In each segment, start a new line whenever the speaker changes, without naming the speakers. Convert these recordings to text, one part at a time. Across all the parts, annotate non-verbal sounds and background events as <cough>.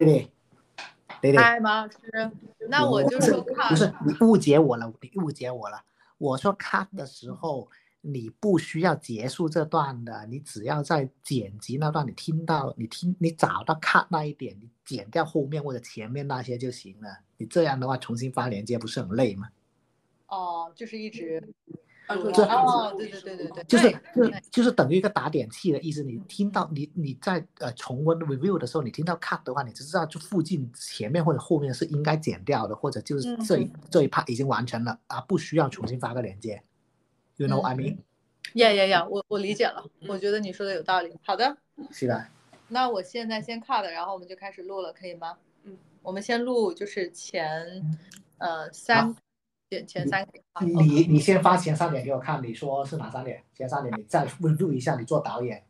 蕾蕾，蕾蕾，
嗨，马老师，那我就说
不是
cut。
不是你误解我了，你误解我了。我说 cut 的时候，你不需要结束这段的，你只要在剪辑那段，你听到，你听，你找到 cut 那一点，你剪掉后面或者前面那些就行了。你这样的话，重新发连接不是很累吗？
哦，就是一直。
这
哦，对对对对对，
就是就
对
是就是等于一个打点器的意思。你听到你你在呃重温 review 的时候，你听到 cut 的话，你就知道这附近前面或者后面是应该剪掉的，或者就是
嗯
这一、这一 part 已经完成了啊，不需要重新发个链接。You know what I mean？、
嗯呀呀呀，我我理解了，我觉得你说的有道理。好的，
是
啊
的，
那我现在先 cut，然后我们就开始录了，可以吗？
嗯，
我们先录就是前呃三点前三个啊
你你你先发前三点给我看，你说是哪三点？前三点你再 review 一下，你做导演，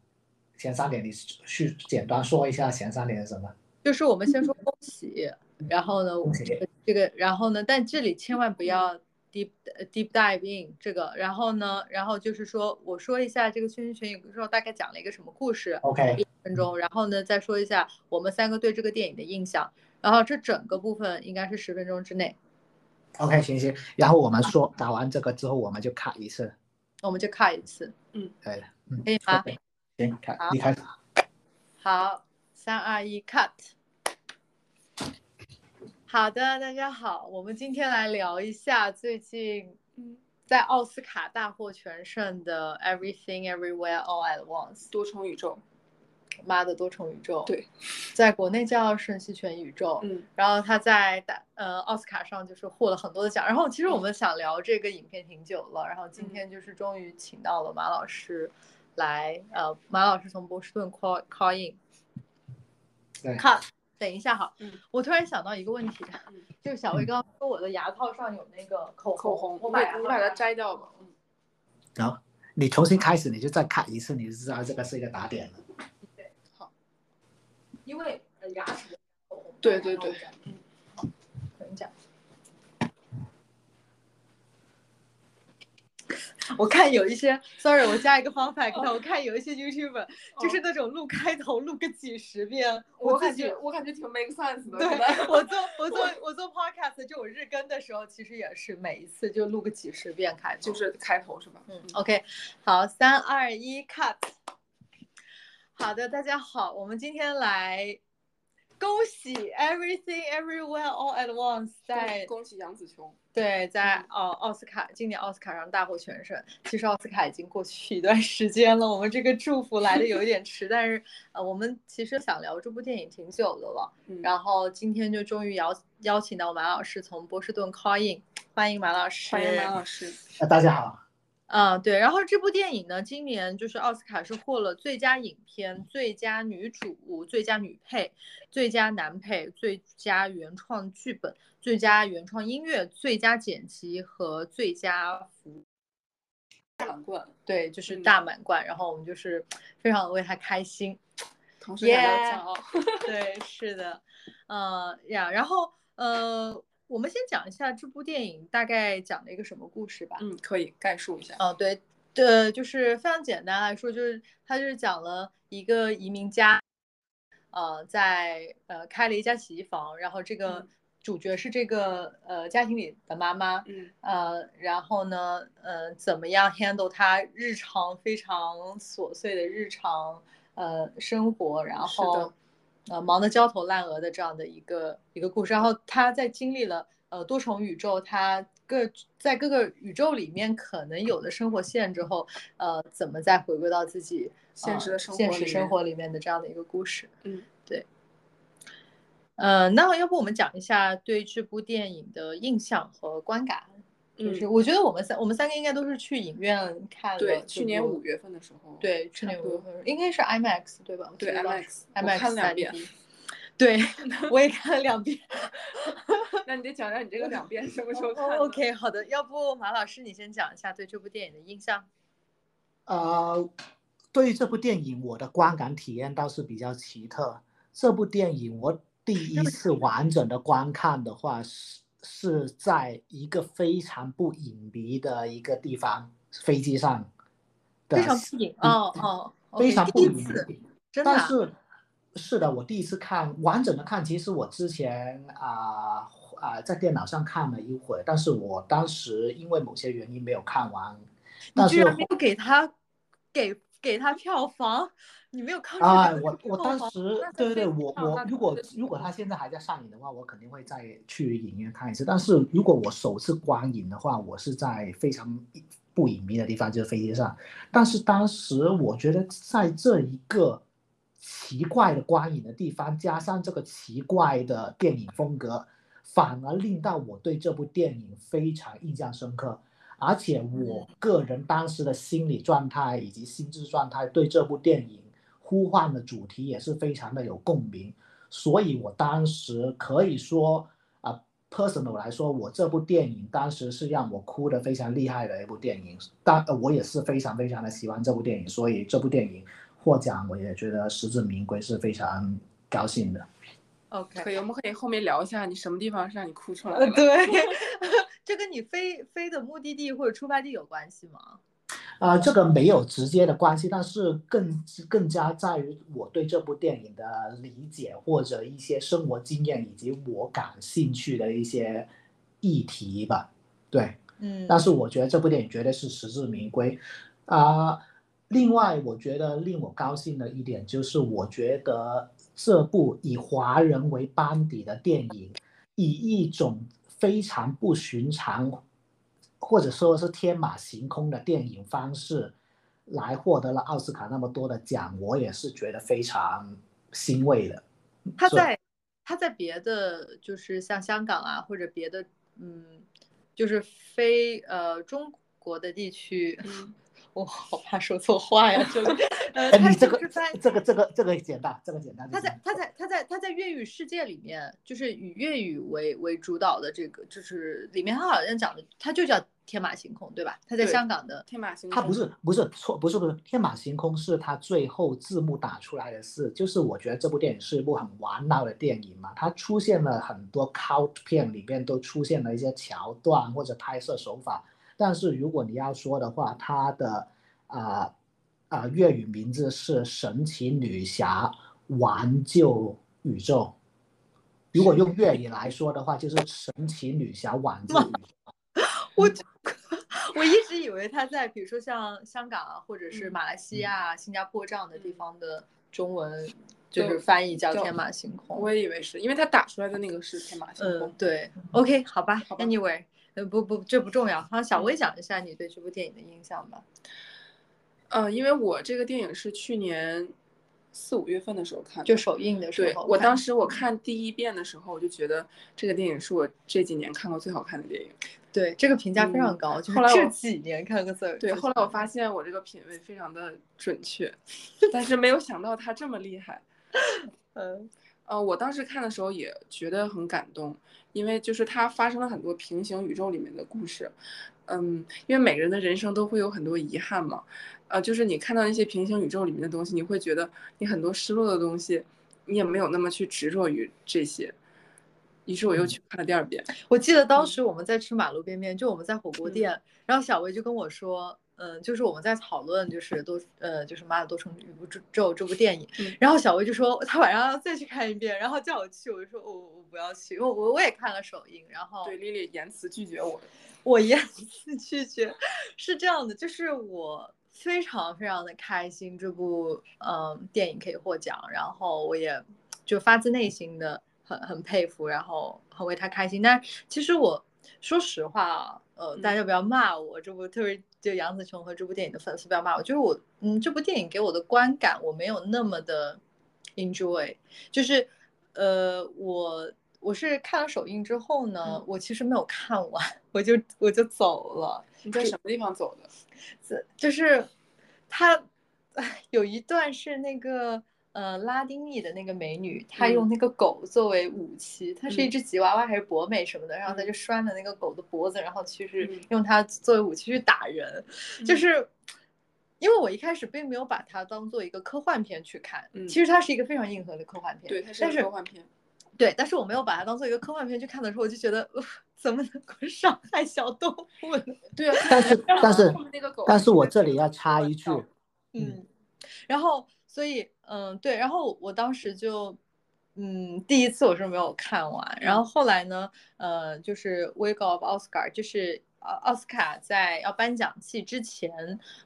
前三点你去简单说一下前三点是什么？
就是我们先说恭喜，然后呢，我
恭喜
这个，然后呢，但这里千万不要 deep 呃 deep dive in 这个，然后呢，然后就是说我说一下这个圈圈影之后大概讲了一个什么故事，
OK，
一
嗯
分钟，然后呢再说一下我们三个对这个电影的印象，然后这整个部分应该是十分钟之内，
OK，行行，然后我们说打完这个之后，我们就 cut 一次，
我们就 cut 一次，
对了，嗯
可以吗？
，OK，行，开
好
你开始。
好，三二一，cut。好的，大家好，我们今天来聊一下最近
嗯
在奥斯卡大获全胜的《Everything Everywhere All at Once
多重宇宙，》，
妈的多重宇宙，
对，
在国内叫《瞬息全宇宙》
嗯
然后他在大呃奥斯卡上就是获了很多的奖。然后其实我们想聊这个影片挺久了，然后
嗯
今天就是终于请到了马老师来，呃，马老师从波士顿 call call in。
对
看，等一下哈，
嗯
我突然想到一个问题，
嗯，
就是小薇刚刚说我的牙套上有那个口红，
口红，
我
我
把
把我把它
它
摘掉吧，嗯，
然后你重新开始，你就再看一次，你就知道这个是一个打点了。
因为呃牙齿的口红。
对对对，嗯
等一下。我看有一些，sorry，我加一个 fun fact，、我看有一些 YouTuber 就是那种录开头录个几十遍，
我
自
感
己
觉我感觉挺 make sense 的，
对
可能
我 <laughs> 做我做我做 podcast，就我日更的时候，其实也是每一次就录个几十遍开头，
就是开头是吧？
嗯，OK，好，三二一，cut。好的，大家好，我们今天来恭喜 Everything Everywhere All at Once 在
恭喜杨紫琼，
对在
嗯
奥奥斯卡今年奥斯卡上大获全胜。其实奥斯卡已经过去一段时间了，我们这个祝福来的有一点迟，但是 <laughs> 呃，我们其实想聊这部电影挺久的了，
嗯
然后今天就终于邀邀请到马老师从波士顿 call in，欢迎马老师，
欢迎马老师，
啊，大家好，
嗯，对。然后这部电影呢，今年就是奥斯卡是获了最佳影片、最佳女主、最佳女配、最佳男配、最佳原创剧本、最佳原创音乐、最佳剪辑和最佳服。
大满贯，
对，就是
嗯
大满贯。然后我们就是非常为他开心。
同时感到
Yeah
骄傲，
<laughs> 对，是的，呃呀，然后呃，我们先讲一下这部电影大概讲了一个什么故事吧。
嗯，可以概述一下，
哦，对，对，就是非常简单来说，就是他就是讲了一个移民家，呃，在呃开了一家洗衣房，然后这个
嗯
主角是这个呃家庭里的妈妈，
嗯
呃，然后呢，呃，怎么样 handle 他日常非常琐碎的日常呃生活，然
是的
后呃忙得焦头烂额的这样的一个一个故事。然后他在经历了呃多重宇宙，他各在各个宇宙里面可能有的生活线之后，呃，怎么再回归到自己
现
呃
实的生
现
活
实
里
生
面
活里面的这样的一个故事。
嗯，
对。呃，那要不我们讲一下对这部电影的印象和观感？啊就是
嗯，
我觉得我们三我们三个应该都是去影院看了这
对
部，，
去年五月份的时候，
对去年
差
五
不
月
多
份应该是 IMAX 对吧？我记
对
得当
IMAX，
时
我
IMAX
看两
3D
遍，
对 <laughs> 我也看了
<laughs>
两遍。
那你得讲讲你这个两遍什么
<laughs>
时候看的
o k 好的，要不马老师你先讲一下对这部电影的印象？
呃，对于这部电影，我的观感体验倒是比较奇特。这部电影我第一次完整的观看的话，是是在一个非常不隐蔽的一个地方，飞机上的
非常不影哦哦，
嗯
哦
非常
，OK，
不
第
隐
一次，
蔽。
真的
但
啊
是是的，我第一次看完整的看，其实我之前啊啊、在电脑上看了一会，但是我当时因为某些原因没有看完，
你
但
居
是
然没有给他给给他票房，你没有看出
啊、
来
我我当时
那
对对
在
对，
飞机
我
上
我
那
如
肯
果
定是
如果它现在还在上映的话，我肯定会再去影院看一次。但是如果我首次观影的话，我是在非常不隐秘的地方，就是飞机上。但是当时我觉得在这一个奇怪的观影的地方，加上这个奇怪的电影风格，反而令到我对这部电影非常印象深刻。而且我个人当时的心理状态以及心智状态对这部电影呼唤的主题也是非常的有共鸣，所以我当时可以说啊、p e r s o n a l 来说，我这部电影当时是让我哭的非常厉害的一部电影，但、呃、我也是非常非常的喜欢这部电影，所以这部电影获奖我也觉得实至名归，是非常高兴的。
OK，
可以，我们可以后面聊一下你什么地方是让你哭出来
呃，
的。
对， <laughs> 这跟你飞飞的目的地或者出发地有关系吗？
啊，这个没有直接的关系，但是更更加在于我对这部电影的理解，或者一些生活经验，以及我感兴趣的一些议题吧。对，
嗯，
但是我觉得这部电影绝对是实至名归。啊、另外我觉得令我高兴的一点就是，我觉得这部以华人为班底的电影，以一种非常不寻常，或者说是天马行空的电影方式，来获得了奥斯卡那么多的奖，我也是觉得非常欣慰的。
他
是
在他在别的就是像香港啊，或者别的嗯，就是非呃中国的地区， <laughs>
嗯
我好怕说错话呀，这里。呃，
哎，
他
你这
是
个
不是翻
这个这个这个简单，这个简单就
他
行。
在他在他在他在粤语世界里面，就是以粤语为为主导的这个，就是里面他好像讲的，他就叫天马行空，对吧？他在
对
香港的
天马行空，
它不是不是错，不是不是，天马行空是它最后字幕打出来的事，就是我觉得这部电影是一部很玩闹的电影嘛，它出现了很多 cult 片里边都出现了一些桥段或者拍摄手法，但是如果你要说的话，它的啊啊、粤语名字是《神奇女侠挽救宇宙》，如果用粤语来说的话，就是《神奇女侠挽救宇宙》。
我就我一直以为他在比如说像香港啊，或者是马来西亚啊、新加坡这样的地方的中文，就是
对
翻译叫
叫
天马行空。
我也以为是，因为他打出来的那个是天马行空。
嗯，对，OK，好吧
好吧嗯
，Anyway，呃，不不，这不重要。让小薇讲一下你对这部电影的印象吧。
呃，因为我这个电影是去年四五月份的时候看的，
就首映的嗯时
对
候看，
我当时我看第一遍的时候，我就觉得这个电影是我这几年看过最好看的电影。
对这个评价非常
嗯
高，就是
后来
这
我
几年看个字儿。
对，
就是
后来我发现我这个品味非常的准
<laughs>
确，但是没有想到他这么厉害。
嗯
呃，我当时看的时候也觉得很感动，因为就是它发生了很多平行宇宙里面的故事，嗯，因为每个人的人生都会有很多遗憾嘛，呃，就是你看到那些平行宇宙里面的东西，你会觉得你很多失落的东西，你也没有那么去执着于这些。于是我又去
嗯
看了第二遍，
我记得当
嗯
时我们在吃马路边边，就我们在火锅店，然后小薇就跟我说，嗯，就是我们在讨论，就是多呃，就是《马尔多重宇宙》这部电影，
嗯
然后小薇就说她晚上要再去看一遍，然后叫我去，我就说我我不要去，因为我我也看了首映，然后
对丽丽严词拒绝我，
我严词拒绝。是这样的，就是我非常非常的开心，这部嗯电影可以获奖，然后我也就发自内心的很很佩服，然后很为他开心。但其实我说实话啊，呃，
嗯
大家不要骂我，这部特别就杨紫琼和这部电影的粉丝不要骂我，就是我嗯这部电影给我的观感我没有那么的 enjoy，就是呃我。我是看了首映之后呢，
嗯
我其实没有看完，我就我就走了。
你在什么地方走的？
这就是他哎有一段是那个呃拉丁裔的那个美女，她
嗯
用那个狗作为武器，它是一
嗯
只吉娃娃还是博美什么的，然后她
嗯
就拴着那个狗的脖子，然后去是
嗯
用它作为武器去打人，就
嗯
是。因为我一开始并没有把它当做一个科幻片去看，
嗯
其实它是一个非常硬核的科幻片，
对，它是
但
个
是
科幻片，
对，但是我没有把它当做一个科幻片去看的时候，我就觉得、呃怎么能够 <laughs> 伤害小动物呢？
对啊，
但是但是
后面那个狗
但是我
在
这
那
里
<laughs> 个
要插
乱
一
叫
句，嗯
嗯，然后所以嗯对，然后我当时就。嗯，第一次我是没有看完，然后后来呢，呃，就是《Wig of Oscar》，就是奥奥斯卡在要颁奖季之前，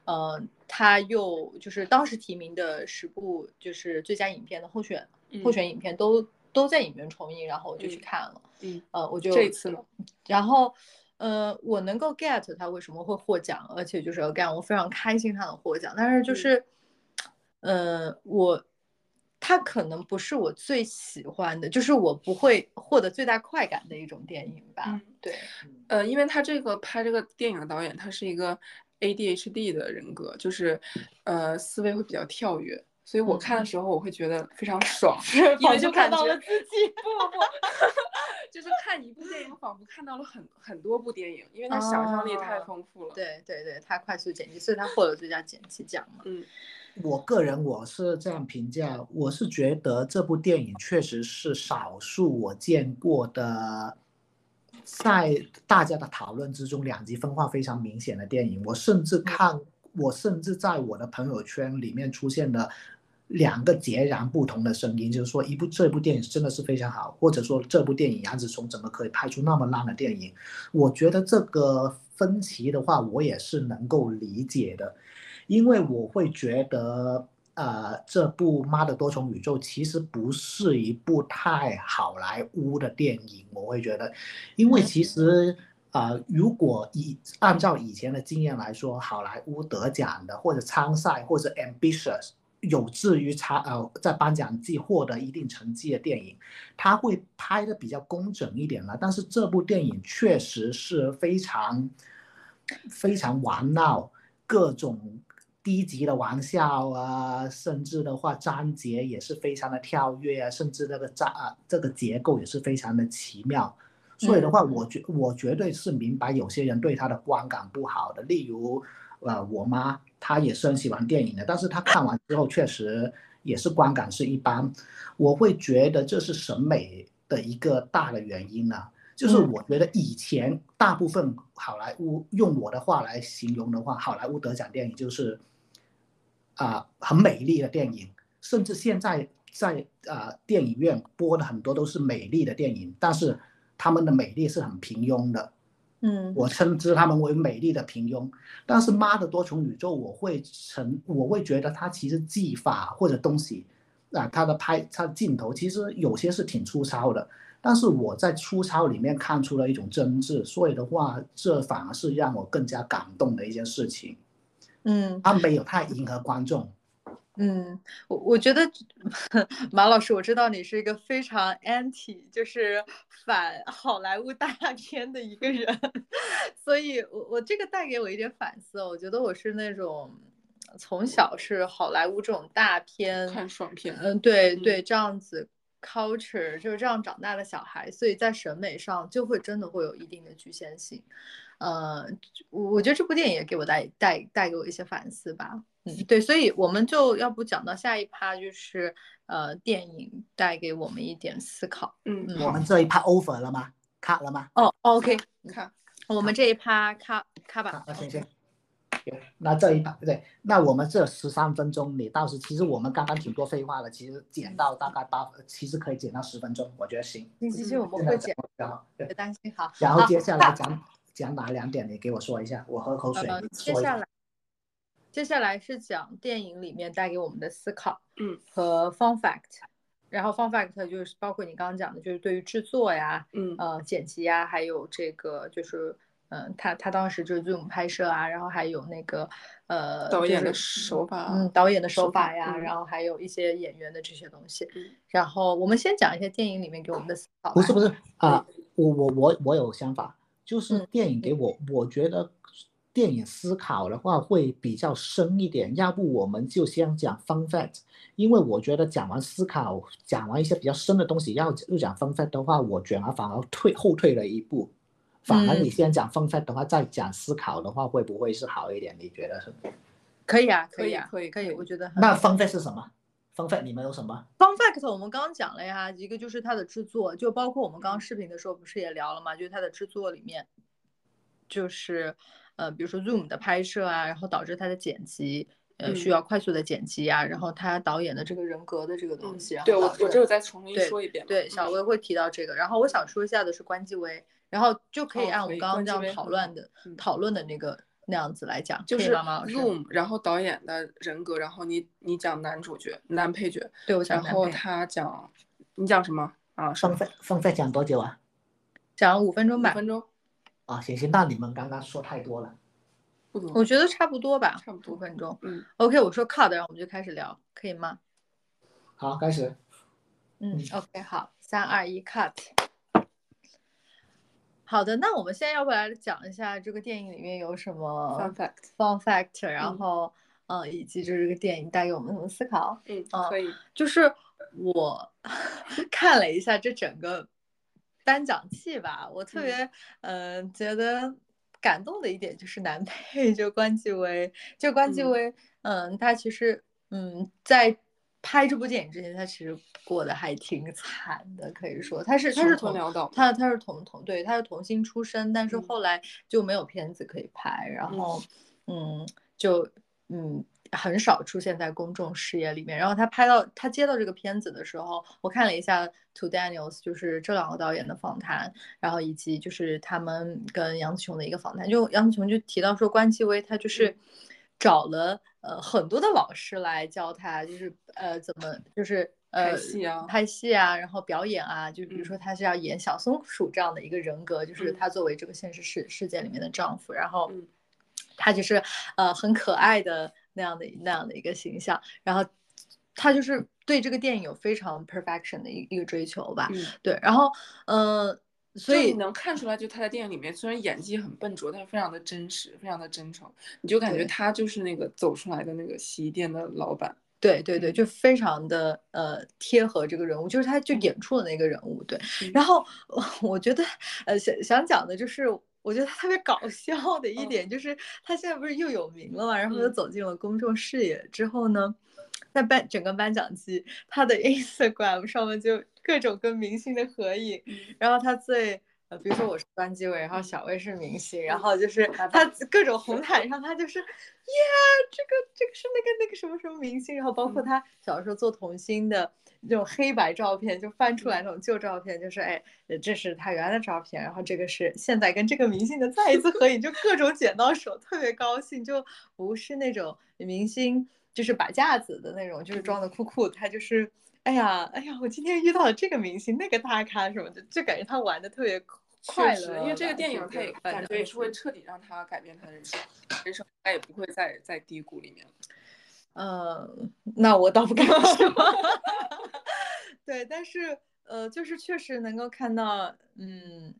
呃，他又就是当时提名的十部就是最佳影片的候选候选影片都、都在影院重映，然后我就去
嗯
看了，
嗯，
呃，我就
这一次呢，
然后，呃，我能够 get 他为什么会获奖，而且就是 again，我非常开心他能获奖，但是就
嗯
是，呃，我他可能不是我最喜欢的，就是我不会获得最大快感的一种电影吧。
嗯
对，
呃，因为他这个拍这个电影的导演，他是一个 ADHD 的人格，就是呃思维会比较跳跃，所以我
嗯
看的时候我会觉得非
<laughs>
常爽，因
仿
为
佛
就
看
感
到
觉
了自己。
不不不，就是看一部电影仿佛看到了很很多部电影，因为他想象力太
哦
丰富
<laughs>
了。，
对对对，他快速剪辑，所以他获了最佳剪辑奖嘛。
嗯
我个人我是这样评价，我是觉得这部电影确实是少数我见过的，在大家的讨论之中两极分化非常明显的电影。我甚至看，我甚至在我的朋友圈里面出现的两个截然不同的声音，就是说一部这部电影真的是非常好，或者说这部电影杨紫琼怎么可以拍出那么烂的电影？我觉得这个分歧的话，我也是能够理解的。因为我会觉得，呃，这部《妈的多重宇宙》其实不是一部太好莱坞的电影，我会觉得，因为
嗯
其实。啊、如果以按照以前的经验来说，好莱坞得奖的或者参赛或者 ambitious 有志于参呃在颁奖季获得一定成绩的电影，它会拍的比较工整一点了。但是这部电影确实是非常非常玩闹，各种低级的玩笑啊，甚至的话章节也是非常的跳跃啊，甚至那个章啊这个结构也是非常的奇妙。所以的话，我绝我绝对是明白有些人对他的观感不好的，例如，呃，我妈她也是很喜欢电影的，但是她看完之后确实也是观感是一般，我会觉得这是审美的一个大的原因呢、就是
嗯
我觉得以前大部分好莱坞用我的话来形容的话，好莱坞得奖电影就是啊、很美丽的电影，甚至现在在啊、电影院播的很多都是美丽的电影，但是他们的美丽是很平庸的，
嗯
我称之他们为美丽的平庸。但是《妈的多重宇宙》，我会成，我会觉得它其实技法或者东西，啊，它的拍它的镜头其实有些是挺粗糙的，但是我在粗糙里面看出了一种真挚，所以的话，这反而是让我更加感动的一件事情。
嗯
它没有太迎合观众，
嗯，我我觉得 <laughs> 马老师，我知道你是一个非常 anti，就是反好莱坞大片的一个人， <laughs> 所以我我这个带给我一点反思哦。我觉得我是那种从小是好莱坞这种大片，
看爽片
嗯，对
嗯
对，这样子 culture 就是这样长大的小孩，所以在审美上就会真的会有一定的局限性。呃，我我觉得这部电影也给我带带带给我一些反思吧。嗯，对，所以我们就要不讲到下一趴，就是呃，电影带给我们一点思考。
嗯，
嗯
我们这一趴 over 了吗？cut 了吗？
哦，OK，
你看，
我们这一趴咔咔吧
cut。了，行行。那这一趴对，那我们这十三分钟，你到时其实我们刚刚挺多废话的，其实减到大概八，其实可以减到十分钟，我觉得行。
星期嗯我们
现在
会
讲
讲，
然后对
别担心哈。
然后
好
接下来讲讲哪两点？你给我说一下，我喝口水。
呃，接
说一
下来，接下来是讲电影里面带给我们的思考，
嗯，
和 fun fact，然后 fun fact 就是包括你刚刚讲的，就是对于制作呀、
嗯
呃剪辑呀，还有这个就是，嗯、他他当时就是 Zoom 拍摄啊，然后还有那个呃
导演的
就是
手法
嗯，导演的手
手法
法呀，
嗯
然后还有一些演员的这些东西，
嗯
然后我们先讲一些电影里面给我们的思考吧，
不是不是啊、我我我我有想法，就是
嗯
电影给我，我觉得电影思考的话会比较深一点。要不我们就先讲 fun fact，因为我觉得讲完思考，讲完一些比较深的东西，要又讲 fun fact 的话，我卷而反而退后退了一步。反而
嗯
你先讲 fun fact 的话，再讲思考的话，会不会是好一点？你觉得是？
嗯可以啊，
可以
啊，
可以
可
可以
我觉得很
那 fun fact 是什么？fun fact 你们有什么？
Fun fact，我们刚刚讲了呀，一个就是它的制作，就包括我们刚
嗯
刚视频的时候不是也聊了嘛，就是它的制作里面，就是呃，比如说 Zoom 的拍摄啊，然后导致它的剪辑，呃，
嗯
需要快速的剪辑啊，然后他导演的这个人格的这个东西，然后
嗯对我
导致
我这个再重新说一遍嘛。嗯
对，小薇会提到这个。然后我想说一下的是关继威，然后就可以
哦
按我
可
们
以
刚刚
关
这
继威
样讨
很
论
好
的
嗯
讨论的那个那样子来讲，
就
可以
是
吗马老师
room，然后导演的人格，然后你你讲男主角、男配角，
对我讲
然
男
后
配
他讲你讲什么啊？是
放费放费讲多久啊？
讲了五分钟
五
吧，
分钟
啊，行行，那你们刚刚说太多了。
不多
我。觉得差不多吧，
嗯差不多
五分钟。
嗯，
OK，我说 cut，然后我们就开始聊，可以吗？
好，开始。
嗯
嗯
，OK，好，三二一，cut。好的，那我们现在要不来讲一下这个电影里面有什
fun
么
fact，
fun fact，然
嗯
后呃，以及就是这个电影带给我们什么思考。
嗯，
哦
可以。
就是我 <laughs> 看了一下这整个颁奖季吧，我特
嗯
别嗯、呃觉得感动的一点就是男配 <laughs> 就关继威，就关继
嗯
威，嗯、他其实嗯在。拍这部电影之前，他其实过得还挺惨的，可以说他是他是
穷
同
困潦倒，
他他是童童对，他是童星出身，但是
嗯
后来就没有片子可以拍，然后嗯就嗯很少出现在公众视野里面。然后他拍到他接到这个片子的时候，我看了一下 To Daniels，就是这两个导演的访谈，然后以及就是他们跟杨紫琼的一个访谈，就杨紫琼就提到说关继威他
嗯
就是找了呃很多的老师来教他，就是呃怎么就是。呃，
拍戏啊
拍戏啊，然后表演啊，就比如
嗯
说他是要演小松鼠这样的一个人格，就是
嗯
他作为这个现实世世界里面的丈夫，然后
嗯
他就是呃很可爱的那样的那样的一个形象，然后他就是对这个电影有非常 perfection 的一一个追求吧，
嗯，
对，然后呃，所
就
以
你能看出来，就他在电影里面虽然演技很笨拙，但是非常的真实，非常的真诚，你就感觉
对
他就是那个走出来的那个洗衣店的老板。
对对对，
嗯
就非常的呃贴合这个人物，就是他就演出了那个人物，对
嗯。
然后 <laughs> 我我觉得呃想想讲的就是，我觉得他特别搞笑的一
嗯
点就是，他现在不是又有名了嘛，然后又
嗯
走进了公众视野之后呢，在颁整个颁奖季，他的 <laughs> Instagram 上面就各种跟明星的合影，
嗯
然后他最。呃，比如说我是班机委，然后小薇是明星，
嗯
然后就是他各种红毯上，他就是耶，这个这个是那个那个什么什么明星，然后包括
嗯
他小时候做童星的那种黑白照片，就翻出来那种旧照片，就是哎，呃这是他原来的照片，然后这个是现在跟这个明星的再一次合影，就各种捡到手，特别高兴，就不是那种明星就是摆架子的那种，就是装的酷酷，他就是。哎呀，哎呀，我今天遇到了这个明星，那个大咖什么的，就感觉他玩的特别快
确
乐
实
吧。，
因为这个电
就
影，他
是
也
反
感
正
觉也是会彻底让他改变他的人生，人生他也不会再在低谷里面了。
呃，那我倒不敢说。 <laughs> 对，但是呃，就是确实能够看到，嗯，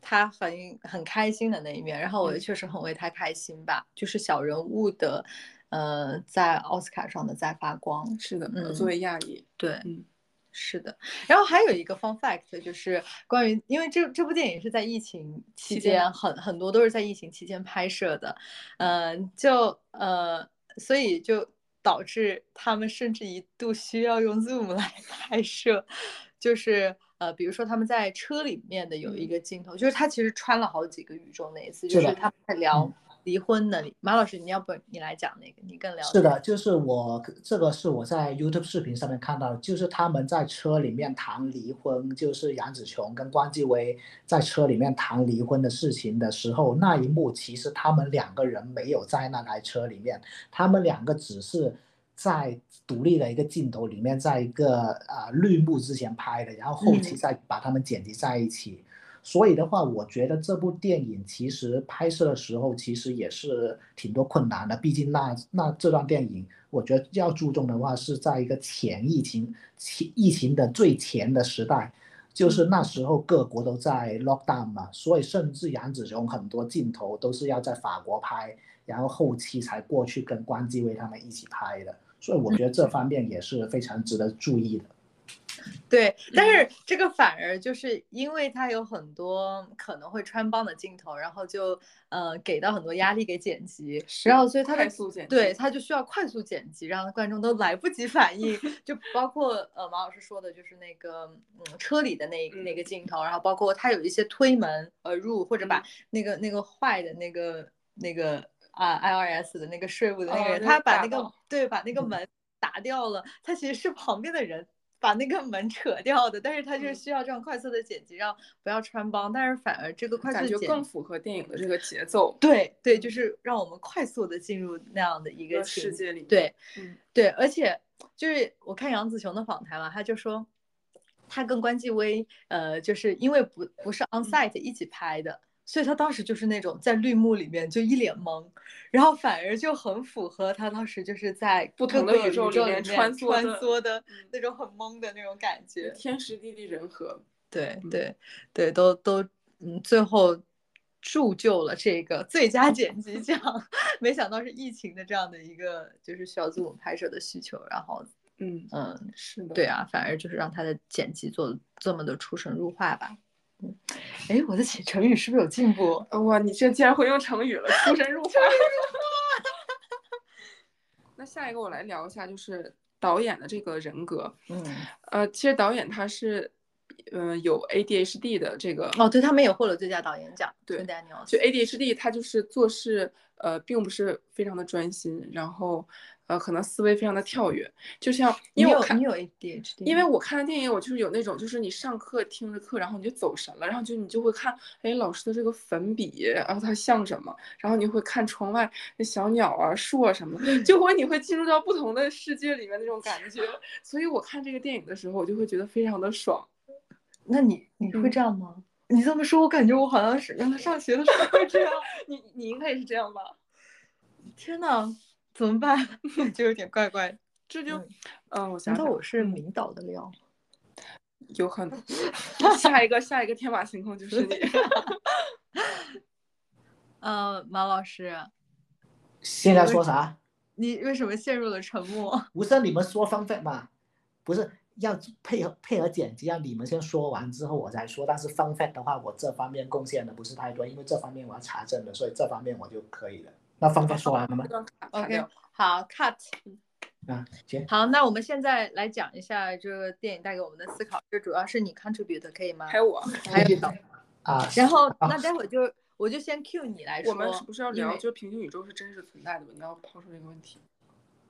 他很很开心的那一面，然后我也
嗯
确实很为他开心吧，就是小人物的，呃，在奥斯卡上的在发光。
是的，
嗯
作为亚裔，
对，
嗯
是的。然后还有一个 fun fact 就是关于，因为这这部电影是在疫情期
期间
间，很很多都是在疫情期间拍摄的，嗯、就呃，所以就导致他们甚至一度需要用 Zoom 来 <laughs> 拍摄，就是。呃，比如说他们在车里面的有一个镜头，就是他其实穿了好几个宇宙那一次，就是是
的
他们在聊
嗯
离婚的。马老师，你要不你来讲那个，你更了解。
是的，就是我这个是我在 YouTube 视频上面看到的，就是他们在车里面谈离婚，就是杨紫琼跟关继威在车里面谈离婚的事情的时候，那一幕其实他们两个人没有在那台车里面，他们两个只是在独立的一个镜头里面，在一个呃绿幕之前拍的，然后后期
嗯
再把他们剪辑在一起。所以的话，我觉得这部电影其实拍摄的时候其实也是挺多困难的，毕竟那那这段电影，我觉得要注重的话是在一个前疫情、前疫情的最前的时代，就是那时候各国都在 lockdown 嘛，所以甚至杨紫琼很多镜头都是要在法国拍，然后后期才过去跟关继威他们一起拍的，所以我觉得这方面也是非常值得注意的。
对，但
嗯
是这个反而就是因为它有很多可能会穿帮的镜头，然后就呃给到很多压力给剪辑，
是
然后所以它
快
的
速剪辑
对它就需要快速剪辑，让观众都来不及反应， <laughs> 就包括呃马老师说的就是那个嗯车里的那那
嗯
个镜头，然后包呃括它有一些推门而入或者把
嗯
那个那个坏的那个那个啊 IRS 的那个税务的那个
哦
人，
那
他
个
把
打
那个
到
对把那个门打掉了，他其实是旁边的人。把那个门扯掉的，但是他就是
嗯
需要这样快速的剪辑，让不要穿帮，但是反而这个快
感
速
觉
剪
更符合电影的这个节奏
对对，就是让我们快速的进入那样的一
一个
个
世
情
界里面。
对
嗯，
对，而且就是我看杨紫琼的访谈嘛，她就说，她跟关继威，呃，就是因为不不是
嗯
on site 一起拍的，所以她当时就是那种在绿幕里面就一脸懵，然后反而就很符合她当时就是在
不
各
同的
个
宇
宙
宙里面
穿
穿梭的
梭的
嗯
那种很懵的那种感觉。
天时地利人和，
对
嗯
对对，都都嗯，最后铸就了这个最佳剪辑奖。 <laughs> 没想到是疫情的这样的一个就是小字母拍摄的需求，然后
嗯，
嗯，
是的，
对，啊，反而就是让他的剪辑做得这么的出神入化吧。嗯，哎，我的成成语是不是有进步？
哦哇，你这竟然会用成语了，出神入化。 <laughs> 那下一个我来聊一下，就是导演的这个人格。
嗯，
呃，其实导演他是，嗯、有 ADHD 的这个
哦，对他们也获了最佳导演奖，
对
d a n i e
就 ADHD，他就是做事呃，并不是非常的专心，然后呃，可能思维非常的跳跃，就像因为我看
你。有 ADHD，
因为我看的电影，我就是有那种，就是你上课听着课，然后你就走神了，然后就你就会看，哎，老师的这个粉笔，然后它像什么，然后你会看窗外那小鸟啊、树啊什么的，就会你会进入到不同的世界里面那种感觉。所以我看这个电影的时候，我就会觉得非常的爽。
那你你会
嗯
这样吗？你这么说，我感觉我好像是原来上学的时候会这样。
你你应该也是这 <laughs> 样吧？
天呐，怎么办？就有点怪怪。
这就，
嗯
嗯、我想想，
是迷倒的料？
有 <laughs> 可能下一个下一个天马行空就是你。 <laughs>
呃，马老师，
现在说啥？
你为什么陷入了沉默？
不是你们说 fun fact 嘛？不是要配合配合剪辑，要你们先说完之后我再说。但是 fun fact 的话，我这方面贡献的不是太多，因为这方面我要查证的，所以这方面我就可以了。那 fun fact 说完了吗
这？段卡卡
OK
掉
好，cut。
啊，行，
好，那我们现在来讲一下这个电影带给我们的思考，这主要是你 contribute 的可以吗
还？有我，
还有
啊，
然后
好
那待会儿就我就先 cue 你来说。
我们是不是要
因
聊
为
就是平行宇宙是真实存在的吗？你要抛出这个问题。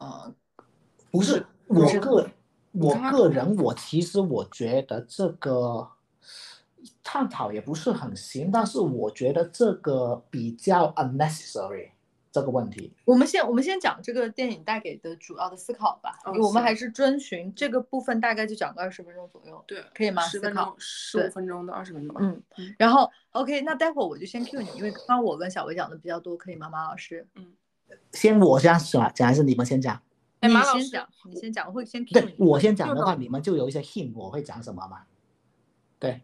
嗯，
不是
不
我
是
个我
刚刚
个人，我其实我觉得这个探讨也不是很行，但是我觉得这个比较 unnecessary 这个问题。
我们先我们先讲这个电影带给的主要的思考吧。
哦
我们
行
还是遵循这个部分，大概就讲个二十分钟左右。
对，
可以吗
十分
思考
钟、十
对
五分钟到二十分钟吧。
嗯
嗯，
然后 OK，那待会儿我就先 Q 你，因为刚刚我跟小薇讲的比较多，可以吗，马老师？
先我先讲，讲还是你们先讲？
哎
你
马老
先
师
讲，你先讲，我会先 Q
对
你。
我先讲的
就
话，你们就有一些 hint，我会讲什么嘛？对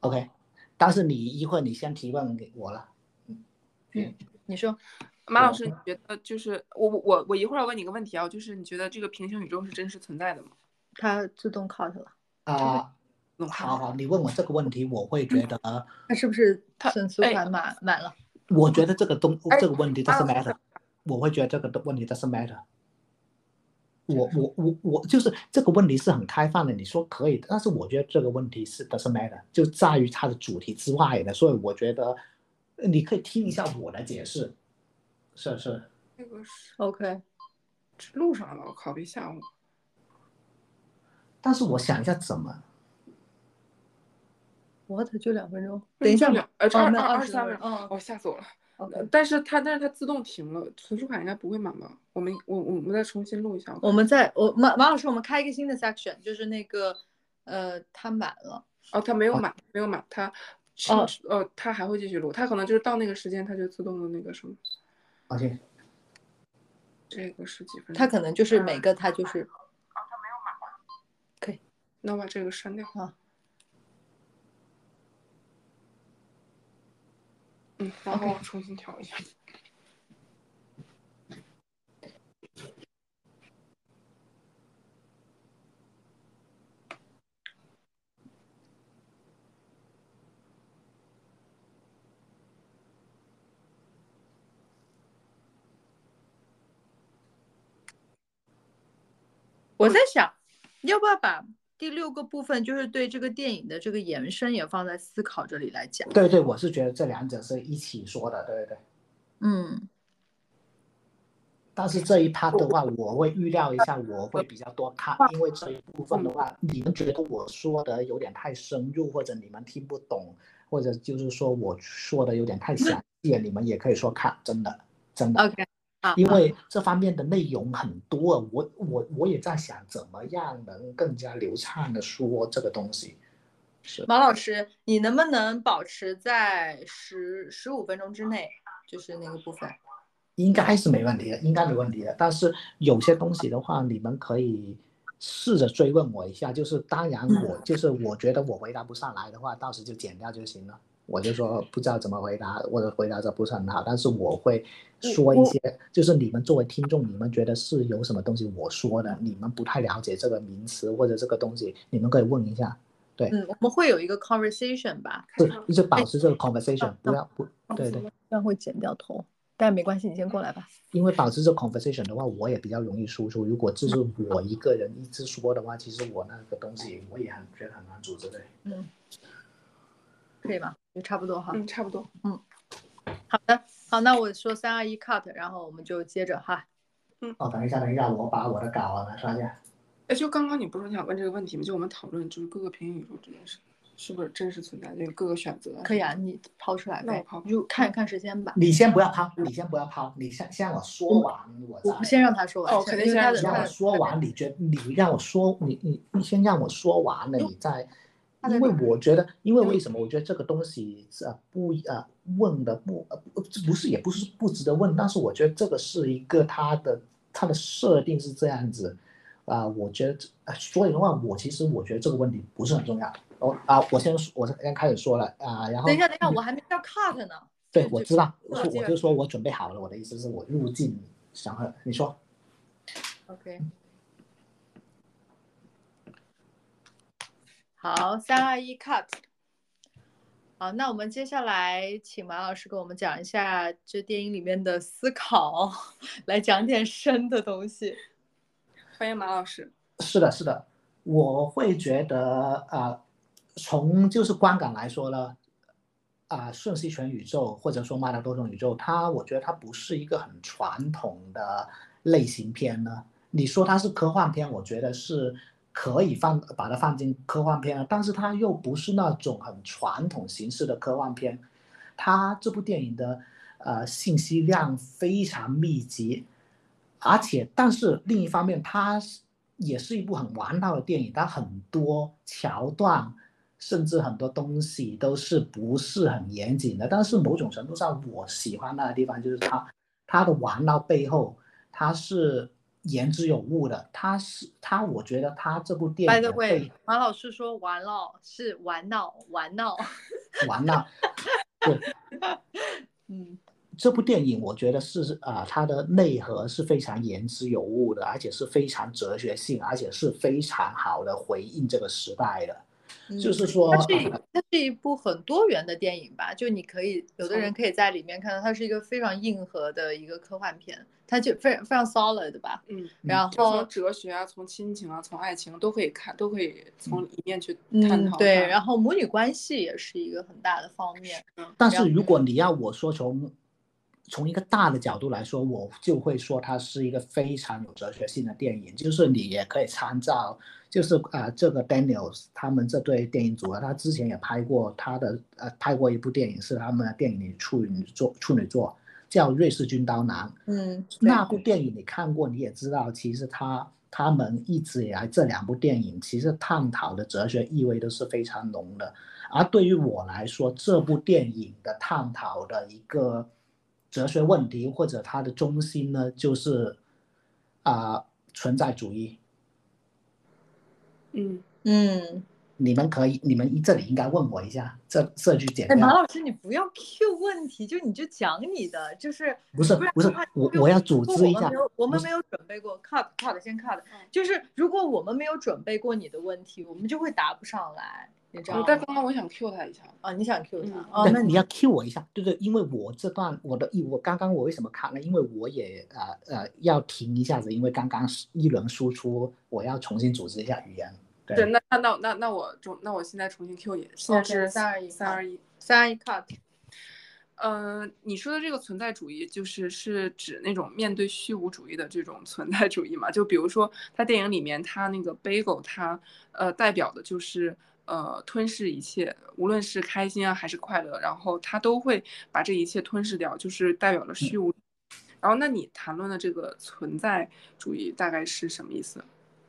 ，OK，但是你一会儿你先提问给我了。
你说，
马老
对
师，你觉得就是我我我我一会儿要问你一个问题啊，就是你觉得这个平行宇宙是真实存在的吗？
它自动 cut 了，
啊、
弄好
好好，你问我这个问题，我会觉得，
嗯
它是不是
它
损缩
哎
款满满了？
我觉得这个东
哎
这个问题
马
doesn't
老师
matter，我会觉得这个问题 doesn't matter。我我我我就是这个问题是很开放的，你说可以，但是我觉得这个问题是 doesn't matter，就在于它的主题之外的，所以我觉得你可以听一下我的解释，是是。
这个是
OK，
路上了吧？我靠，别吓我！
但是我想一下怎么，
我的就两分钟，等一下
就
吧
两，呃，这
哦
二
没有
二二
20
十三分
分
钟，
钟哦
哦，吓死我了。呃
，OK，
但是它但是它自动停了，存储卡应该不会满吧？我们我我们再重新录一下。啊
我们再我马马老师，我们开一个新的 section，就是那个呃，它满了，
哦，它没有满，没有满，它
哦
呃，它还会继续录，它可能就是到那个时间，它就自动的那个什么。
o k
这个是几分钟？
它可能就是每个它就是
那我把这个删掉
好。
嗯，然后
OK
重新调一下。
我在想，要不要把第六个部分，就是对这个电影的这个延伸，也放在思考这里来讲？
对对，我是觉得这两者是一起说的，对对对。
嗯，
但是这一 part 的话，我会预料一下，我会比较多看，因为这一部分的话，你们觉得我说的有点太深入，或者你们听不懂，或者就是说我说的有点太详细，你们也可以说看，真的，真的。
OK，好，
因为这方面的内容很多，我我我也在想怎么样能更加流畅的说这个东西。是，
王老师，你能不能保持在十十五分钟之内，就是那个部分？
应该是没问题的，应该没问题的。但是有些东西的话，你们可以试着追问我一下。就是当然我就是我觉得我回答不上来的话，到时就剪掉就行了。我就说不知道怎么回答，或者回答的不是很好，但是我会说一些，就是你们作为听众，你们觉得是有什么东西我说的，你们不太了解这个名词或者这个东西，你们可以问一下。对
嗯，我们会有一个 conversation 吧，
嗯
是，就保持这个 conversation，不要不对对，
这样会剪掉头，但没关系，你先过来吧。
因为保持这 conversation 的话，我也比较容易输出。如果只是我一个人一直说的话，其实我那个东西我也很觉得很难组织的。
嗯，可以吧？就差不多哈。
嗯，差不多。
好的，好，那我说三二一 cut，然后我们就接着哈。
哦，等一下，等一下，我把我的稿啊拿出来。
哎，就刚刚你不是想问这个问题吗？就我们讨论，就是各个平行宇宙之间是是不是真实存在这个各个选择？
可以啊，你抛出来
那我
呗
抛，
你就看一看时间吧。
你先不要抛，你先不要抛，你先先让我说完，我
我
再。
我先让他说完，
哦肯定
因为
先
他
让
的
你
他
让我
他
说完，你觉你让我说，你你你先让我说完了，你再，因为我觉得，因为为什么？我觉得这个东西呃不呃问的不呃不不是也不是不值得问，但是我觉得这个是一个它的它的设定是这样子，啊、我觉得这呃所以的话，我其实我觉得这个问题不是很重要。我、啊、我先我先开始说了啊、然后
等一下，等一
嗯
下，我还没到 cut 呢。
对
这，
我
这
知道，
这
我说
这
我就说我准备好了，我的意思是我入境想和你说。
OK。好，三二一，cut。好，那我们接下来请马老师给我们讲一下这电影里面的思考，来讲点深的东西。
欢迎马老师。
是的，是的，我会觉得啊、呃从就是观感来说呢，啊、瞬息全宇宙或者说麦达多重宇宙，它我觉得它不是一个很传统的类型片呢。你说它是科幻片，我觉得是可以放把它放进科幻片了，但是它又不是那种很传统形式的科幻片。它这部电影的呃信息量非常密集，而且但是另一方面，它是也是一部很王道的电影，它很多桥段甚至很多东西都是不是很严谨的。但是某种程度上，我喜欢它的地方就是它它的王道背后，它是言之有物的，它是它，我觉得它这部电
By
影
the
的
way，
背
马老师说完了，是玩闹，玩闹。
完了。对，
嗯，
这部电影，我觉得是啊、呃它的内核是非常言之有物的，而且是非常哲学性，而且是非常好的回应这个时代的。就是
嗯
说
它是一它是一部很多元的电影吧，就你可以有的人可以在里面看到，它是一个非常硬核的一个科幻片，它就非常非常 solid 吧。
嗯，
然
就从
后，
哲学啊，从亲情啊，从爱情都可以看，都可以从里面去探
嗯，
讨它。
对，然后母女关系也是一个很大的方面。
但
了
是如果你要我说从从一个大的角度来说，我就会说它是一个非常有哲学性的电影，就是你也可以参照，就是啊、呃这个 Daniels 他们这对电影组合，他之前也拍过他的呃拍过一部电影是他们的电影里处女座处女座叫《瑞士军刀男》，
嗯，对
那部电影你看过，你也知道，其实他他们一直以来这两部电影其实探讨的哲学意味都是非常浓的。而对于我来说，这部电影的探讨的一个哲学问题或者它的中心呢，就是啊、存在主义。
嗯，
嗯，
你们可以，你们这里应该问我一下，这这句简
哎，马
要
老师，你不要 Q 问题，就你就讲你的，就是
不是
然
不是
的话，
我
就
我要
如
组
果
织一
我们
下
没，有，我
不
们
是
没有准备过，cut cut 先 cut，就是如果我们没有准备过你的问题，我们就会答不上来，你知道
哦但
吗？
刚刚我想 Q 他一下，
啊，你想 Q 他
嗯
啊？
对
那
你要 cue 我一下，对对，因为我这段我的我刚刚我为什么卡呢？因为我也呃呃要停一下子，因为刚刚一轮输出，我要重新组织一下语言。对
对，那那那那那我重，那我现在重新 Q 你，现在
OK，
是
三二一
三二一。
三一 cut，
呃，你说的这个存在主义，就是是指那种面对虚无主义的这种存在主义嘛？就比如说，他电影里面他那个 Bagel，他呃代表的就是呃吞噬一切，无论是开心啊还是快乐，然后他都会把这一切吞噬掉，就是代表了虚无。
嗯
然后，那你谈论的这个存在主义大概是什么意思？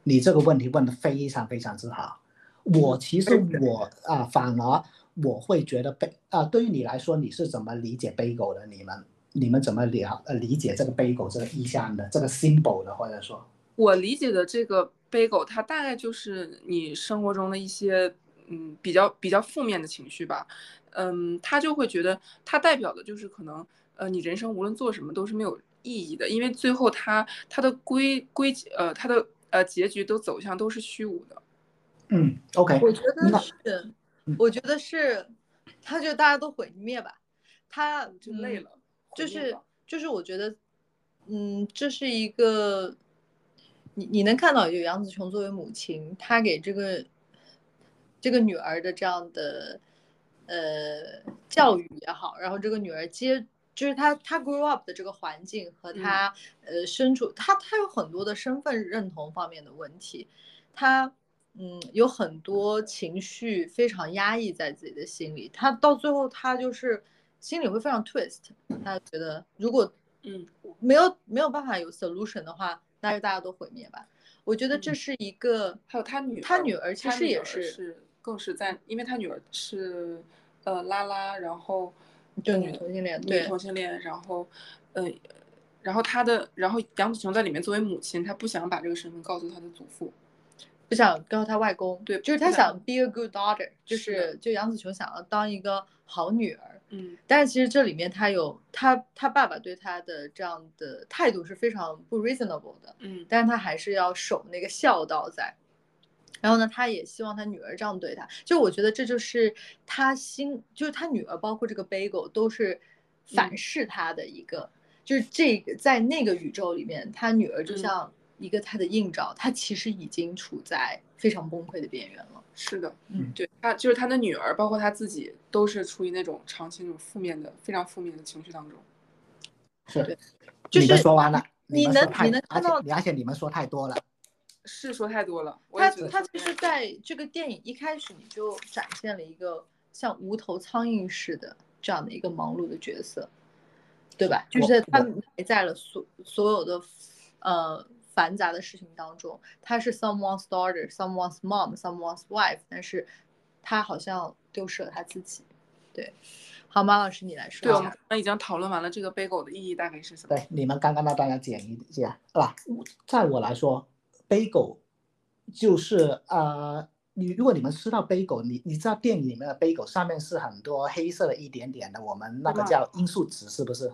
你这个问题问的非常非常之好。
嗯
我其实我啊，反而我会觉得被啊，对于你来说，你是怎么理解 bagel 的？你们你们怎么了呃理解这个 bagel 这个意象的这个 symbol 的，或者说
我理解的这个 bagel，它大概就是你生活中的一些嗯比较比较负面的情绪吧，嗯，他就会觉得它代表的就是可能呃你人生无论做什么都是没有意义的，因为最后它它的归归呃它的呃结局都走向都是虚无的。
嗯，OK，
我觉
那
得是
嗯，
我觉得是，他就大家都毁灭吧，他
就累
嗯
了，
就
毁灭
是
吧
就是我觉得，嗯，这是一个，你你能看到有杨紫琼作为母亲，她给这个这个女儿的这样的呃教育也好，然后这个女儿接。就是她，她 grow up 的这个环境和她、呃身处，她她有很多的身份认同方面的问题，她嗯有很多情绪非常压抑在自己的心里，她到最后她就是心里会非常 twist，他觉得如果
嗯
没有没有办法有 solution 的话，那就大家都毁灭吧。我觉得这
嗯
是一个，
还有他女儿，
他女儿其
他
实
女
也
儿
是
是更是在，因为他女儿是呃拉拉，然后
就
呃
女同性恋，
女
对
同性恋，然后呃，然后他的，然后杨紫琼在里面作为母亲，她不想把这个身份告诉她的祖父，
不想告诉他外公，
对
就是
不
他
想
想 be a good daughter，就是
的
是就杨紫琼想要当一个好女儿，
嗯
但是其实这里面他有他他爸爸对他的这样的态度是非常不 reasonable 的，
嗯
但是他还是要守那个孝道在。然后呢，他也希望他女儿这样对他。就我觉得这就是他心，就是他女儿，包括这个 Bagel 都是反噬他的一个，就是这个在那个宇宙里面，他女儿就
嗯
像一个他的映照，他其实已经处在非常崩溃的边缘了。
是的，
嗯
对他就是他的女儿，包括他自己，都是处于那种长期那种负面的、非常负面的情绪当中。
是
对就
你们
是
说完了，
你
们说
能
太
你能
而
看到
且而且你们说太多了，
是说太多了，我也
他
觉得
他
说
就是在这个电影一开始你就展现了一个像无头苍蝇似的这样的一个忙碌的角色，对吧？就
我
是他
我
埋在了所所有的呃繁杂的事情当中，他是 someone's daughter、someone's mom、someone's wife，但是他好像丢失了他自己。对，好，马老师你来说
对，
一
我们
下
刚。刚已经讨论完了这个 bagel 的意义大概是什么。
对，你们刚刚那大家讲一下，啊，在我来说，bagel 就是呃，你如果你们吃到 bagel，你你知道电影里面的 bagel 上面是很多黑色的一点点的，我们那个
嗯
叫罂粟籽，是不是？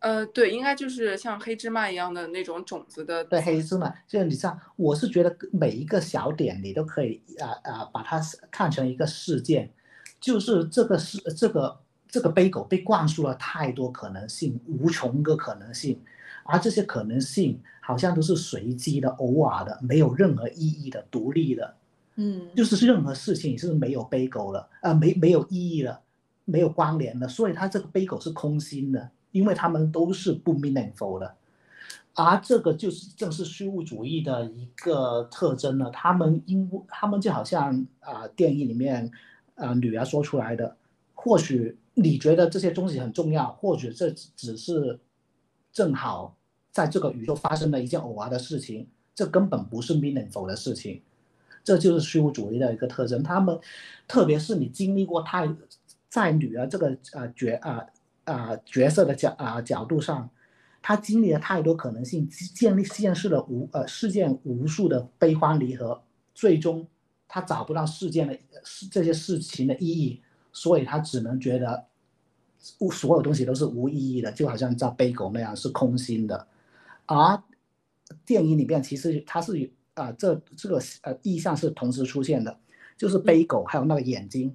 呃，对，应该就是像黑芝麻一样的那种种子的，
对，黑芝麻，就是你知道，我是觉得每一个小点你都可以啊啊、把它是看成一个事件，就是这个事这个这个 bagel 被灌输了太多可能性，无穷个可能性，而这些可能性好像都是随机的、偶尔的，没有任何意义的、独立的，
嗯，
就是任何事情是没有 bagel 了，啊，没没有意义了，没有关联的，所以它这个 bagel 是空心的，因为它们都是不 meaningful 的。而这个就是正是虚无主义的一个特征了。他们因他们就好像啊、电影里面啊、女儿说出来的，或许你觉得这些东西很重要，或许这只是正好在这个宇宙发生了一件偶尔的事情，这根本不是 meaningful 的事情。这就是虚无主义的一个特征。他们，特别是你经历过太，在女儿这个呃角啊啊角色的角啊、角度上，她经历了太多可能性，建立见识了无呃事件无数的悲欢离合，最终她找不到事件的呃事这些事情的意义，所以她只能觉得。所有东西都是无意义的，就好像在背狗那样是空心的。而电影里面其实它是有啊、这这个呃意象是同时出现的，就是背狗还有那个眼睛，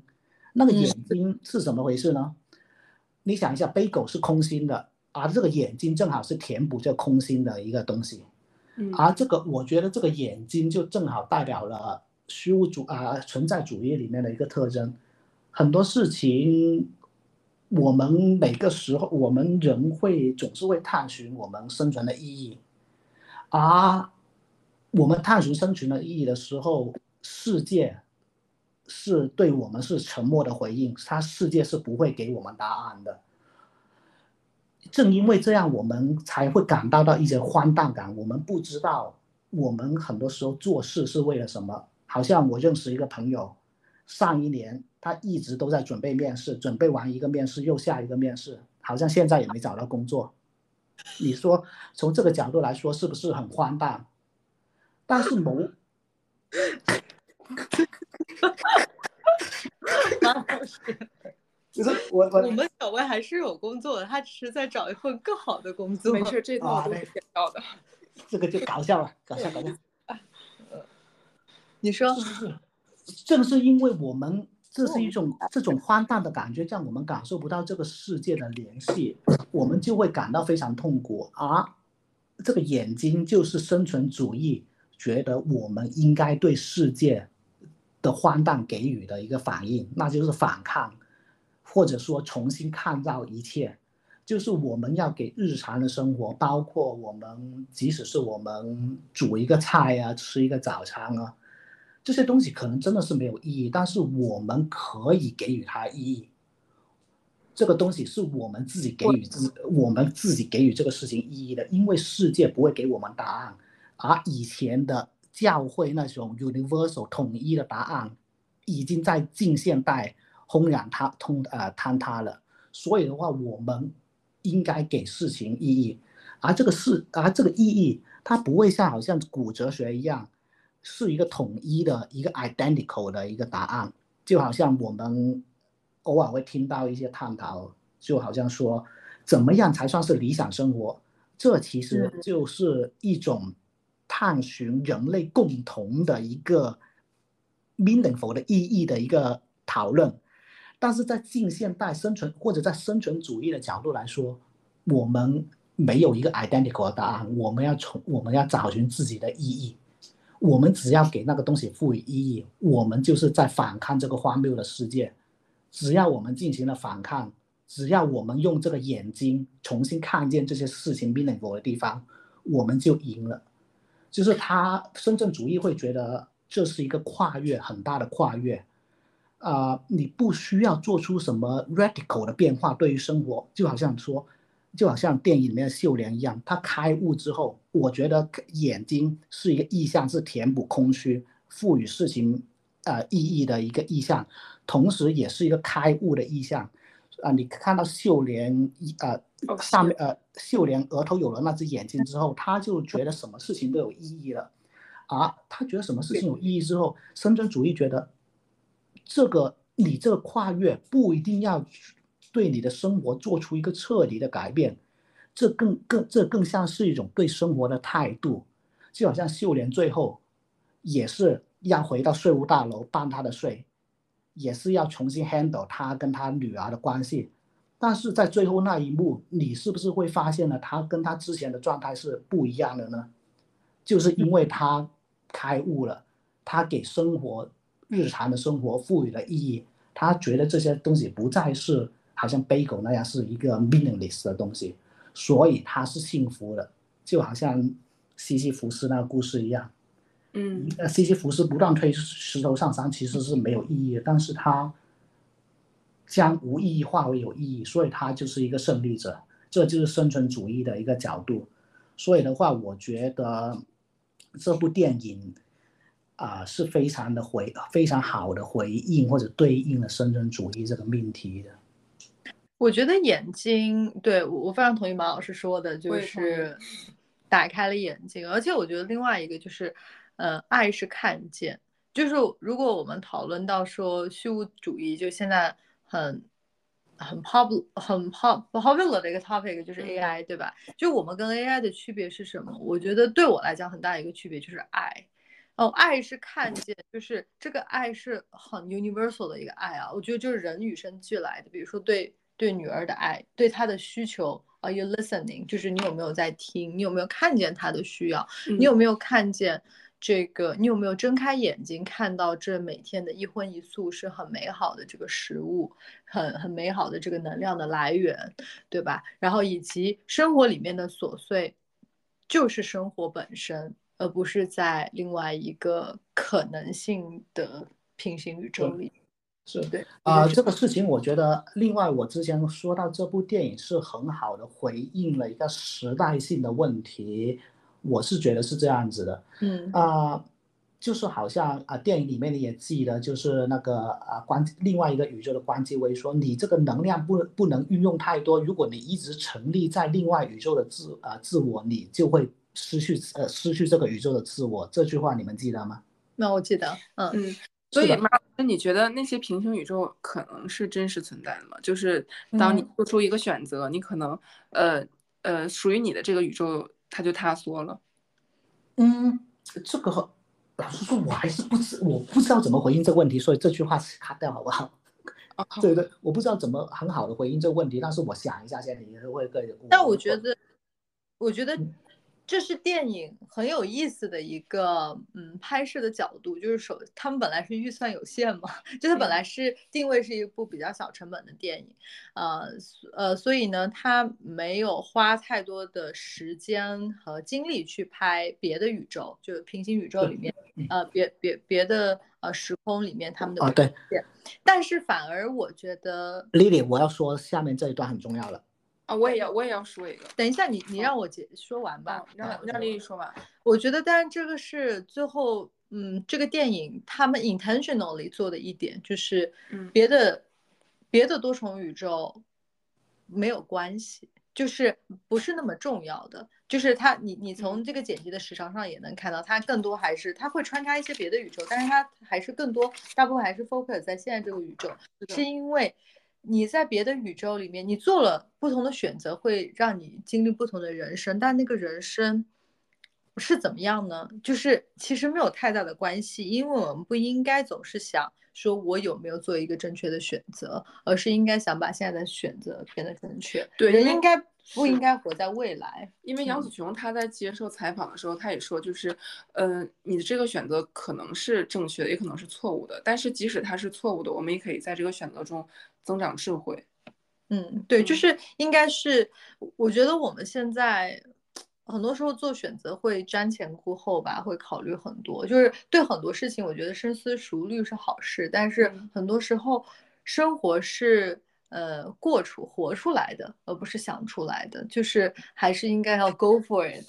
那个
嗯
眼睛是怎么回事呢？你想一下，背狗是空心的，而啊这个眼睛正好是填补这空心的一个东西。
嗯，
而这个，我觉得这个眼睛就正好代表了虚无主啊、存在主义里面的一个特征。很多事情我们每个时候，我们人会总是会探寻我们生存的意义，而、我们探寻生存的意义的时候，世界是对我们是沉默的回应，它世界是不会给我们答案的。正因为这样，我们才会感到到一些荒诞感。我们不知道，我们很多时候做事是为了什么。好像我认识一个朋友，上一年他一直都在准备面试，准备完一个面试又下一个面试，好像现在也没找到工作。你说从这个角度来说，是不是很荒诞？但是
<laughs>
某 <laughs> 就是我
我
我
们小薇还是有工作的，她只是在找一份更好的工作。
没事，这套
啊
都
那
是剪掉的。
这个就搞笑了，搞笑搞笑。
你说
正是因为我们这是一种这种荒诞的感觉，让我们感受不到这个世界的联系，我们就会感到非常痛苦。而、这个眼睛就是生存主义觉得我们应该对世界的荒诞给予的一个反应，那就是反抗，或者说重新看到一切。就是我们要给日常的生活，包括我们，即使是我们煮一个菜啊，吃一个早餐啊，这些东西可能真的是没有意义，但是我们可以给予它意义。这个东西是我们自己给予自我们自己给予这个事情意义的，因为世界不会给我们答案，而以前的教会那种 universal 统一的答案，已经在近现代轰然塌通呃坍塌了。所以的话，我们应该给事情意义，而这个事而这个意义，它不会像好像古哲学一样，是一个统一的一个 identical 的一个答案，就好像我们偶尔会听到一些探讨，就好像说怎么样才算是理想生活，这其实就是一种探寻人类共同的一个 meaningful 的意义的一个讨论。但是在近现代生存或者在生存主义的角度来说，我们没有一个 identical 的答案，我们要从我们要找寻自己的意义。我们只要给那个东西赋予意义，我们就是在反抗这个荒谬的世界。只要我们进行了反抗，只要我们用这个眼睛重新看见这些事情 meaningful 的地方，我们就赢了。就是他深圳主义会觉得这是一个跨越很大的跨越，啊、你不需要做出什么 radical 的变化，对于生活，就好像说，就好像电影里面的秀莲一样，她开悟之后，我觉得眼睛是一个意象，是填补空虚、赋予事情呃意义的一个意象，同时也是一个开悟的意象。啊、你看到秀莲一呃
哦
上面呃秀莲额头有了那只眼睛之后，她就觉得什么事情都有意义了。啊，他觉得什么事情有意义之后，深圳主义觉得这个你这个跨越不一定要对你的生活做出一个彻底的改变，这更更这更像是一种对生活的态度，就好像秀莲最后也是要回到税务大楼办他的税，也是要重新 handle 他跟他女儿的关系。但是在最后那一幕，你是不是会发现了他跟他之前的状态是不一样的呢？就是因为他开悟了，他给生活日常的生活赋予了意义，他觉得这些东西不再是好像 bagel 那样是一个 meaningless 的东西，所以他是幸福的，就好像西西弗斯那个故事一样。
嗯，
呃，西西弗斯不断推石头上山其实是没有意义的，但是他将无意义化为有意义，所以他就是一个胜利者。这就是生存主义的一个角度。所以的话，我觉得这部电影啊、是非常的回非常好的回应或者对应了生存主义这个命题的。
我觉得眼睛，对我我非常同意马老师说的，就
我也同意
是打开了眼睛，而且我觉得另外一个就是，呃，爱是看见，就是如果我们讨论到说虚无主义，就现在很很 pop 很 pop popular 的一个 topic 就是
嗯
AI，对吧？就我们跟 AI 的区别是什么？我觉得对我来讲很大一个区别就是爱。哦，爱是看见，就是这个爱是很 universal 的一个爱啊，我觉得就是人与生俱来的。比如说对对女儿的爱，对她的需求，Are 啊 you listening？就是你有没有在听，你有没有看见她的需要，
嗯
你有没有看见
这个你有没有睁开眼睛看到这每天的一荤一素是很美好的这个食物，很很美好的这个能量的来源，对吧？然后以及生活里面的琐碎，就是生活本身，而不是在另外一个可能性的平行宇宙里。
是
对
啊、呃，这个事情我觉得，另外我之前说到这部电影是很好的回应了一个时代性的问题，我是觉得是这样子的
嗯
啊、呃就是好像啊、电影里面你也记得，就是那个啊、关另外一个宇宙的关继威说，你这个能量不不能运用太多，如果你一直沉溺在另外宇宙的自啊、自我，你就会失去呃失去这个宇宙的自我。这句话你们记得吗？
那我记得，嗯，
嗯，所
是
以
的
嘛，那你觉得那些平行宇宙可能是真实存在的吗？就是当你
嗯
做出一个选择，你可能呃呃属于你的这个宇宙它就塌缩了。
嗯，这个和老实说，我还是不知我不知道怎么回应这个问题，所以这句话是卡掉好不好？ <laughs>
哦
对对，我不知道怎么很好的回应这个问题，但是我想一下先，你会跟
但我觉得，我觉
嗯
得这是电影很有意思的一个嗯拍摄的角度，就是首他们本来是预算有限嘛， <laughs> 就它本
嗯
来是定位是一部比较小成本的电影，呃所呃，所以呢，他没有花太多的时间和精力去拍别的宇宙，就是平行宇宙里面
嗯，
呃，别别别的呃时空里面他们的
啊，对
但是反而我觉得，
，Lily，我要说下面这一段很重要了。
啊，我也要我也要说一个，
等一下你你让我解说完吧
啊，，让
我
让丽丽说完。
我觉得，但是这个是最后，嗯，这个电影他们 intentionally 做的一点，就是
嗯
别的、别的多重宇宙没有关系，就是不是那么重要的。就是它，你你从这个剪辑的时长上也能看到，它更多还是它会穿插一些别的宇宙，但是它还是更多，大部分还是 focus 在现在这个宇宙，
是的
是因为你在别的宇宙里面，你做了不同的选择，会让你经历不同的人生，但那个人生是怎么样呢？就是其实没有太大的关系，因为我们不应该总是想说我有没有做一个正确的选择，而是应该想把现在的选择变得正确。
对
人
因为
应该不
是
应该活在未来？
因为
嗯
杨紫琼她在接受采访的时候，她也说，就是，呃，你的这个选择可能是正确的，也可能是错误的。但是即使它是错误的，我们也可以在这个选择中增长智慧。
嗯，对，就
嗯
是应该是，我我觉得我们现在很多时候做选择会瞻前顾后吧，会考虑很多，就是对很多事情，我觉得深思熟虑是好事，但是
嗯
很多时候生活是呃过出活出来的，而不是想出来的，就是还是应该要 go for it，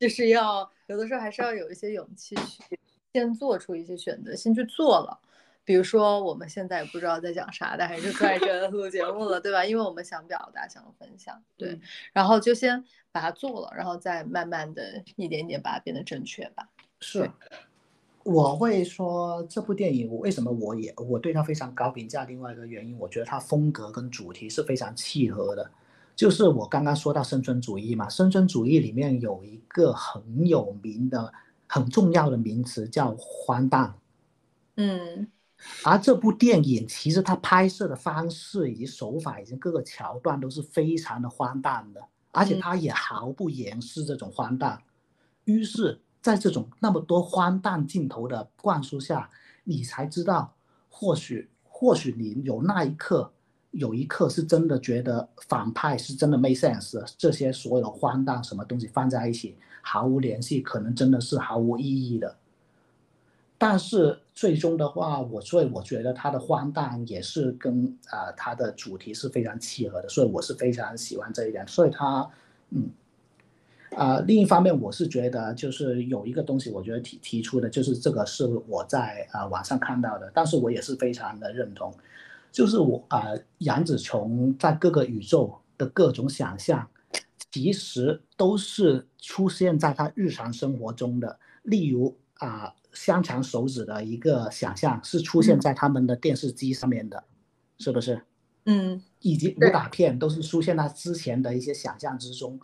就是 <laughs> 要有的时候还是要有一些勇气去先做出一些选择，先去做了。比如说我们现在也不知道在讲啥，但还是拽
<laughs>
着录节目了，对吧？因为我们想表达，想分享，对，
嗯
然后就先把它做了，然后再慢慢的一点点把它变得正确吧。
是，我会说这部电影为什么我也我对它非常高评价，另外一个原因，我觉得它风格跟主题是非常契合的。就是我刚刚说到生存主义嘛，生存主义里面有一个很有名的、很重要的名词叫荒诞。
嗯
而这部电影其实它拍摄的方式以及手法以及各个桥段都是非常的荒诞的，而且
嗯
它也毫不掩饰这种荒诞。于是，在这种那么多荒诞镜头的灌输下，你才知道，或许或许你有那一刻，有一刻是真的觉得反派是真的 make sense，的这些所有的荒诞什么东西放在一起毫无联系，可能真的是毫无意义的。但是最终的话，我所以我觉得它的荒诞也是跟啊它的主题是非常契合的，所以我是非常喜欢这一点。所以它，嗯，啊、另一方面，我是觉得就是有一个东西，我觉得提提出的就是这个是我在啊、网上看到的，但是我也是非常的认同，就是我啊、杨紫琼在各个宇宙的各种想象，其实都是出现在她日常生活中的。例如啊、香肠手指的一个想象是出现在他们的电视机上面的，是不是？
嗯
以及武
对
打片都是出现在之前的一些想象之中，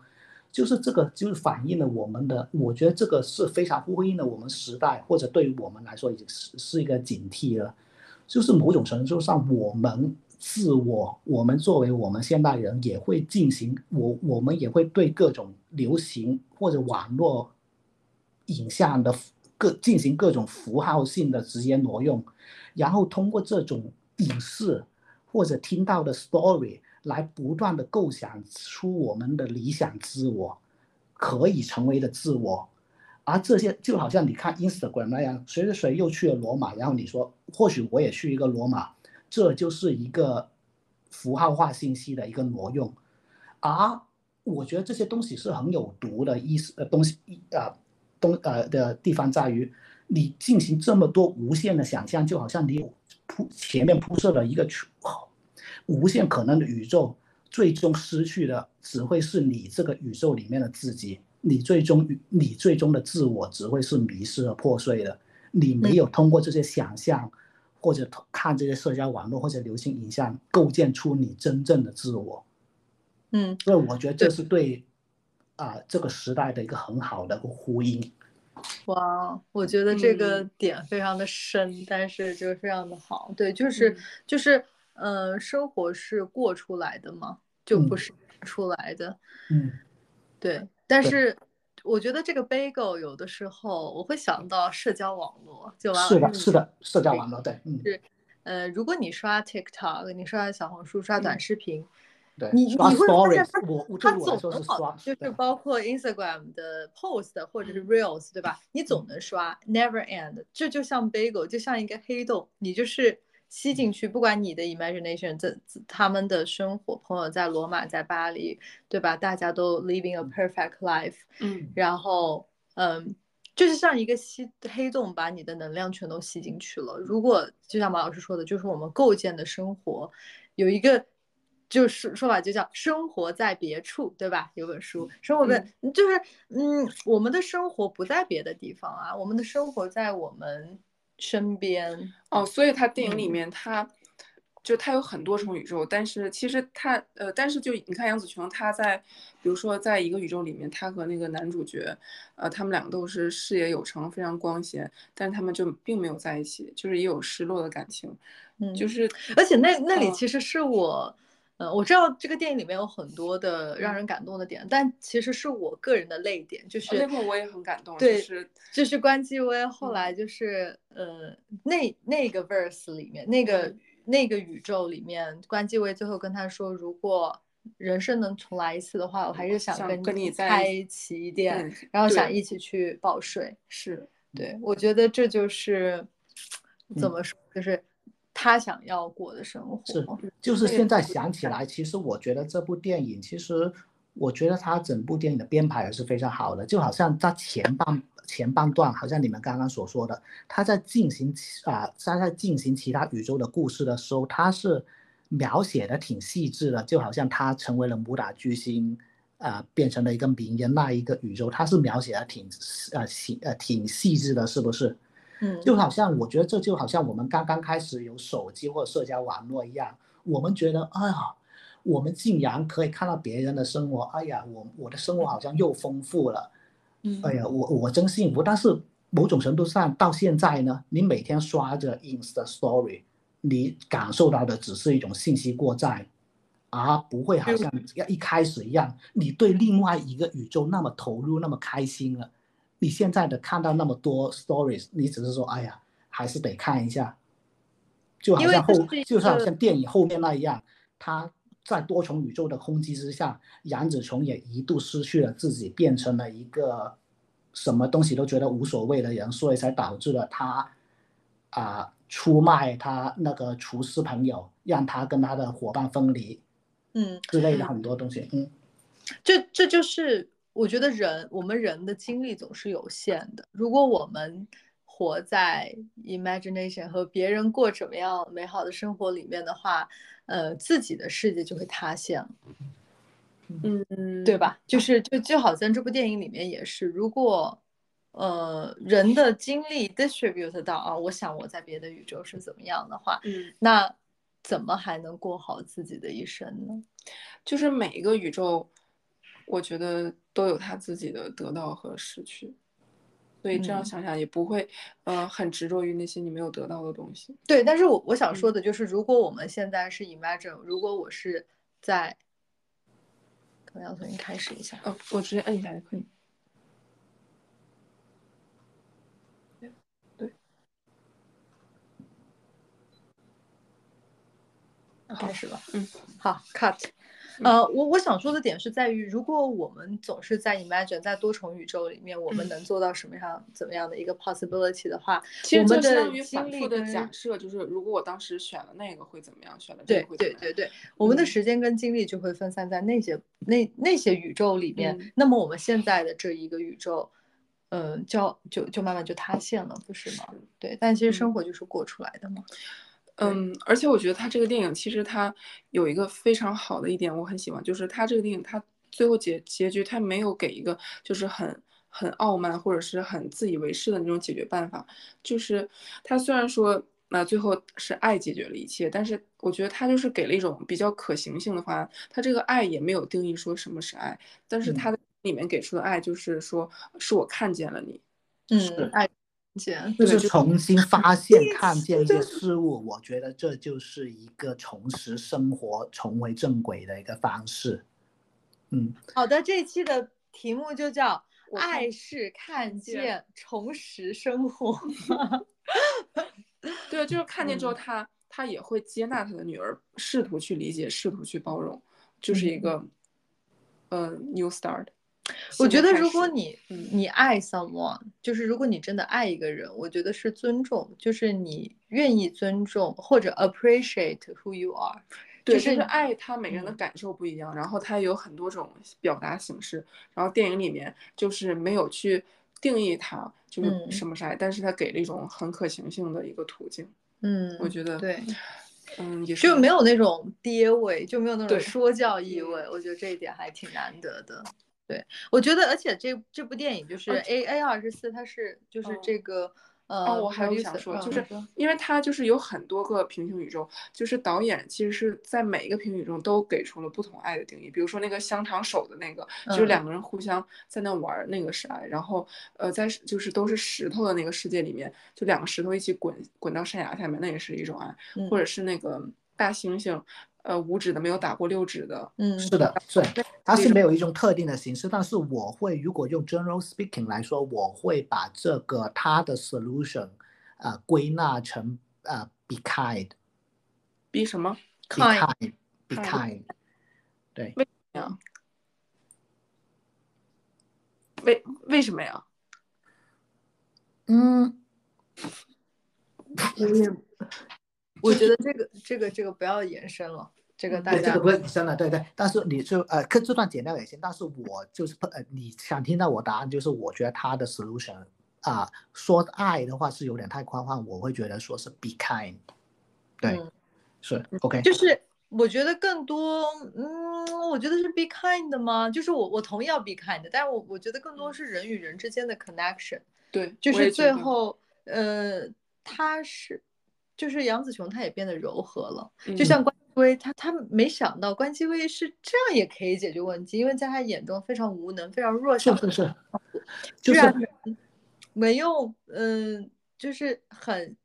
就是这个就是反映了我们的，我觉得这个是非常呼应了我们时代，或者对于我们来说已经是是一个警惕了，就是某种程度上我们。自我，我们作为我们现代人也会进行，我我们也会对各种流行或者网络影像的各进行各种符号性的直接挪用，然后通过这种影视或者听到的 story 来不断的构想出我们的理想自我，可以成为的自我。而这些就好像你看 Instagram 那样，谁谁谁又去了罗马，然后你说或许我也去一个罗马，这就是一个符号化信息的一个挪用。而、我觉得这些东西是很有毒的意思，呃，东西呃东呃的地方在于，你进行这么多无限的想象，就好像你铺前面铺设了一个出口，无限可能的宇宙，最终失去的只会是你这个宇宙里面的自己，你最终你最终的自我只会是迷失和破碎的，你没有通过这些想象。或者通看这些社交网络或者流行影像，构建出你真正的自我。
嗯，
所以我觉得这
对
是对啊、这个时代的一个很好的一个呼应。
哇，我觉得这个
嗯
点非常的深，但是就是非常的好。对，就是、
嗯
就是，呃，生活是过出来的嘛，就不
嗯
是出来的。
嗯
对，但
对
是我觉得这个 bagel 有的时候我会想到社交网络，就完了。
是的，是。的，社交网络对，嗯，
是呃，如果你刷 TikTok，你刷小红书，刷
嗯
短视频，
对，
你你
刷
会发现
stories，
它
我我
它
对我来
总
说是
能好
刷，
就是
对嗯
包括 Instagram 的 post 或者是 reels，对吧？你总能刷，never end。这就像 bagel，就像一个黑洞，你就是吸
嗯
进去，不管你的 imagination，这这他们的生活，朋友在罗马，在巴黎，对吧？大家都 living a perfect life，
嗯
然后嗯。就是像一个吸黑洞，把你的能量全都吸进去了。如果就像马老师说的，就是我们构建的生活，有一个就是说法就叫“生活在别处”，对吧？有本书《生活在》就是嗯，我们的生活不在别的地方啊，我们的生活在我们身边。
哦，所以他电
嗯
影里面他就他有很多重宇宙，但是其实他呃，但是就你看杨紫琼，她在比如说在一个宇宙里面，她和那个男主角，呃，他们两个都是事业有成，非常光鲜，但是他们就并没有在一起，就是也有失落的感情，
嗯，
就是
而且那那里
嗯
其实是我，呃，我知道这个电影里面有很多的让人感动的点，但其实是我个人的泪点，就
呃
是
那会儿我也很感动，
对
就是
就是关继威后来就是呃那那个 verse 里面那个那个宇宙里面，关继威最后跟他说，如果人生能重来一次的话，我还是
想
跟
跟你在
开起一店，
嗯
然后
对
想一起去报税。
是
对，我觉得这就是怎
嗯
么说，就是他想要过的生活。
是就是现在想起来，其实我觉得这部电影，其实我觉得它整部电影的编排也是非常好的，就好像它前半前半段，好像你们刚刚所说的，它在进行其啊，它在进行其他宇宙的故事的时候，它是描写的挺细致的，就好像他成为了武打巨星。啊、变成了一个名人那一个宇宙，它是描写的挺呃细呃挺细致的，是不是？
嗯，
就好像我觉得这就好像我们刚刚开始有手机或者社交网络一样，我们觉得哎呀，我们竟然可以看到别人的生活，哎呀，我我的生活好像又丰富了，
嗯
哎呀，我我真幸福。但是某种程度上到现在呢，你每天刷着 Insta Story，你感受到的只是一种信息过载。而不会好像要一开始一样，你对另外一个宇宙那么投入，那么开心了，你现在的看到那么多 stories，你只是说，哎呀，还是得看一下，就好
因为
像
这
后
是一
就好
个
像电影后面那一样，他在多重宇宙的轰击之下，杨紫琼也一度失去了自己，变成了一个什么东西都觉得无所谓的人，所以才导致了她啊、出卖她那个厨师朋友，让她跟她的伙伴分离
嗯，
之类的很多东西。嗯
这这就是我觉得人我们人的精力总是有限的。如果我们活在 imagination 和别人过怎么样美好的生活里面的话，呃，自己的世界就会塌陷了，
嗯
对？吧？就是就就好像这部电影里面也是，如果呃人的精力 distribute 到啊，我想我在别的宇宙是怎么样的话，
嗯，
那怎么还能过好自己的一生呢？
就是每一个宇宙，我觉得都有他自己的得到和失去，所以这样
嗯
想想也不会，呃，很执着于那些你没有得到的东西。
对，但是我我想
嗯
说的就是，如果我们现在是 imagine，如果我是在，可能要重新开哦始一下。
嗯、我直接摁一下就可以。
开始吧。
嗯，
好，cut。呃，我我想说的点是在于，如果我们总是在 imagine 在多重宇宙里面，我们
嗯
能做到什么样、怎么样的一个 possibility 的话，
其实
我
就
们
相
的
当于反
经历
复的
跟
假设，就是如果我当时选了那个会怎么样，选了这
对
个会怎
对
么样？
对对，我们的
嗯
时间跟精力就会分散在那些那那些宇宙里面。
嗯
那么我们现在的这一个宇宙，嗯、呃，就就就慢慢就塌陷了，不是吗？对，但其实生活就是过出来的嘛。对
嗯，而且我觉得他这个电影其实他有一个非常好的一点，我很喜欢，就是他这个电影他最后结结局他没有给一个就是很很傲慢或者是很自以为是的那种解决办法，就是他虽然说那、最后是爱解决了一切，但是我觉得他就是给了一种比较可行性的方案，他这个爱也没有定义说什么是爱，但是他里面给出的爱就是说是我看见了你，
嗯，爱姐，
就是
就
重新发现、看见一些事物，我觉得这就是一个重拾生活、重回正轨的一个方式。嗯，
好的，这一期的题目就叫“
我看
爱是看
见
见，重拾生
<laughs>
活
对，就是看见之后
嗯
他，他也会接纳他的女儿，试图去理解，试图去包容，就是
嗯
一个，呃，new start。”。
我
新
觉
的
得
开
如
始
果你
嗯
你爱 someone，就是如果你真的爱一个人，我觉得是尊重，就是你愿意尊重或者 appreciate who you are。
对，
就是
就是爱，他每个人的
嗯
感受不一样，然后他有很多种表达形式，然后电影里面就是没有去定义它就是
嗯
什么是爱，但是他给了一种很可行性的一个途径，
嗯，
我觉得，
对，
嗯，也是
就没有那种爹味，就没有那种
对
说教意味，我觉得这一点还挺难得的。对，我觉得，而且这这部电影就是
而
A A 二十四，它是就是
嗯
这个、
哦，
呃，
我还有
producer，
想说，
嗯
就是
你说
因为它就是有很多个平行宇宙，就是导演其实是在每一个平行宇宙都给出了不同爱的定义。比如说那个香肠手的那个，就是
嗯
两个人互相在那玩儿，那个是爱。然后呃，在就是都是石头的那个世界里面，就两个石头一起滚滚到山崖下面，那也是一种爱。
嗯
或者是那个大猩猩，呃，五指的没有打过六指的，
嗯，
是的，对，它是没有一种特定的形式，但是我会，如果用 general speaking 来说，我会把这个它的 solution 呃归纳成呃 be kind，be
比什么
Kind
kind，be
Kind
kind，对，
呀？为为什么呀？
嗯，
我觉得这个这个这个不要延伸了，这个
嗯
大
对，这
家
个不是真的，对对。但是你就呃，可这段剪掉也行。但是我就是不呃，你想听到我答案，就是我觉得他的 solution 啊、说爱的话是有点太宽泛，我会觉得说是 be kind，对，
嗯
是 OK，
就是我觉得更多，嗯，我觉得是 be kind 的吗？就是我我同意要 be kind 的，但是我我觉得更多是人与人之间的 connection，
对，
就
嗯我
是
也觉
最
得
后，呃，他是，就是杨紫琼她也变得柔和了，
嗯
就像关继威，他他没想到关继威是这样也可以解决问题，因为在他眼中非常无能、非常弱小
是
的
<laughs>
是是，就
居
是
然没用，嗯、就是很，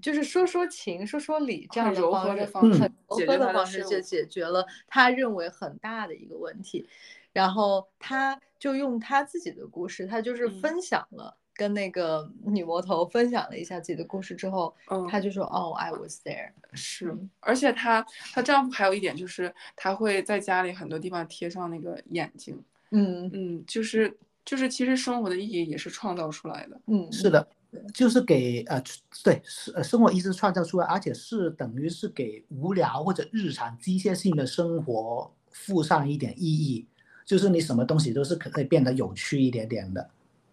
就是说说情、说说理这样
很
的
柔和
方
的
式，
方
式
很柔
解
和
决他
的
的
方式
事
就
物
解决了他认为很大的一个问题。然后他就用他自己的故事，他就是
嗯
分享了跟那个女魔头分享了一下自己的故事之后，
嗯
他就说：“哦，I was there。
是
嗯，
而且她她丈夫还有一点就是，她会在家里很多地方贴上那个眼睛，”
嗯
嗯，就是就是，其实生活的意义也是创造出来的，
嗯，
是的，就是给呃对是呃生活一直创造出来，而且是等于是给无聊或者日常机械性的生活附上一点意义，就是你什么东西都是可以变得有趣一点点的。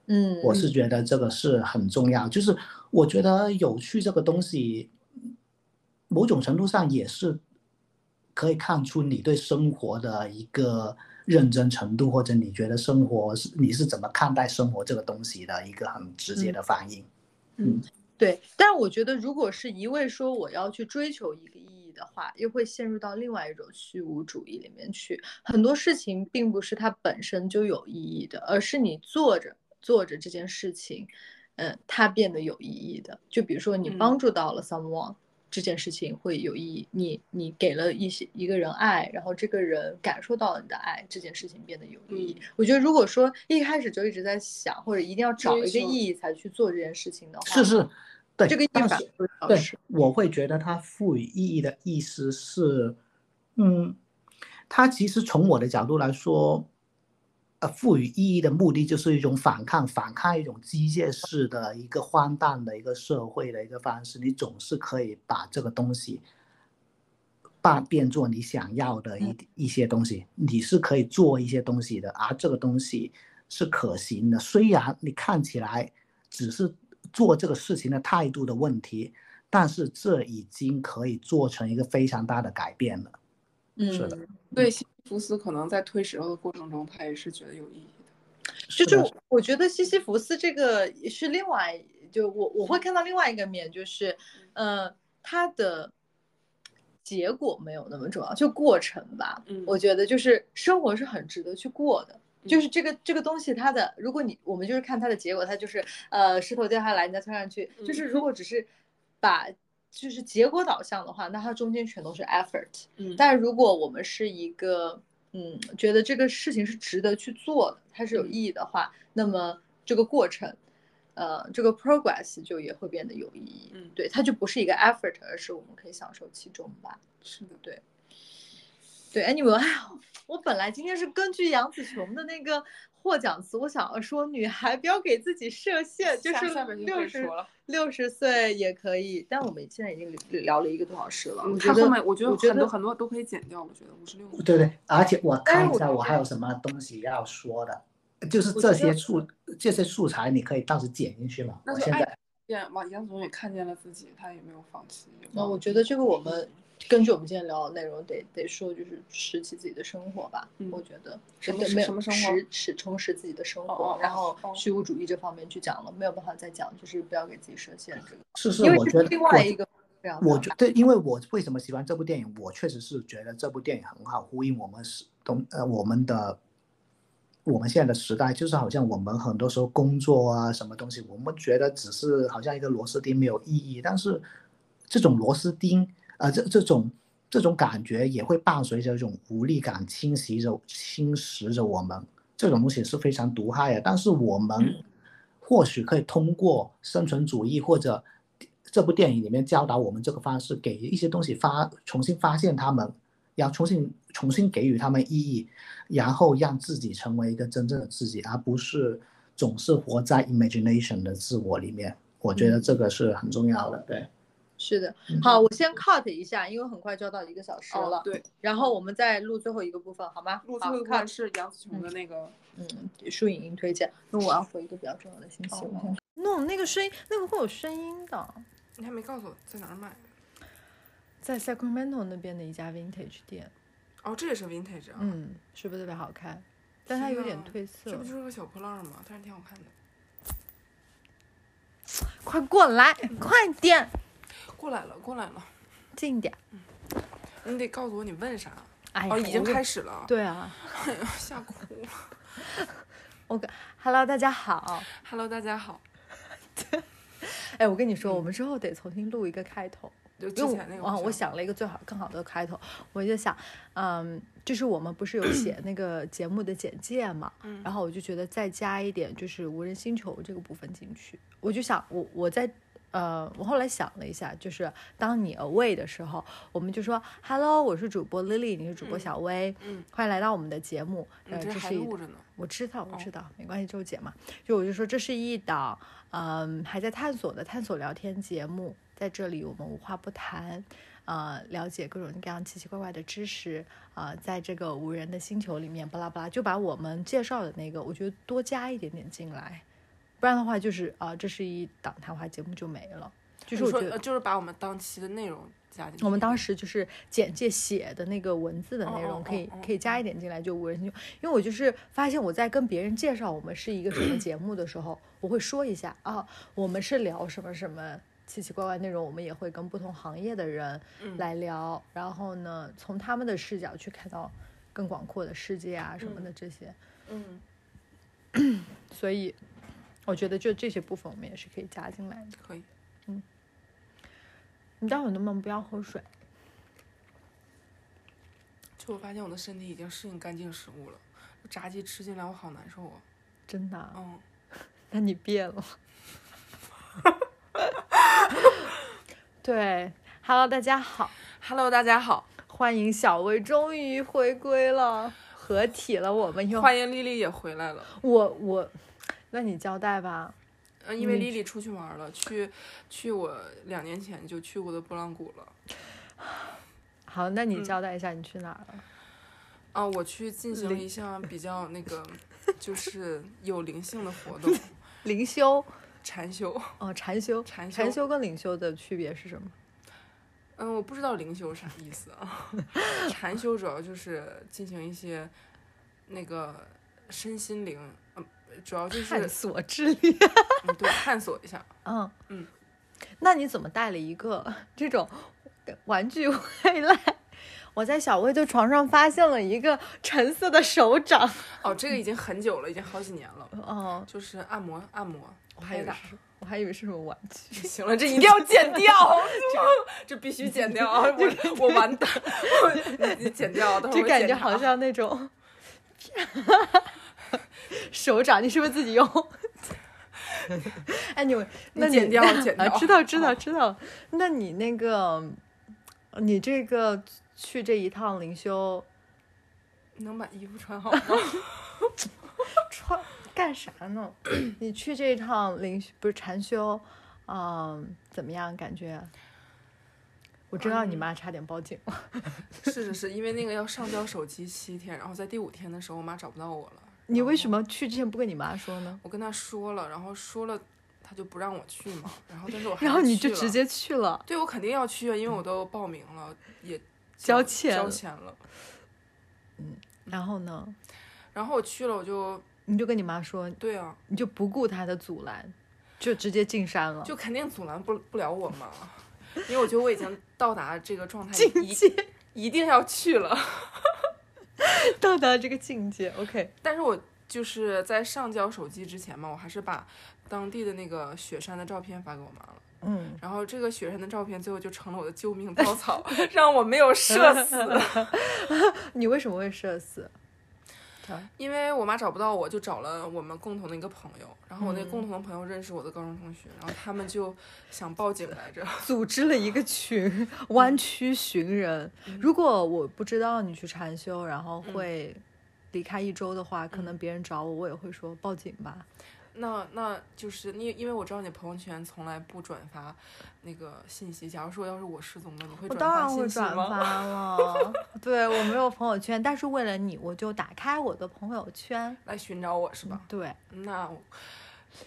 嗯，
我是觉得这个是很重要，就是我觉得有趣这个东西，某种程度上也是可以看出你对生活的一个认真程度，或者你觉得生活是你是怎么看待生活这个东西的一个很直接的反应。
嗯
对，但我觉得，如果是一味说我要去追求一个意义的话，又会陷入到另外一种虚无主义里面去。很多事情并不是它本身就有意义的，而是你做着做着这件事情，嗯，它变得有意义的。就比如说，你
嗯
帮助到了 someone，、这件事情会有意义；你你给了一些一个人爱，然后这个人感受到了你的爱，这件事情变得有意义。
嗯
我觉得，如果说一开始就一直在想，或者一定要找
追
一个
求
意义才去做这件事情的话，
是是，对，
这个一
但
百
是
多小
对
时，，
我会觉得它赋予意义的意思是，嗯，它其实从我的角度来说，呃，赋予意义的目的就是一种反抗，反抗一种机械式的一个荒诞的一个社会的一个方式，你总是可以把这个东西。把变做你想要的一一些东西，你是可以做一些东西的，而这个东西是可行的。虽然你看起来只是做这个事情的态度的问题，但是这已经可以做成一个非常大的改变了。
嗯，
是的
对，西西弗斯可能在推石头的过程中，他也是觉得有意义的。
就是
的
我我觉得西西弗斯这个是另外，就我我会看到另外一个面，就是，呃，它的结果没有那么重要，就过程吧。
嗯
我觉得就是生活是很值得去过的。就
嗯
是这个这个东西，它的如果你我们就是看它的结果，它就是呃石头掉下来，你再推上
嗯
去。就是如果只是把就是结果导向的话，那它中间全都是 effort。
嗯但
但如果我们是一个嗯，觉得这个事情是值得去做的，它是有
嗯
意义的话，那么这个过程，呃，这个 progress 就也会变得有意义。
嗯
对，它就不是一个 effort，而是我们可以享受其中吧。
是的，
对，anyway，哎 <laughs> 呀，我本来今天是根据杨紫琼的那个获奖词，我想要说女孩不要给自己设限，就
下
是
下面就可
六
以
十
说了。
六十岁也可以。但我们现在已经聊了一个多小时了，我
嗯，
觉
他
得
后面我觉得
我觉
很多
得
很多都可以剪掉，我觉得五十六。
对对，而且我
但
看一
是哎我
下
觉
我还
得
有什么东西要说的，就是
我
这
觉
些
得
素这些素材你可以到时剪进去嘛。
那
我
就
现
哎
爱
在
见王杨总也看见了自己，他也没有放弃。
那我觉得这个我们根据我们今天聊的内容，得得说就是拾起自己的生活吧。
嗯
我觉得
什么
对
是
没有
什么生活
拾拾充实自己的生活，
哦哦
然后
哦
虚无主义这方面去讲了，没有办法再讲，就是不要给自己设限这个，
是是，
因为
我
这
觉
是
得
另
我
外一个非常
我
大
觉得，因为我为什么喜欢这部电影，我确实是觉得这部电影很好呼应我们时东呃我们的我们现在的时代，就是好像我们很多时候工作啊什么东西，我们觉得只是好像一个螺丝钉没有意义，但是这种螺丝钉呃这这种这种感觉也会伴随着一种无力感侵袭着侵蚀着我们，这种东西是非常毒害的。但是我们或许可以通过生存主义或者这部电影里面教导我们这个方式，给一些东西发重新发现它们，然后重新重新给予它们意义，然后让自己成为一个真正的自己，而不是总是活在 imagination 的自我里面。我觉得这个是很重要的，对。
是的
嗯。
好，我先 cut 一下，因为很快就要到一个小时
哦
了，，
对，
然后我们再录最后一个部分，好吗？
录最
好
后一
，cut
块是杨紫琼的那个。
嗯，舒影音推荐，因为我要回一个比较重要的信息，我
哦
看看。no，那个声音，那个会有声音的，
你还没告诉我在哪儿买？
在 Sacramento 那边的一家 vintage 店，
哦，这也是 vintage 啊，
嗯，是不是特别好看？但它
天
有点
呐
褪
这
色
不。就是个小破浪吗？但是挺好看的。
快过来，快点，
过来了，过来了，
近点。
你得告诉我你问啥。
哎呀，
哦，已经
我就
开始了，
对啊
<laughs> 吓哭了。
，Hello，大家好。
Hello，大家好。
哎，我跟你说，我们之后得重新录一个开头，
就之
因为
前那个
我啊，
不
我
行
想了一个最好更好的开头，我就想，嗯，就是我们不是
<clears throat>
有写那个节目的简介嘛，
嗯
然后我就觉得再加一点就是无人星球这个部分进去，我就想我我在。呃，我后来想了一下，就是当你 away 的时候，我们就说 hello，我是主播 Lily，你是主播
嗯
小薇，
嗯，
欢迎来到我们的节目。
你
呃，
这
这
还
是一
录着呢。
我知道，我
哦
知道，没关系，周姐嘛。就我就说这是一档，嗯，还在探索的探索聊天节目，在这里我们无话不谈，呃，了解各种各样奇奇怪怪的知识，啊、在这个无人的星球里面，巴拉巴拉，就把我们介绍的那个，我觉得多加一点点进来，不然的话就是啊、这是一档谈话节目就没了。就是
你
我
说
觉得
呃就是把我们当期的内容加进去。
我们当时就是简介写的那个文字的
哦
内
哦
容，可以
哦哦
可以加一点进来，就无人星球。因为我就是发现我在跟别人介绍我们是一个什么节目的时候，我会说一下啊，我们是聊什么什么奇奇怪怪内容，我们也会跟不同行业的人
嗯
来聊，然后呢，从他们的视角去看到更广阔的世界啊什么的这些。
嗯，
所以我觉得就这些部分我们也是可以加进来的。
可以。
你待会儿能不能不要喝水？
就我发现我的身体已经适应干净食物了，就炸鸡吃进来我好难受啊。
真的啊、
嗯，
那你变了。对，Hello，大家好，
Hello，大家好，
欢迎小薇终于回归了，合体了，我们又
欢迎丽丽也回来了。
我我，那你交代吧，
嗯，因为
你
丽丽出去玩了，去去我两年前就去过的波浪谷了。
好，那你
嗯
交代一下你去哪儿了？
啊，我去进行了一项比较那个，就是有灵性的活动，
灵修
禅修。
哦，禅修，
禅
禅
修
修跟灵修的区别是什么？
嗯，我不知道灵修啥意思啊。 <laughs> 禅修主要就是进行一些那个身心灵，嗯，主要就是
探索智力。
嗯，对，探索一下。
嗯
嗯，
<laughs> 那你怎么带了一个这种玩具回来？ <laughs> 我在小魏的床上发现了一个橙色的手掌。
哦，这个已经很久了，已经好几年了，
哦，
就是按摩按摩
我还以
拍
为
打。
是，我还以为是什么玩具。 <laughs>
行了，这一定要剪掉，这必须剪
<laughs>
掉啊！我我完蛋，我 <laughs> 你你剪掉，啊等会儿
这
我
感
检
觉
查
好像那
<laughs>
种手掌，你是不是自己用？哎，
<laughs>
你那
剪掉
那 <laughs>
剪
啊
掉
知道知道知道。那你那个，你这个去这一趟灵修
能把衣服穿好吗？
穿干啥呢？ <coughs> 你去这一趟灵修不是禅修，嗯，怎么样感觉？啊我知道
嗯
你妈差点报警了，
是是是，因为那个要上交手机七天，然后在第五天的时候，我妈找不到我了。
你为
然后
什么去之前不跟你妈说呢？
我跟他说了，然后说了，他就不让我去嘛。然后但是我还
然后
是
你
去
就直
了
接去了。
对我肯定要去啊，因为我都报名了，也
交钱
钱交
了
钱了。嗯
然后呢，
然后我去了，我就
你就跟你妈说，
对啊，
你就不顾她的阻拦，就直接进山了。
就肯定阻拦不不了我嘛，因为我觉得我已经到达这个状态，
境
一
界
一定要去了。
<laughs> 到达这个境界，OK，
但是我就是在上交手机之前嘛，我还是把当地的那个雪山的照片发给我妈了。
嗯，
然后这个雪山的照片最后就成了我的救
<laughs>
命稻草，让我没有
嗯
社死。
你为什么会社死？
因为我妈找不到我，就找了我们共同的一个朋友，然后我那
嗯
共同的朋友认识我的高中同学，然后他们就想报警来着。 <laughs>
组织了一个群，湾区寻人。
嗯
如果我不知道你去禅修，然后会
嗯
离开一周的话，可能别人找我，我也会说报警吧。
那那就是你，因为我知道你朋友圈从来不转发那个信息。假如说要是我失踪了，你会
我
转
当
发
然会
信息
转
吗？
发了，对我没有朋友圈，但是为了你，我就打开我的朋友圈。
来寻找我是吧？
对，
那我，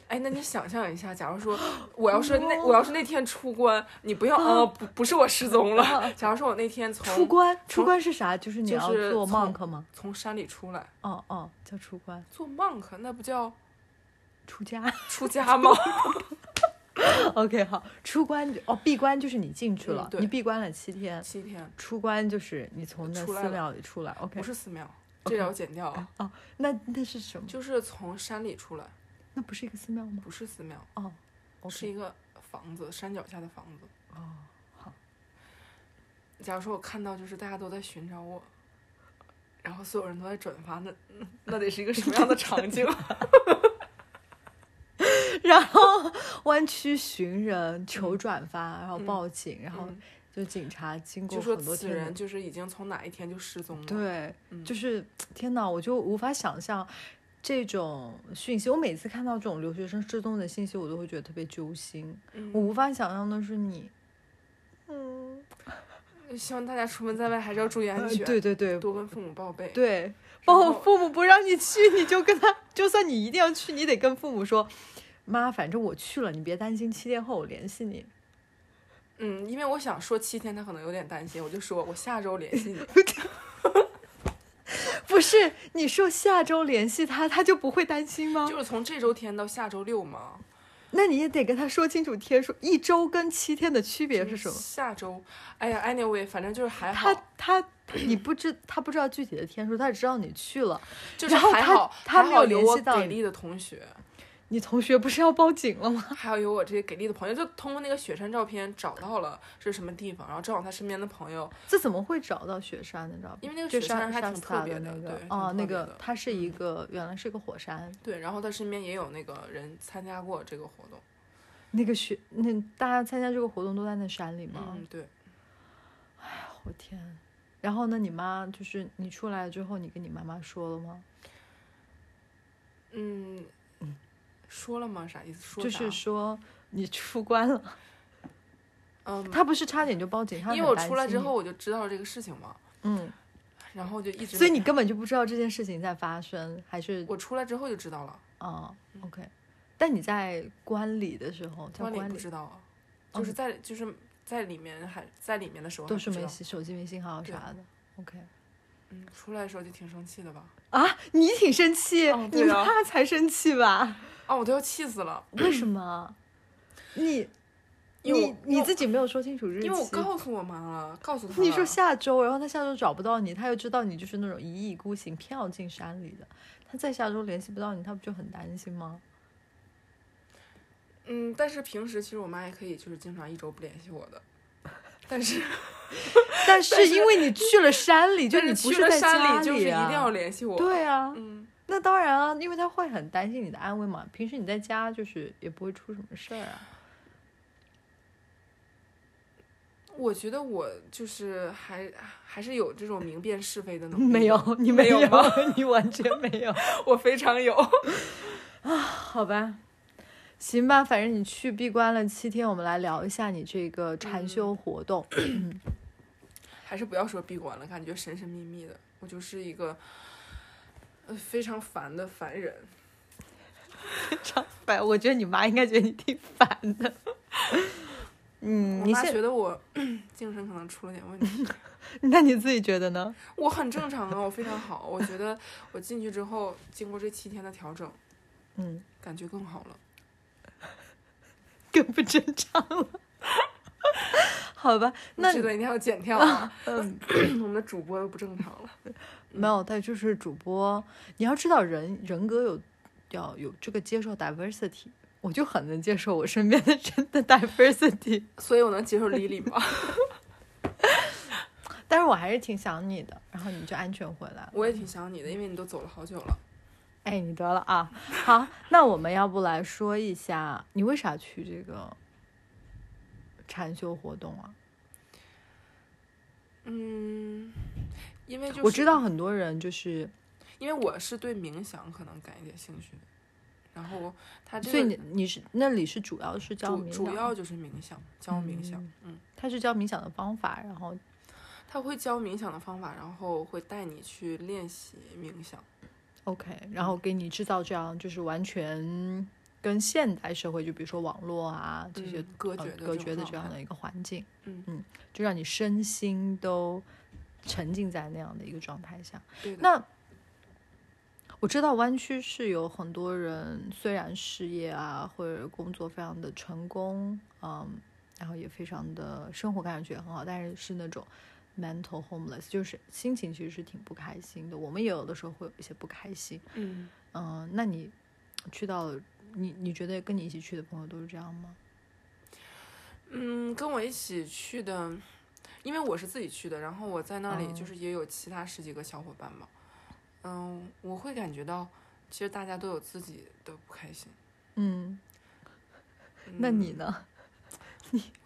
哎，那你想象一下，假
<gasps>
如说我要是那、我要是那天出关，你不要啊、不不是我失踪了。假如说我那天从
啊出关，出关是啥？就是你
就
要
是
做
从
monk 吗？
从山里出来
哦哦，叫出关
做 monk，那不叫
出家。 <laughs>
出家吗？
OK，好，出关就哦，闭关就是你进去
嗯
了，
对
你闭关了七天。
七天，
出关就是你从那
出来
寺
了
庙里出来，OK，
不是寺庙，这要剪掉啊。
哦，那那是什么？
就是从山里出来，
那不是一个寺庙吗？
不是寺庙，
哦
是
，OK，
一个房子，山脚下的房子。
哦，好，
假如说我看到就是大家都在寻找我，然后所有人都在转发，那嗯那得是一个什么样的场景？
<laughs>
<laughs>
然后湾区寻人求转发，然后报警，然后
嗯
就警察经过
就说
很多
此
天的
人就是已经从哪一天就失踪了。，
对，
嗯
就是天哪，我就无法想象这种讯息。我每次看到这种留学生失踪的信息，我都会觉得特别揪心。
嗯
我无法想象的是你，嗯，
希望大家出门在外还是要注意安全，
呃对对对
多跟父母报备。，
对，包括
然后
父母不让你去，你就跟他，就算你一定要去，你得跟父母说。妈，反正我去了，你别担心，七天后我联系你。 <laughs>
嗯，因为我想说七天，他可能有点担心，我就说我下周联系你。
不是，你说下周联系他，他就不会担心吗？
就是从这周天到下周六嘛，
那你也得跟他说清楚天数，一周跟七天的区别是什么？
下周，哎呀，anyway，反正就是还好
他，他你不知他不知道具体的天数，他只知道你去了。
就是
然后
还
他
好，
他
还
没
好
有
有
联
我
系到
给
你
力的同学，
你同学不是要报警了吗？ <laughs>
还有有我这些给力的朋友，就通过那个雪山照片找到了是什么地方，然后找找他身边的朋友，
这怎么会找到雪山的照片？
因为那个
就
雪山
沙
还
沙
挺
斯塔
特别
的
的
那个
对
哦，
挺
那
特别
个
的嗯
它是一个原来是一个火山，
对，然后他身边也有那个人参加过这个活动，
那个雪，那大家参加这个活动都在那山里吗？
嗯，对，
我天！然后呢，你妈就是你出来之后，你跟你妈妈说了吗？
嗯，说了吗？啥意思？说
就是
啥
说你出关了，
<laughs> 嗯，
她不是差点就报警，她
因为
很
我
担
出来之
心
后，我就知道了这个事情嘛，
嗯，
然后我就一直没，
所以你根本就不知道这件事情在发生，还是
我出来之后就知道了，
啊、o
嗯
k 但你在关里的时候，在
关里
关
不
里
知道啊，就是在就是在里面还在里面的时候还
哦都
不
是
知
没
道
信手机没信号
对
啥的，OK
<laughs> 嗯，出来的时候就挺生气的吧？
啊，你挺生气，
哦
你
对啊
妈才生气吧？
<clears throat> 啊，我都要气死了，
为什么？你
因为
你
我
你自己没有说清楚日期，
因为我告诉我妈了，告诉她
你说
了
下周，然后他下周找不到你，他又知道你就是那种一意孤行、偏要进山里的，他在下周联系不到你，他不就很担心吗？ <laughs>
嗯，但是平时其实我妈也可以，就是经常一周不联系我
<laughs>
的，但是
但是因为你去了山里，就
但
你
是
不
去
是
了
在家
山
里
里，就是一定要
啊。
联系我。，
对啊，
嗯，
那当然啊，因为他会很担心你的安危嘛。平时你在家就是也不会出什么事儿啊。
我觉得我就是还还是有这种明辨是非的能力，
<laughs> 没有，，你
没
有
有吗，
<laughs> 你完全没有。
我非常有。
<laughs> 好吧，行吧，反正你去闭关了七天，我们来聊一下你这个禅修活 <laughs> 动。
还是不要说闭关了，感觉神神秘秘的。我就是一个呃非常烦的凡人，
超烦，我觉得你妈应该觉得你挺烦的。 <laughs> 嗯，
我
你
妈
现
觉得我 <coughs> 精神可能出了点问题。
那你自己觉得呢？ <laughs>
我很正常啊，我非常好。我觉得我进去之后，经过这七天的调整，
嗯，
感觉更好了。
更不正常了。好吧，那
这个一定要剪掉啊！
<laughs> 嗯，
<coughs> 我们的主播又不正常了。嗯
没有，但就是主播，你要知道人人格有要有这个接受 diversity，我就很能接受我身边的真的 <laughs> diversity，
所以我能接受 Lily 吗？ <laughs>
但是我还是挺想你的，然后你就安全回来了。
我也挺想你的，因为你都走了好久了。
哎，你得了啊！好，那我们要不来说一下，你为啥去这个禅修活动啊？
嗯，因为就是
我知道，很多人就是，
因为我是对冥想可能感一点兴趣的。然后他这个
所以你你是那里是主要是教
主
冥想，
主要就是冥想，教冥想，嗯，
他是教冥想的方法，然后
他会教冥想的方法，然后会带你去练习冥想。
OK，然后给你制造这样就是完全跟现代社会，就比如说网络啊这些、
嗯隔
呃
绝
隔
的这
绝
种
的
状
这样
态
的一个环境，
嗯
就让你身心都沉浸在那样的一个状态下。
对的，
那我知道湾区是有很多人，虽然事业啊或者工作非常的成功，嗯，然后也非常的生活感觉也很好，但是是那种 mental homeless，就是心情其实是挺不开心的。我们也有的时候会有一些不开心，
嗯，
嗯，那你去到了你你觉得跟你一起去的朋友都是这样吗？
嗯，跟我一起去的，因为我是自己去的，然后我在那里
哦
就是也有其他十几个小伙伴嘛。嗯，我会感觉到，其实大家都有自己的不开心。
嗯，那
嗯
你？呢？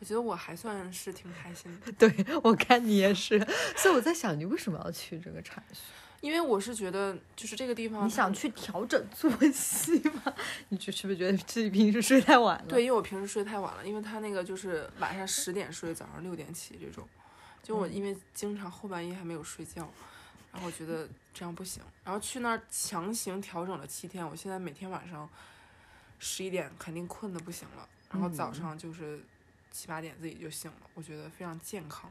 我觉得我还算是挺开心的，
<laughs> 对我看你也是， <laughs> 所以我在想你为什么要去这个禅修？
因为我是觉得就是这个地方，
你想去调整作息吗？ <laughs> 你就是不是觉得自己平时睡太晚了？
对，，因为我平时睡太晚了，因为他那个就是晚上十点睡，早上六点起这种。就
嗯
我因为经常后半夜还没有睡觉，然后我觉得这样不行，然后去那儿强行调整了七天，我现在每天晚上十一点肯定困得不行了，然后
嗯
早上就是七八点自己就醒了，我觉得非常健康。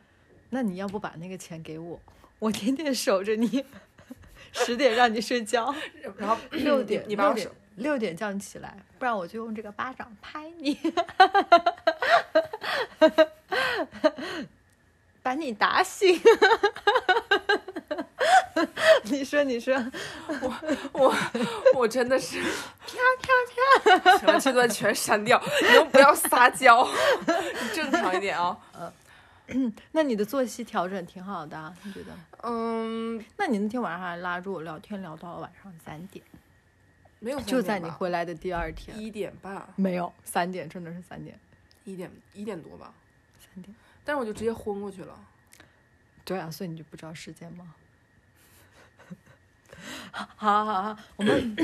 那你要不把那个钱给我，我天天守着你， <laughs> 十点让你睡觉，
然后
<clears throat> 六点
你把
六
我
点
手
六点叫你起来，不然我就用这个巴掌拍你，把你打醒。 <laughs> 你说，你说，
我我真的
<laughs>
是飘飘飘，行了，这段全删掉，你能不要撒娇， <laughs> 你正常一
<laughs>
点啊。
那你的作息调整挺好的啊，你觉得？
嗯，
那你那天晚上还拉着我聊天，聊到了晚上三点。
没有
就在你回来的第二天，
一点半，
没有三点，真的是三点，
一点一点多吧，
三点。
但是我就
嗯
直接昏过去了。
对啊，所以你就不知道时间吗？ <laughs> 好好好好，我们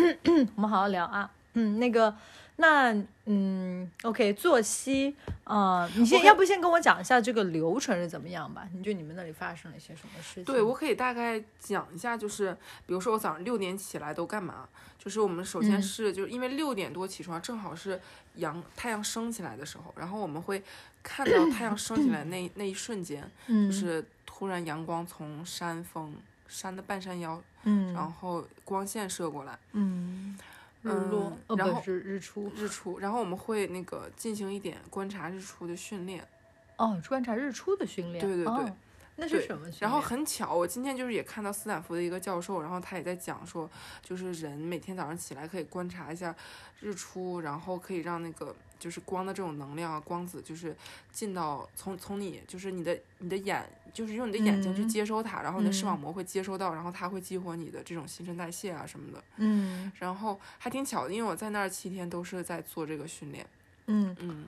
我们好好聊啊。嗯，那个，那嗯，OK，作息啊、呃你先
OK
要不先跟我讲一下这个流程是怎么样吧？你就你们那里发生了一些什么事情？
对，我可以大概讲一下，就是比如说我早上六点起来都干嘛？就是我们首先
嗯
是、就是因为六点多起床，正好是阳太阳升起来的时候，然后我们会看到太阳升起来
<clears throat>
那那一瞬间，就
嗯
是突然阳光从山峰山的半山腰，
嗯
然后光线射过来，
嗯，
日
落呃
然
不
后
是日出
日出，然后我们会那个进行一点观察日出的训练。
哦，观察日出的训练，
对对对
哦那是
对
什么训练？
然后很巧，我今天就是也看到斯坦福的一个教授，然后他也在讲说，就是人每天早上起来可以观察一下日出，然后可以让那个就是光的这种能量啊，光子就是进到从从你就是你的你的眼，就是用你的眼睛去
嗯
接收它，然后你的视网
嗯
膜会接收到，然后它会激活你的这种新陈代谢啊什么的。
嗯
然后还挺巧的，因为我在那儿七天都是在做这个训练，
嗯，
嗯，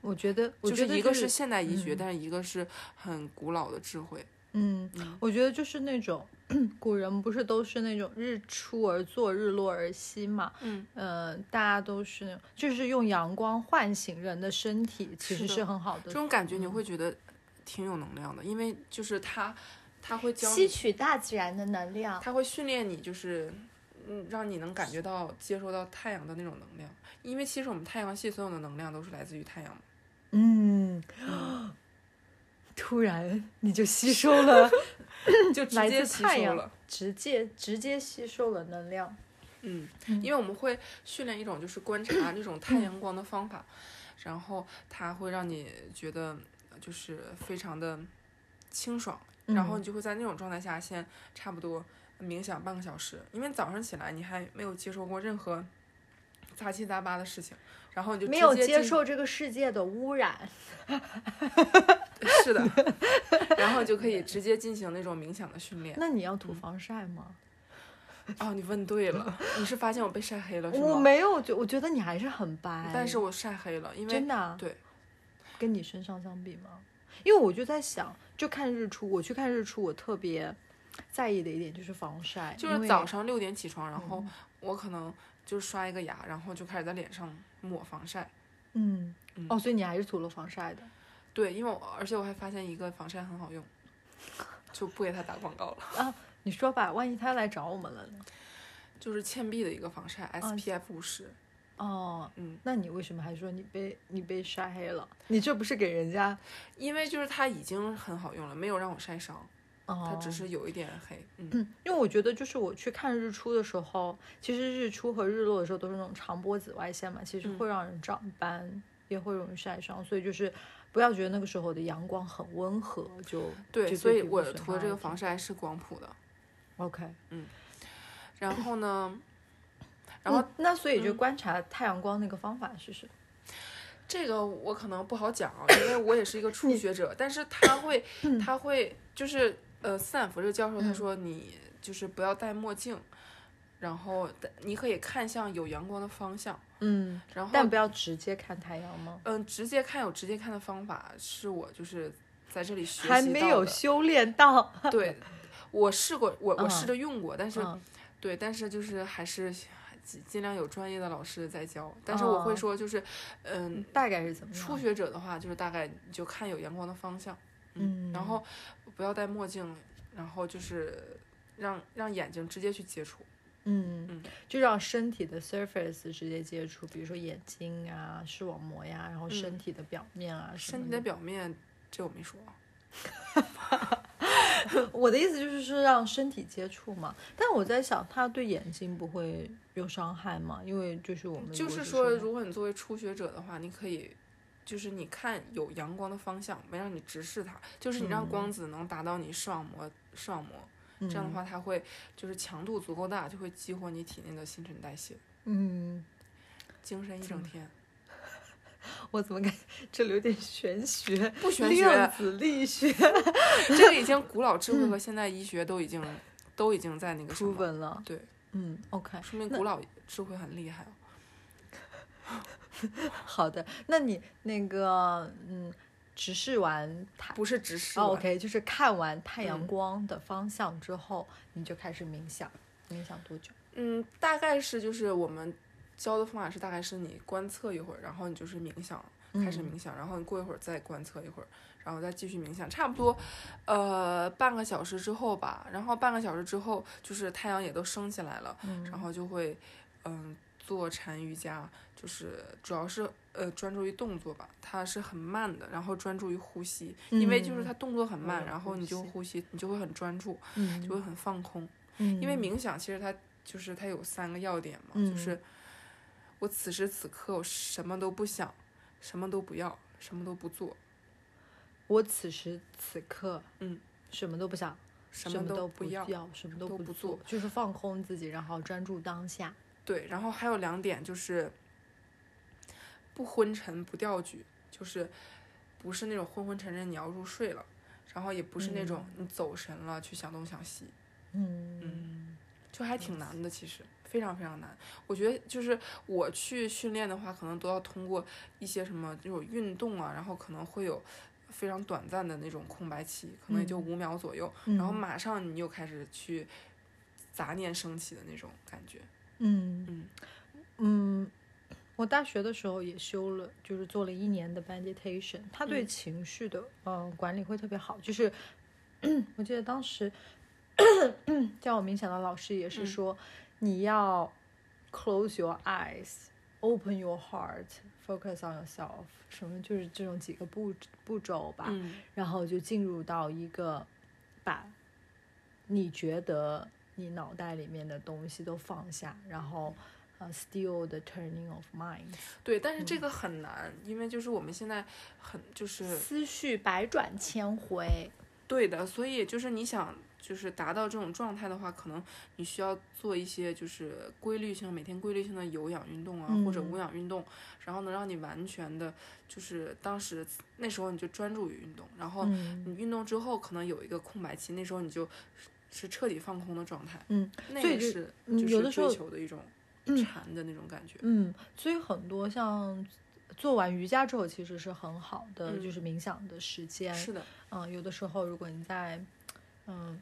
我觉得我
就
觉
是
得
一个
就是
现代医学，
嗯
但是一个是很古老的智慧。
嗯，
嗯
我觉得就是那种古人不是都是那种日出而作，日落而息嘛？
嗯，
呃，大家都是那种，就是用阳光唤醒人的身体，其
是
实
的
是很好的嗯
这种感觉你会觉得挺有能量的，因为就是它，它会教
吸
你，
取大自然的能量。
它会训练你，就是嗯，让你能感觉到接收到太阳的那种能量。因为其实我们太阳系所有的能量都是来自于太阳嘛。
嗯，突然你就吸收 <laughs> 了，就
直
来
接
自
吸
太
收
阳
了，
直接直接吸收了能量。
嗯，
嗯
因为我们会训练一种就是观察这种太阳光的方法，然后它会让你觉得就是非常的清爽，然后
嗯
你就会在那种状态下先差不多冥想半个小时，因为早上起来你还没有接受过任何杂七杂八的事情，然后你就
没
直
有
接
接
进
受这个世界的污染。
<laughs>
<laughs>
是的，然后就可以直接进行那种冥想的训练。
那你要涂防晒吗？
哦，你问对了，你是发现我被晒黑了是吗？
我，没有，觉我觉得你还是很白，
但是我晒黑了，因为
真的啊
对，
跟你身上相比吗？因为我就在想，就看日出，我去看日出，我特别在意的一点就是防晒，
就
因
是
为嗯
早上六点起床，然后我可能就是刷一个牙，然后就开始在脸上抹防晒。
嗯，
嗯
哦，所以你还是涂了防晒的
对，因为我而且我还发现一个防晒很好用，就不给他打广告了，
啊？你说吧，万一他来找我们了呢？
嗯就是倩碧的一个防
啊
晒 SPF 五十。
哦，
嗯，
那你为什么还说你被你被晒黑了？你这不是给人家？
因为就是它已经很好用了，没有让我晒伤，
哦，
它只是有一点黑。嗯，
嗯，因为我觉得就是我去看日出的时候，其实日出和日落的时候都是那种长波紫外线嘛，其实
嗯
会让人长斑，也会容易晒伤，所以就是不要觉得那个时候的阳光很温和，就
对，
就
所以
皮肤
我
损
涂的这
害
个
一
防
点
晒是广谱的。
OK。
然后呢，然后
嗯那所以就
嗯
观察太阳光那个方法嗯是什么？
这个我可能不好讲，啊因为我也是一个初学者，但是他
<clears throat>
会，他会就是呃，斯坦福这个教授他
嗯
说你就是不要戴墨镜，然后戴你可以看向有阳光的方向，
嗯，
然后
但不要直接看太阳吗？
嗯、直接看有直接看的方法，是我就是在这里学习
还没
到
有
的
修炼到， <laughs>
对，我试过，我我
嗯
试着用过，但是、
嗯
对，但是就是还是尽尽量有专业的老师在教，但是我会
哦
说就是，嗯，
大概是怎么样？
初学者的话，就是大概你就看有阳光的方向，
嗯
然后不要戴墨镜，然后就是让让眼睛直接去接触，
嗯，
嗯
就让身体的 surface 直接接触，比如说眼睛啊、视网膜呀，然后身体的表面啊什
嗯身
么
体的表面这我没说啊，
我的意思就是是让身体接触嘛。但我在想，它对眼睛不会有伤害吗？因为就是我们如
就
果
是
是
说，
说，
如果你作为初学者的话，你可以。就是你看有阳光的方向，没让你直视它，就是你让
嗯
光子能达到你视网膜，视网膜，这样的
嗯
话，它会就是强度足够大，就会激活你体内的新陈代谢，
嗯，
精神一整天。
嗯，我怎么感觉这里有点玄学？
不玄
量
学，
子力
<laughs>
学 <laughs> 嗯
这个已经古老智慧和现代医学都已经都已经在那个什
出
么。
文了。
对，
嗯，OK，
说明古老智慧很厉害哦。
好的，那你那个嗯，直视完太
不是直视
哦
完
OK，就是看完太阳
嗯
光的方向之后，你就开始冥想，冥想多久？
嗯，大概是就是我们教的方法是，大概是你观测一会儿，然后你就是冥想，开始
嗯
冥想，然后你过一会儿再观测一会儿，然后再继续冥想，差不多，呃，半个小时之后吧。然后半个小时之后，就是太阳也都升起来了，然后就会，嗯，做禅瑜伽，就是主要是呃专注于动作吧，它是很慢的，然后专注于呼吸，因为就是
嗯
它动作很慢，
嗯
然后
呼
你就
吸
呼吸，你就会很专注，
嗯，
就会很放空。
嗯，
因为冥想其实它就是它有三个要点嘛，
嗯
就是我此时此刻我什么都不想，什么都不要，什么都不做，
我此时此刻，
嗯，
什么都不想，
什
么
都
不
要。
什么都
都
不
不
做
做，
就是放空自己，然后专注当下。
对，然后还有两点就是不昏沉不掉举，就是不是那种昏昏沉沉你要入睡了，然后也不是那种你走神了去想东想西，
嗯
就还挺难的，其实非常非常难。我觉得就是我去训练的话，可能都要通过一些什么这种运动啊，然后可能会有非常短暂的那种空白期，可能也就
嗯
五秒左右，
嗯
然后马上你又开始去杂念升起的那种感觉。
嗯
嗯
嗯，我大学的时候也修了，就是做了一年的 meditation，它对情绪的嗯、呃管理会特别好。就是我记得当时叫我冥想的老师也是
嗯
说，你要 close your eyes。Open your heart, focus on yourself，什么就是这种几个步步骤吧。
嗯
然后就进入到一个把你觉得你脑袋里面的东西都放下，然后呃、still the turning of mind，
对，但是这个很难，因为就是我们现在很就是
思绪百转千回。
对的，所以就是你想就是达到这种状态的话，可能你需要做一些就是规律性每天规律性的有氧运动啊，或者
嗯
无氧运动，然后能让你完全的，就是当时那时候你就专注于运动，然后
嗯
你运动之后可能有一个空白期，那时候你就是彻底放空的状态，
嗯，
那
所以
个
就是嗯
就
有
是
的时
追
候
求的一种禅的那种感觉，
嗯，所以很多像做完瑜伽之后，其实是很好的，
嗯
就是冥想的时间。
是的，
嗯，有的时候如果你在，嗯，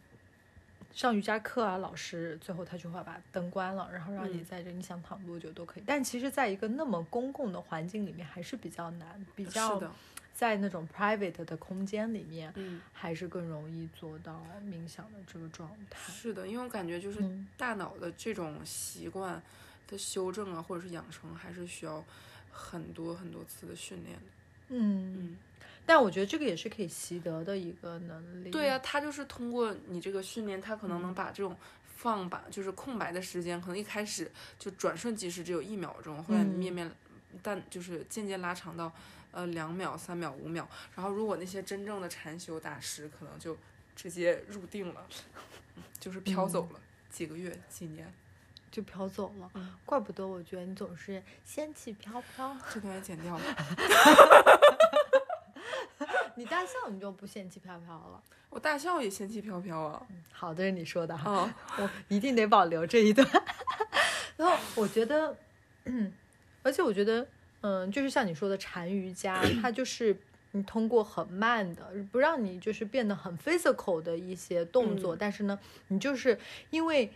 上瑜伽课啊，老师最后他就会把灯关了，然后让你
嗯
在这，你想躺多久都可以。但其实，在一个那么公共的环境里面，还是比较难，比
是
较
的，
在那种 private 的空间里面，
嗯。
还是更容易做到冥想的这个状态。
是的，因为我感觉就是
嗯
大脑的这种习惯的修正啊，或者是养成，还是需要很多很多次的训练的。
嗯，
嗯，
但我觉得这个也是可以习得的一个能力。
嗯对啊呀、，他就是通过你这个训练，他可能能
嗯
把这种放把就是空白的时间，可能一开始就转瞬即逝，只有一秒钟，后来
嗯
面面。但就是渐渐拉长到，呃，两秒、三秒、五秒。然后，如果那些真正的禅修大师，可能就直接入定了， <laughs> 就是飘走
嗯
了、几个月、几年。
就飘走了，
嗯
怪不得我觉得你总是仙气飘飘。
这段也剪掉了。
你大笑你就不仙气飘飘了。
我大笑也仙气飘飘啊！
好，这是你说的哈。
哦，
我一定得保留这一段。 <laughs> 然后我觉得，嗯，而且我觉得，嗯，就是像你说的禅瑜伽，它就是你通过很慢的，不让你就是变得很 physical 的一些动作，
嗯
但是呢，你就是因为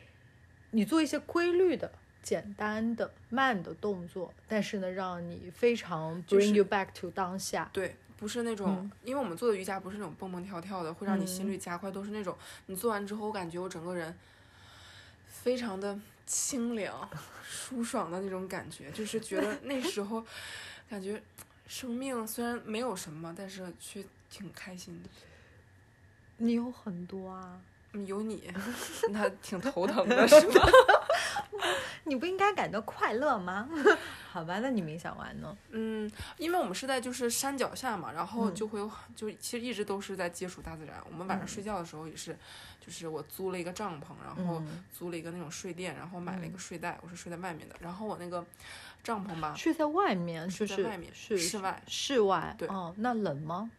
你做一些规律的。简单的、慢的动作，但是呢，让你非常
就
bring
是
you back to 当下。
对，不是那种，
嗯
因为我们做的瑜伽不是那种蹦蹦跳跳的，会让你心率加快，都是那种你做完之后，我感觉我整个人非常的清凉、舒爽的那种感觉，就是觉得那时候感觉生命虽然没有什么，但是却挺开心的。
你有很多啊，
嗯有你，那挺头疼的是吧？
你不应该感到快乐吗？ <laughs> 好吧，那你冥想完呢？
嗯，因为我们是在就是山脚下嘛，然后
嗯
就会有很就其实一直都是在接触大自然。我们晚上
嗯
睡觉的时候也是，就是我租了一个帐篷，然后
嗯
租了一个那种睡垫，然后买了一个
嗯
睡袋，我是睡在外面的。然后我那个帐篷吧，
睡在外面，
是
就
啊在
是
外面
是
室外
室外。
对
哦，那冷吗？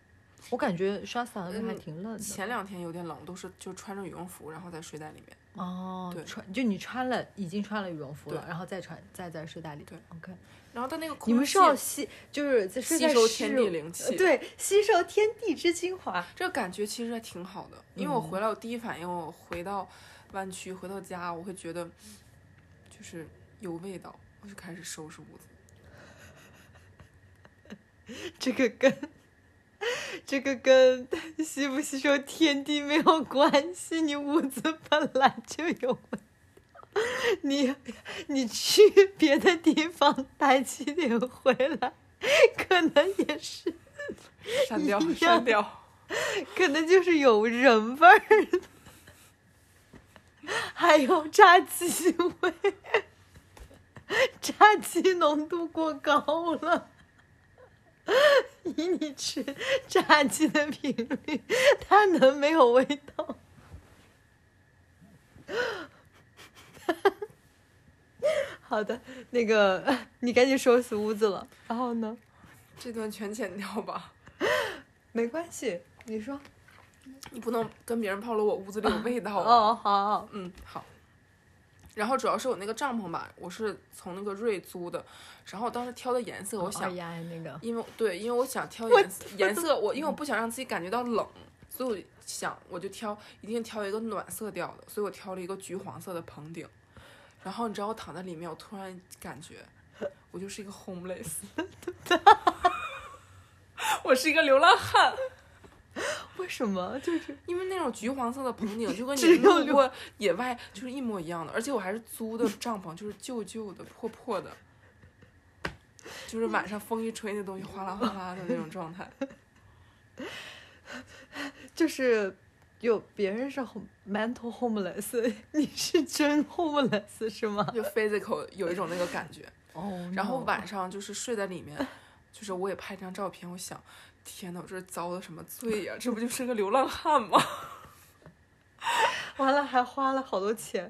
我感觉刷伞那边还
嗯
挺冷的。
前两天有点冷，都是就穿着羽绒服，然后在睡袋里面。
哦，
对
穿就你穿了，已经穿了羽绒服了，
对
然后再穿再在睡袋里。
对
，OK。
然后它那个
你
空
们
气
是要吸，就是在睡
吸
袋
收
室
天地灵气
呃对，吸收天地之精华。
这感觉其实还挺好的，因为我
嗯
回来，我第一反应，我回到湾区，回到家，我会觉得就是有味道，我就开始收拾屋子。
这个跟这个跟吸不吸收天地没有关系，你屋子本来就有味道你你去别的地方待几天回来，可能也是，
删掉
一，样
删掉。
可能就是有人味儿的， <laughs> 还有炸鸡味，炸鸡浓度过高了。以你吃炸鸡的频率，它能没有味道？ <laughs> 好的，那个你赶紧收拾屋子了。然后呢？
<laughs> 这段全剪掉吧，
没关系，你说。
你不能跟别人暴露我屋子里有味道啊。
哦，好好，
<laughs> 嗯，好。然后主要是我那个帐篷吧，我是从那个瑞租的，然后我当时挑的颜色，我想
哎呀，那个
因为对，因为哦我想挑颜色，颜色我因为我不想让自己感觉到冷，所以我想我就挑一定挑一个暖色调的，所以我挑了一个橘黄色的棚顶。然后你知道我躺在里面，我突然感觉我就是一个 homeless，我是一个流浪汉， <laughs>
为什么就是
因为那种橘黄色的棚
<laughs>
顶就跟
只
你
有
路
流
过野外就是一模一样的，而且我还是租的帐篷，就是旧旧的、破破的，就是晚上风一吹，那东西哗啦哗啦的那种
<laughs>
状态。
就是有别人是 hom- mental homeless，你是真 homeless 是吗？
就 physical 有一种那个感觉。
哦
然后晚上就是睡在里面，就是我也拍张照片，我想，天呐，我这是遭了什么罪呀、这不就是个流浪汉吗？
完了还花了好多钱，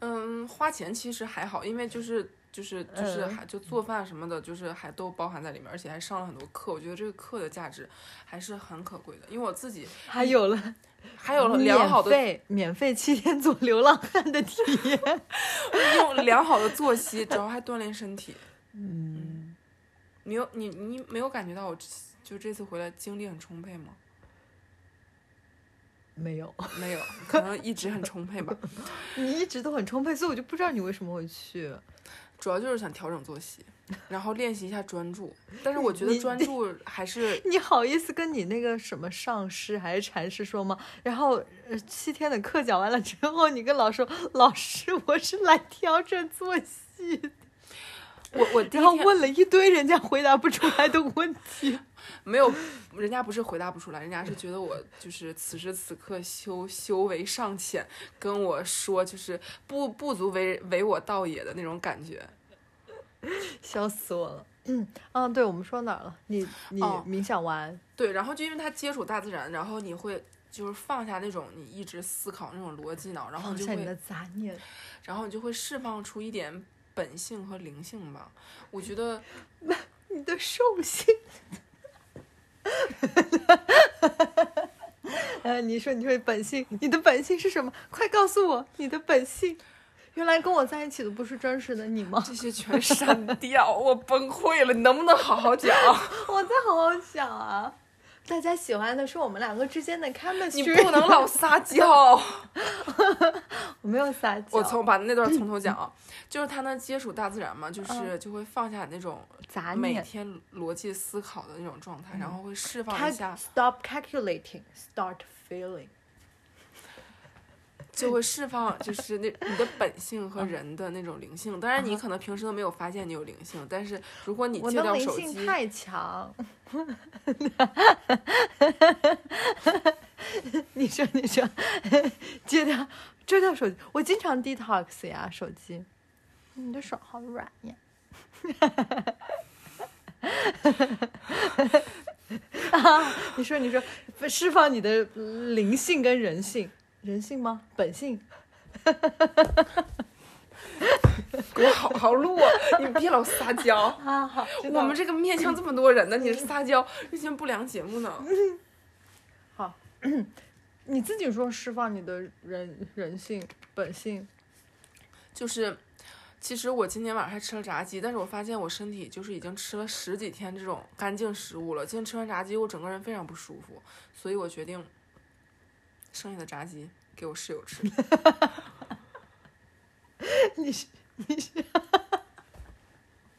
嗯，花钱其实还好，因为就是。就是就是
嗯
还就做饭什么的，就是还都包含在里面，而且还上了很多课。我觉得这个课的价值还是很可贵的，因为我自己
还有了
嗯还有了良好
免
的
费免费七天做流浪汉的体验。 <laughs>
用良好的作息，主要还锻炼身体。
<laughs> 嗯，
你有你你没有感觉到我这就这次回来精力很充沛吗？
没有，
没有，可能一直很充
<laughs>
沛吧。
你一直都很充沛，所以我就不知道你为什么会去。
主要就是想调整作息，然后练习一下专注。但
<laughs>
是我觉得
你
专注还是
你好意思跟你那个什么上师还是禅师说吗？然后呃七天的课讲完了之后，你跟老师说，老师，我是来调整作息的
我我第一
然后
天
问了一堆人家回答不出来的问题。
没有，人家不是回答不出来，人家是觉得我就是此时此刻修修为尚浅，跟我说就是不不足为为我道也的那种感觉。
笑死我了。嗯嗯，对，我们说哪儿了？你你
哦
冥想完，
对，然后就因为他接触大自然，然后你会就是放下那种你一直思考那种逻辑脑，然后
放
哦你就
下你
会
的杂念，
然后你就会释放出一点本性和灵性吧。我觉得
你的兽性。呃，你说你说本性，你的本性是什么？快告诉我你的本性。原来跟我在一起的不是真实的你吗？ <laughs>
这些全删掉，我崩溃了。你能不能好
<laughs>
好讲？
我在好好想啊。大家喜欢的是我们两个之间的 chemistry，
你不能老撒娇。
我没有撒娇，
我从把那段从
嗯
头讲啊，就是他能接触大自然嘛，就是就会放下那种
杂
每
念。嗯
天逻辑思考的那种状态，然后会释放
他
一下，
stop calculating, start feeling。
就会释放就是那你的本性
嗯
和人的那种灵性。当然，你可能平时都没有发现你有灵性，但是如果你
啊我
戒
的
掉
灵
手
性
机，
太
<laughs>
强。你说，你说，戒掉戒掉手机，我经常 detox 呀，手机。你的手好软呀！ <laughs> 啊，你说，你说，释放你的灵性跟人性，人性吗？本性。
给我好好录啊，你别老撒娇。
<laughs> 啊，好，知道
我们这个面向这
<laughs>
么多人呢，你撒娇，遇见不良节目呢？
好， <clears throat> 你自己说释放你的人人性本性，
就是，其实我今天晚上还吃了炸鸡，但是我发现我身体就是已经吃了十几天这种干净食物了。今天吃完炸鸡，我整个人非常不舒服，所以我决定剩下的炸鸡给我室友
<laughs>
吃。
<laughs> 你是你是 <laughs>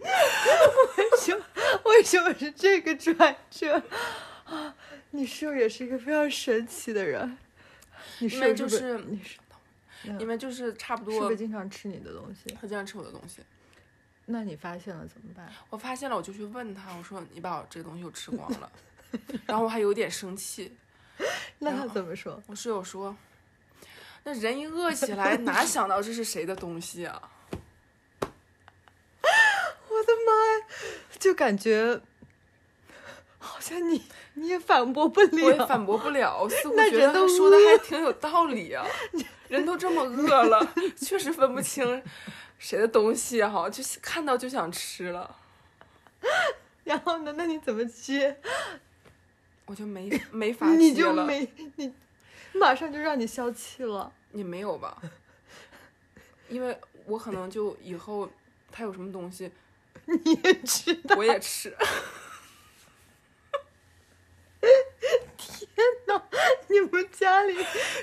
为什么为什么是这个转折？ <gasps> 啊你室友也是一个非常神奇的人，你室
因为
友
就
不
是
你是
因为就是差不
是不
多
是，经常吃你的东西？
他经常吃我的东西。
那你发现了怎么办？
我发现了，我就去问他，我说你把我这个东西又吃光
<laughs>
了，然后我还有点生气。
那
然
他
后
怎么说？
我室友说，那人一饿
<laughs>
起来，哪想到这是谁的东西啊？
我的妈呀！就感觉好像你你也反驳不
我也
了。
反驳不了，似乎
那
觉
人
得他
都
说的
饿
还挺有道理
<laughs>
啊。人都这么饿了，确实分不清谁的东西哈、就是看到就想吃了，
然后呢？那你怎么接？
我
<laughs>
就没没法
你
接
就
了，
没你，马上就让你消气了。 <laughs>
也没有吧，因为我可能就以后他有什么
<laughs>
东西
你也知道，
我也吃，
你们家里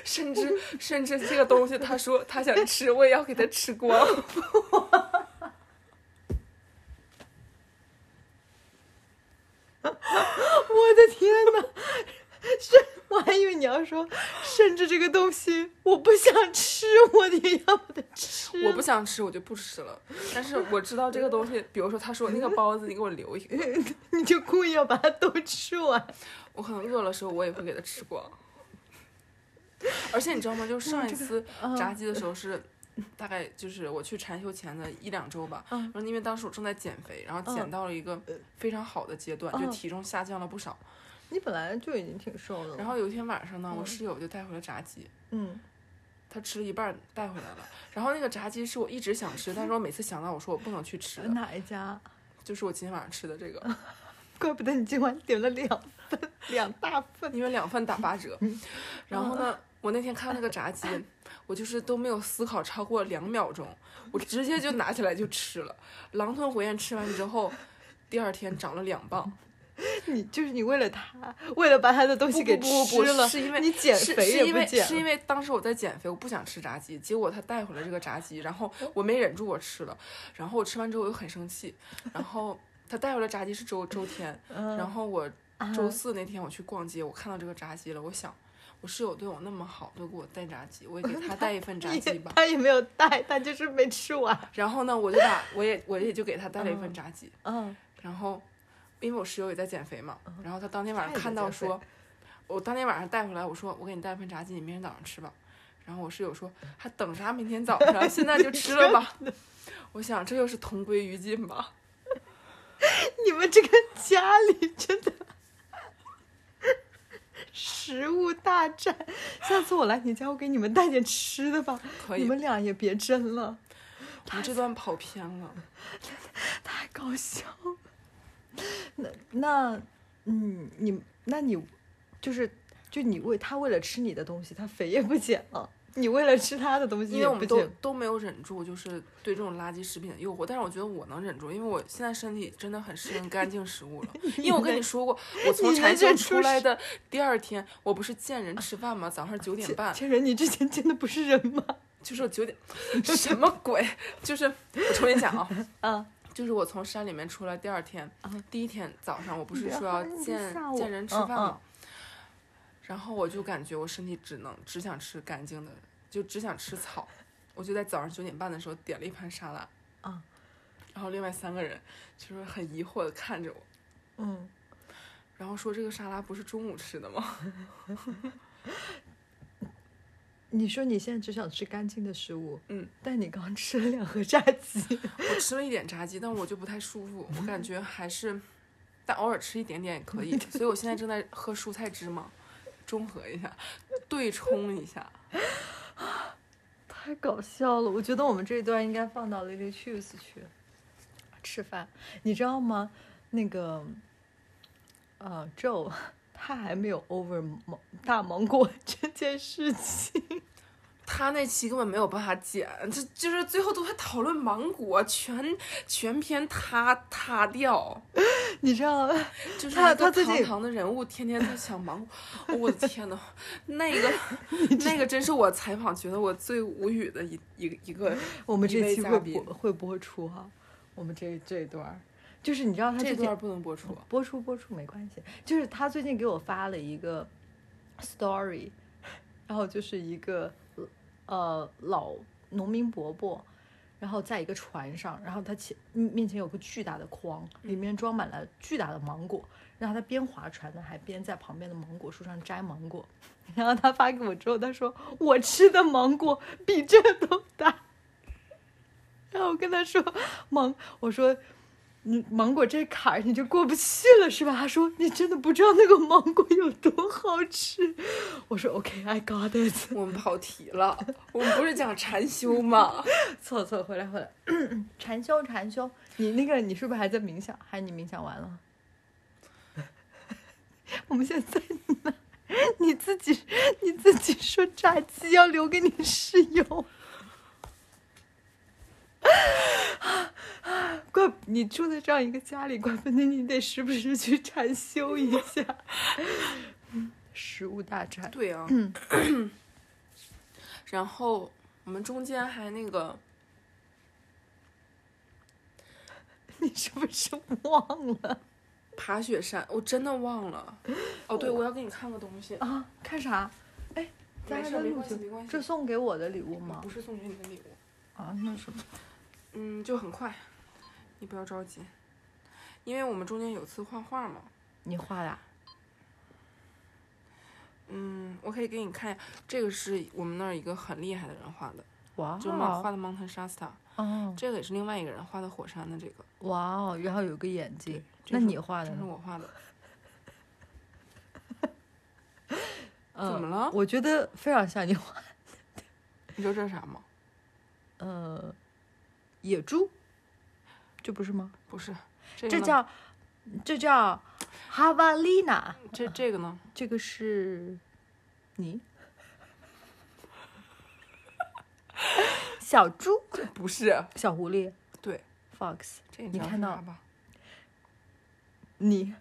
甚至甚至这个东西他说他想吃，我也要给他
<laughs>
吃光。
我的天呐， <laughs> 是，我还以为你要说，甚至这个东西我不想吃，我也要把它吃。
我不想吃，我就不吃了。但是我知道这个东西，比如说他说那个包子，你给我留一个，
你就故意要把它都吃完。
我可能饿了时候，我也会给它吃光。而且你知道吗？就上一
嗯
次炸鸡的时候是，大概就是我去禅修前的一两周吧。
嗯
然后因为当时我正在减肥，然后减
嗯
到了一个非常好的阶段，就
嗯
体重下降了不少。
你本来就已经挺瘦的了，
然后有一天晚上呢，我
嗯
室友就带回了炸鸡，
嗯，
他吃了一半儿带回来了。然后那个炸鸡是我一直想吃，但是我每次想到我说我不能去吃的，
哪一家？
就是我今天晚上吃的这个。
怪不得你今晚点了两份，两大份。
因为两份打八折。然后呢，我那天看那个炸鸡，我就是都没有思考超过两秒钟，我直接就拿起来就吃了，狼吞虎咽吃完之后。第二天长了两磅，
你就是你为了他，为了把他的东西
不
给
不
吃
不不
了，
是因为
你减
是
肥
是
也
因
不
为
减
是因为当时我在减肥，我不想吃炸鸡，结果他带回来这个炸鸡，然后我没忍住我吃了，然后我吃完之后我又很生气，然后他带回来炸鸡是周周天，
<laughs> 嗯
然后我
啊
周四那天我去逛街，我看到这个炸鸡了，我想我室友对我那么好，都给我带炸鸡，
<laughs>
我也给他带一份炸鸡
也
吧。
他也没有带，他就是没吃完。
然后呢，我就把我也我也就给他带了一份炸鸡。
嗯，
然后因为我室友也在减肥嘛，然后他当天晚上
他也
看
在
到
减肥
说，我当天晚上带回来，我说我给你带一份炸鸡，你明天早上吃吧。然后我室友说还等啥？明天早上现在就吃
<laughs>
了吧。我想这又是同归于尽吧。
你们这个家里真的食物大战。下次我来你家，我给你们带点吃的吧。
可以，
你们俩也别争了，
我们这段跑偏了。
太搞笑了。那那嗯，你那你就是就你为他为了吃你的东西，他肥也不减了。你为了吃他的东西
因
也
为我
不
们
减
都都没有忍住，就是对这种垃圾食品的诱惑。但是我觉得我能忍住，因为我现在身体真的很适应干净
<laughs>
食物了。因为我跟你说过，我从
你
禅
能
修
忍
出
住
来
是
的第二天，我不是见人吃饭吗？早上
<laughs>
九点半，
千人，你之前真的不是人吗？
就是我九点， <laughs> 什么鬼？就是我重新讲啊，
啊，
<laughs> 就是我从山里面出来第二天，
嗯
第一天早上我不是说要见
下午
见人吃
嗯
饭吗？然后我就感觉我身体只能只想吃干净的，就只想吃草。我就在早上九点半的时候点了一盘沙拉，
啊，
然后另外三个人就是很疑惑的看着我，
嗯，
然后说这个沙拉不是中午吃的吗？
你说你现在只想吃干净的食物，
嗯，
但你刚吃了两盒炸鸡，
我吃了一点炸鸡，但我就不太舒服，我感觉还是，但偶尔吃一点点也可以。所以我现在正在喝蔬菜汁嘛，中和一下，对冲一下。
太搞笑了！我觉得我们这一段应该放到 Lily Choose 去吃饭，你知道吗？那个，呃，Joe 他还没有 over 芒大芒果 <laughs> 这件事情。
他那期根本没有办法剪，这就是最后都在讨论芒果，全全篇塌塌掉，
你知道吗？
就是
他
一
他
个
最近
堂堂的人物，天天在想芒果，哦我的天呐，
<laughs>
那个那个真是我采访觉得我最无语的一一个一个，
我们
一
这
位
期
嘉
会播
宾
会播出哈、我们这这一段儿，就是你知道他
这
最近
段不能播出，
播出播出没关系，就是他最近给我发了一个 story，然后就是一个呃老农民伯伯，然后在一个船上，然后他前嗯面前有个巨大的筐，里面装满了巨大的芒果，然后他边划船呢，还边在旁边的芒果树上摘芒果， <laughs> 然后他发给我之后，他说我吃的芒果比这都大。 <laughs> 然后我跟他说芒，我说你芒果这坎儿你就过不去了是吧？他说你真的不知道那个芒果有多好吃。 <laughs> 我说 OK，I、got it。
<laughs> 我们跑题了，我们不是讲禅修吗？
错错，回来回来， <coughs> 禅修禅修，你那个你是不是还在冥想？还是你冥想完了？ <laughs> 我们现在呢？你自己你自己说炸鸡要留给你室友。 <laughs> 怪你住在这样一个家里，怪不得你得时不时去禅修一下。 <laughs> 食物大战，
对啊，然后我们中间还那个。
你是不是忘了
爬雪山，我真的忘了。哦，对，我要给你看个东西。
啊？看啥？哎，咱还
没事，
在
没
录
关系，
节目
没关系
这。送给我的礼物吗
不？是送给你的礼物。
啊，那什么？
嗯，就很快，你不要着急，因为我们中间有次画画嘛。
你画的啊？
嗯，我可以给你看，这个是我们那儿一个很厉害的人画的，
哇
就漫画的 Mountain Shasta，
哦，
这个也是另外一个人画的火山的这个，
哇哦，然后有个眼睛
对，这
那
是
你画的
这是
呢？
我画的。
<laughs> 嗯
怎么了
我觉得非常像你画，
你知道这是啥吗？
呃，野猪，这不是吗？
不是，这个
这
呢
叫这叫哈瓦丽娜，
这这
<laughs>
个呢？
这个是你。 <laughs> 小猪，
不是，
小狐狸
<laughs> 对，
，fox，
这个
你
知道
看
是
到
啥吧？
你，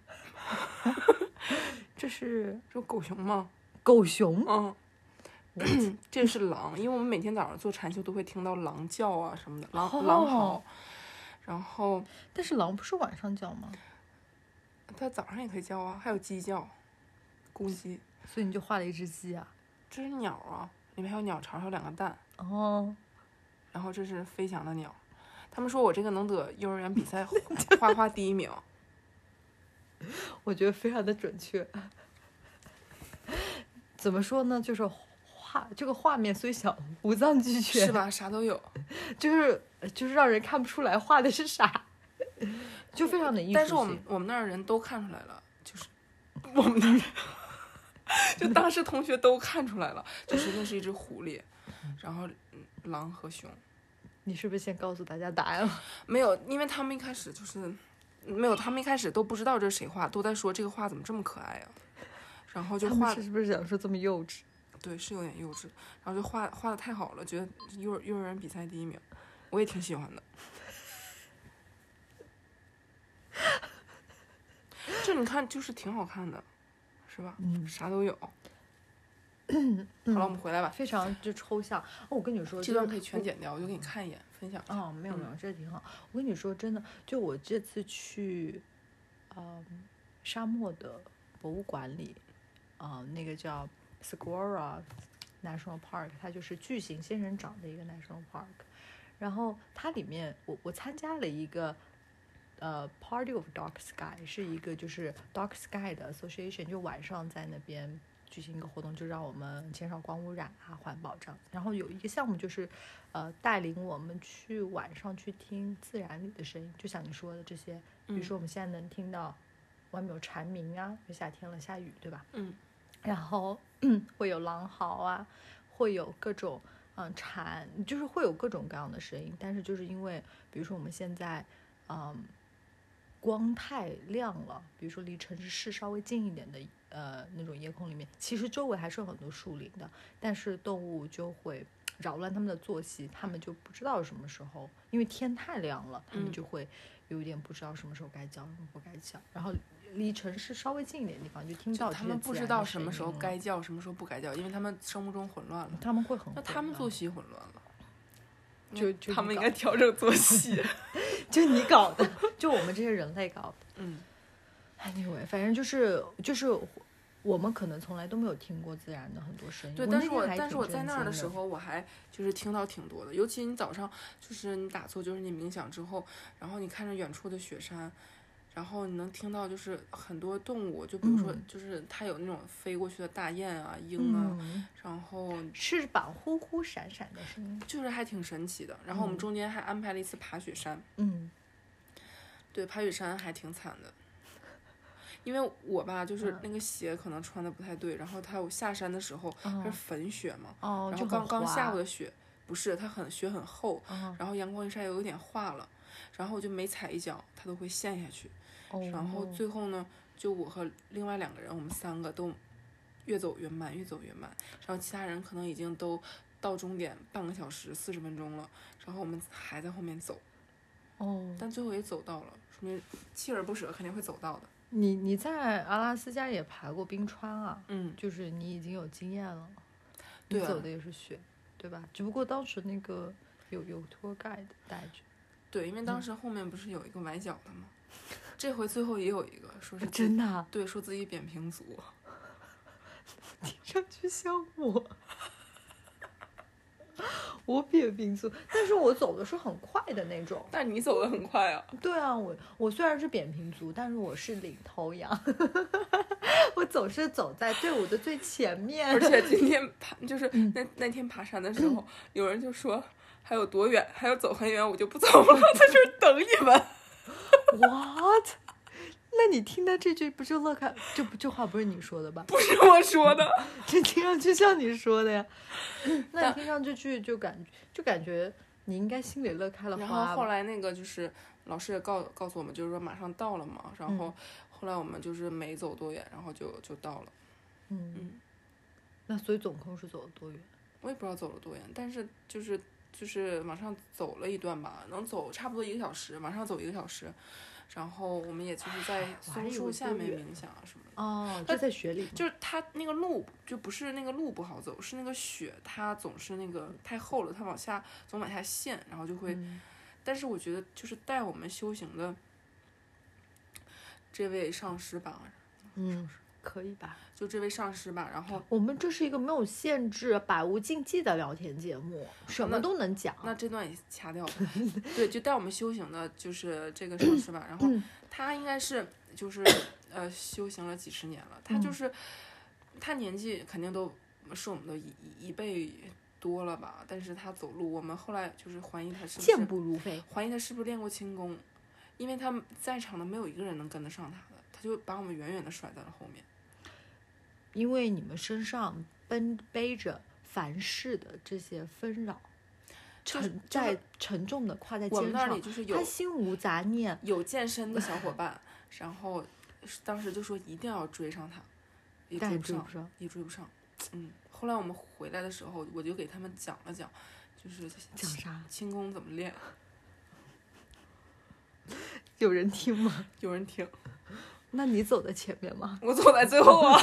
<laughs> 这是
这不狗熊吗？
狗熊，
嗯， <clears throat> 这是狼，因为我们每天早上做禅修都会听到狼叫啊什么的，狼、狼
哦
嚎。然后
但是狼不是晚上叫吗？
它早上也可以叫啊，还有鸡叫，公鸡，
所以你就画了一只鸡啊？
这是鸟啊，里面还有鸟巢，还有两个蛋。
哦，
然后这是飞翔的鸟，他们说我这个能得幼儿园比赛画画第
<laughs>
一名。
我觉得非常的准确。怎么说呢？就是画这个画面虽小，五脏俱全，
是？吧？啥都有，
就是呃就是让人看不出来画的是啥，就非常的艺术性。
但是我们我们那儿人都看出来了，就是我们那儿人，就当时同学都看出来了，就是那是一只狐狸，然后嗯狼和熊。
你是不是先告诉大家答案了？
没有，因为他们一开始就是没有，他们一开始都不知道这是谁画，都在说这个画怎么这么可爱啊，然后就
他
画
们是不是想说这么幼稚？
对是有点幼稚，然后就画画的太好了，觉得幼儿幼儿园比赛第一名，我也挺喜欢的。这你看就是挺好看的，是吧？
嗯
啥
<clears throat>
都有。好了，我们回来吧，
非常之抽象。哦，我跟你说，
这
就
段
是
可以全
我
剪掉，我就给你看一眼，分享一下。
哦，没有没有，这挺好。我跟你说，真的，就我这次去，嗯，沙漠的博物馆里，啊、那个叫 Segura National Park，它就是巨型仙人掌的一个 National Park。然后它里面，我我参加了一个。呃、p a r t y of Dark Sky 是一个就是 Dark Sky 的 association，就晚上在那边举行一个活动，就让我们减少光污染啊、环保这样。然后有一个项目就是呃，带领我们去晚上去听自然里的声音，就像你说的这些，比如
嗯
说我们现在能听到外面有蝉鸣啊，因为夏天了下雨，对吧？ <clears throat>
嗯，
然后会有狼嚎啊，会有各种啊、嗯蝉，就是会有各种各样的声音，但是就是因为比如说我们现在嗯光太亮了，比如说离城市稍微近一点的呃那种夜空里面，其实周围还是有很多树林的，但是动物就会扰乱它们的作息，它们就不知道什么时候，因为天太亮了，它们
嗯
就会有一点不知道什么时候该叫，什么不该叫，然后离城市稍微近一点的地方就听
就
到
他
这些
们
自
不知
然
道
的
什
声
么时候
音啊了
该叫，什么时候不该叫，因为他们生物钟混乱了。
他们会很
那
混
他们
乱 <laughs>
作息混乱了，
就就
他
你
们应
搞
该调整
<laughs>
作息。
就你搞
<laughs>
的，就我们这些人类搞的。
嗯，
Anyway，反正就是就是我们可能从来都没有听过自然的很多声音。
对，
我
但
那
是
天
我
还
但是
挺
我在
震
那儿的
惊
时候，我还就是听到挺多的，尤其你早上就是你打坐，就是你冥想之后，然后你看着远处的雪山，然后你能听到就是很多动物，就比如说
嗯
就是它有那种飞过去的大雁啊、鹰啊，
嗯，
然后
翅膀呼呼闪闪的声音，
就是还挺神奇的。然后我们
嗯
中间还安排了一次爬雪山，
嗯
对，爬雪山还挺惨的，因为我吧就是
嗯
那个鞋可能穿的不太对，然后它我下山的时候它是
哦
粉雪嘛，
哦，
然
就
后
很
刚刚下
滑
过的雪，不是它很雪很厚，
哦
然后阳光一晒又有点化了，然后我就每踩一脚它都会陷下去，
哦，
然后最后呢，就我和另外两个人，我们三个都越走越慢，越走越慢，然后其他人可能已经都到终点半个小时四十分钟了，然后我们还在后面走，
哦，
但最后也走到了，说明锲而不舍肯定会走到的，
你你在阿拉斯加也爬过冰川啊，
嗯，
就是你已经有经验了，
对
你
啊
走的也是雪，对吧？只不过当时那个有有 tour guide 带着。
对，因为
嗯
当时后面不是有一个崴脚的吗？这回最后也有一个，说是自
<laughs> <laughs> 真的啊、
对，说自己扁平足。
听上去像我。 <laughs> 我扁平足，但是我走的是很快的那种。
但你走得很快 <laughs> 啊！
对啊，我我虽然是扁平足，但是我是领头羊， <laughs> 我总是走在队伍的最前面。
而且今天爬就是那那天爬山的时候，有人就说还有多远，还要走很远，我就不走 <laughs> 了，在这儿等你们。
<laughs>
<laughs>
what？那你听到这句不就乐开？这不这话不是你说的吧？
不是我说的，
这听上去像你说的呀。 <laughs> 那你
但
听上这句就感就感觉你应该心里乐开了
然
花
后后
吧。
来那个就是老师也告告诉我们，就是说马上到了嘛。然后后来我们就是没走多远，然后就就到了。
嗯
嗯，
那所以总共是走了多远？
我也不知道走了多远，但是就是就是往上走了一段吧，能走差不多一个小时，往上走一个小时。然后我们也就是在
我还
松
以
树
为
下
多
面
远
冥想啊什么的。
哦，
它
就在雪里吗，
就是它那个路就不是那个路不好走，是那个雪它总是那个太厚了，它往下总往下陷，然后就会。
嗯
但是我觉得就是带我们修行的这位上师吧，
嗯，可以吧？
就这位上师吧，然后
我们这是一个没有限制、百无禁忌的聊天节目，什么
那
都能讲。
那这段也掐
<laughs>
掉吧。对，就带我们修行的就是这个上
<clears throat>
师吧，然后
嗯
他应该是就是呃修行了几十年了，他就
嗯
是他年纪肯定都是我们的一一一倍多了吧，但是他走路，我们后来就是怀疑他是不
健
是
步如飞，
怀疑他是不是练过轻功，因为他们在场的没有一个人能跟得上他的，他就把我们远远的甩在了后面。
因为你们身上奔背着凡事的这些纷扰，
就是
沉
就是
在沉重的挎在
我们
肩
那
上
里，就是有
他心无杂念。
有健身的小伙伴，然后当时就说一定要追上他，也
但
追
是
不
追
上
不，上，
也追不上。嗯，后来我们回来的时候，我就给他们讲了讲，就是
讲啥？
轻功怎么练，
有人听吗？
有人听，
那你走在前面吗？ <laughs>
我走在最后啊。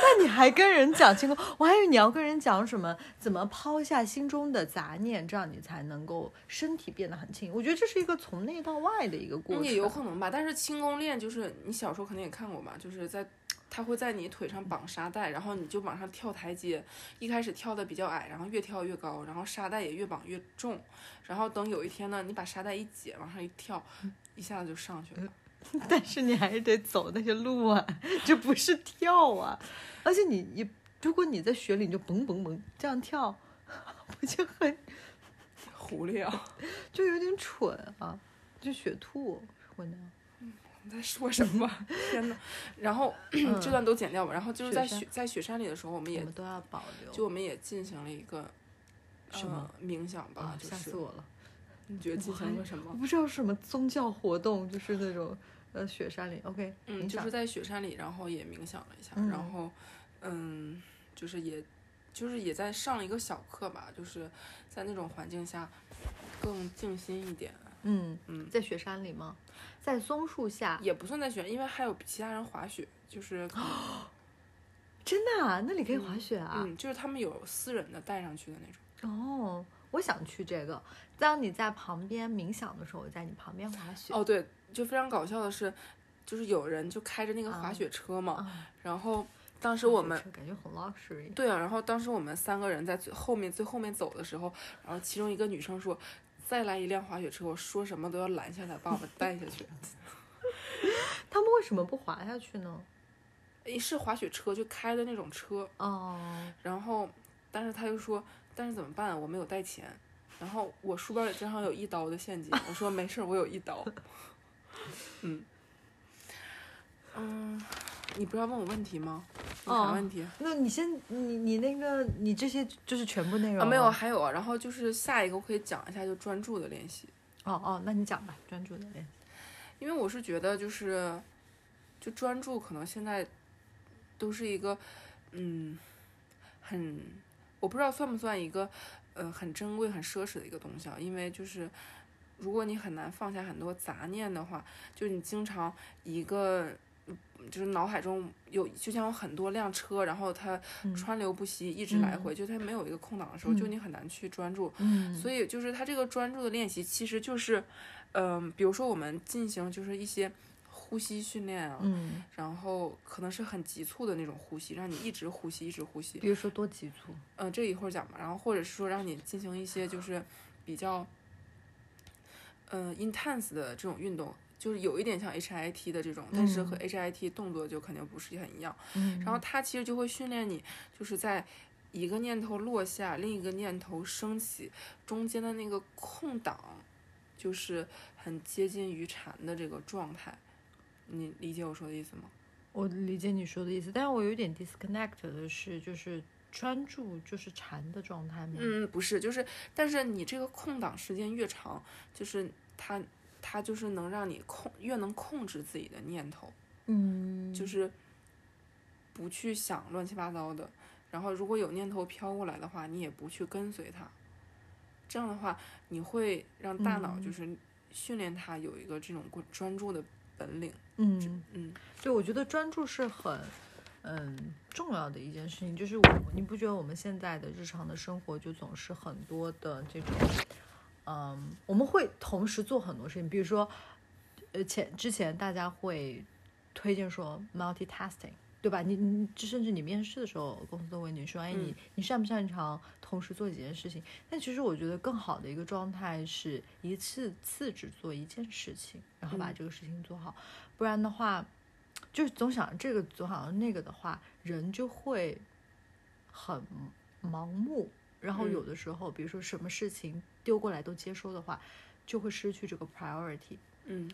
那你还跟人讲清楚，我还以为你要跟人讲什么，怎么抛下心中的杂念，这样你才能够身体变得很轻盈。我觉得这是一个从内到外的一个过程。
也有可能吧，但是轻功练就是你小时候肯定也看过吧，就是在他会在你腿上绑沙袋，然后你就往上跳台阶，一开始跳的比较矮，然后越跳越高，然后沙袋也越绑越重，然后等有一天呢，你把沙袋一解，往上一跳，
嗯
一下子就上去了。
<laughs> 但是你还是得走那些路啊，这不是跳啊。而且你你，如果你在雪里你就蹦蹦蹦这样跳， <laughs> 不就很
狐狸啊，
就有点蠢啊，就雪兔会那样。
<laughs> 你在说什么？ <laughs> 天呐，
<clears throat>
然后嗯这段都剪掉吧。然后就是
雪
在
山嗯
雪在雪山里的时候，我们
我
也
们都要保留。
就我们也进行了一个
什么
呃、冥想
啊，，
吧就
吓
是
死我了！
你觉得进行了什
我
么？
不知道是什么宗教活动，就是那种呃雪山里，OK，
嗯，
冥
就
想
是在雪山里，然后也冥想了一下，
嗯
然后嗯，就是也就是也在上了一个小课吧，就是在那种环境下更静心一点。
嗯，
嗯，
在雪山里吗？在松树下，
也不算在雪山，因为还有其他人滑雪，就
<gasps>
是可能
啊真的啊，那里可以滑雪啊。
嗯，就是他们有私人的带上去的那种。
哦，我想去这个。当你在旁边冥想的时候，我在你旁边滑雪。
哦，对，就非常搞笑的是，就是有人就开着那个滑
啊
雪车嘛，
啊，
然后当时我们
这感觉很 luxury。
对啊，然后当时我们三个人在最后面最后面走的时候，然后其中一个女生说：“再来一辆滑雪车，我说什么都要拦下来，把我们带下去。 <laughs>
他们为什么不滑下去呢？”
诶，是滑雪车，就开的那种车。
哦，
然后，但是他又说：“但是怎么办？我没有带钱。”然后我书包里正好有一刀的现金，我说：“没事儿，我有一刀。”嗯，嗯，你不是要问我问题吗？有啥
哦
问题？
那你先，你你那个，你这些就是全部内容
啊，没有，
吗
还有啊。然后就是下一个我可以讲一下，就专注的练习。
哦哦，那你讲吧，专注的练习。
因为我是觉得就是，就专注可能现在都是一个，嗯，很我不知道算不算一个，呃，很珍贵、很奢侈的一个东西啊。因为就是，如果你很难放下很多杂念的话，就你经常一个。嗯就是脑海中有，就像有很多辆车，然后它
嗯
川流不息，一直来
嗯
回，就它没有一个空档的时候，就
嗯
你很难去专注。
嗯，
所以就是他这个专注的练习，其实就是，嗯、比如说我们进行就是一些呼吸训练啊，
嗯，
然后可能是很急促的那种呼吸，让你一直呼吸，一直呼吸，
比如说多急促，
嗯、这一会儿讲吧。然后或者是说让你进行一些就是比较，呃，intense 的这种运动。就是有一点像 HIT 的这种，但是和
嗯
HIT 动作就肯定不是很一样。
嗯，
然后它其实就会训练你，就是在一个念头落下，另一个念头升起，中间的那个空档，就是很接近于禅的这个状态。你理解我说的意思吗？
我理解你说的意思，但是我有点 disconnect 的是，就是专注就是禅的状态吗？
嗯，不是，就是，但是你这个空档时间越长，就是它，它就是能让你控，越能控制自己的念头。
嗯，
就是不去想乱七八糟的。然后如果有念头飘过来的话，你也不去跟随它。这样的话，你会让大脑就
嗯
是训练它有一个这种过专注的本领。
嗯，
嗯，
对，我觉得专注是很。嗯，重要的一件事情就是我，你不觉得我们现在的日常的生活就总是很多的这种，嗯，我们会同时做很多事情，比如说，呃，前之前大家会推荐说 multitasking，对吧？你你甚至你面试的时候，公司都问你说，哎，你
嗯
你擅不擅长同时做几件事情？但其实我觉得更好的一个状态是一次次只做一件事情，然后把
嗯
这个事情做好，不然的话，就是总想着这个，总想着那个的话，人就会很盲目。然后
嗯
有的时候，比如说什么事情丢过来都接收的话，就会失去这个 priority。
嗯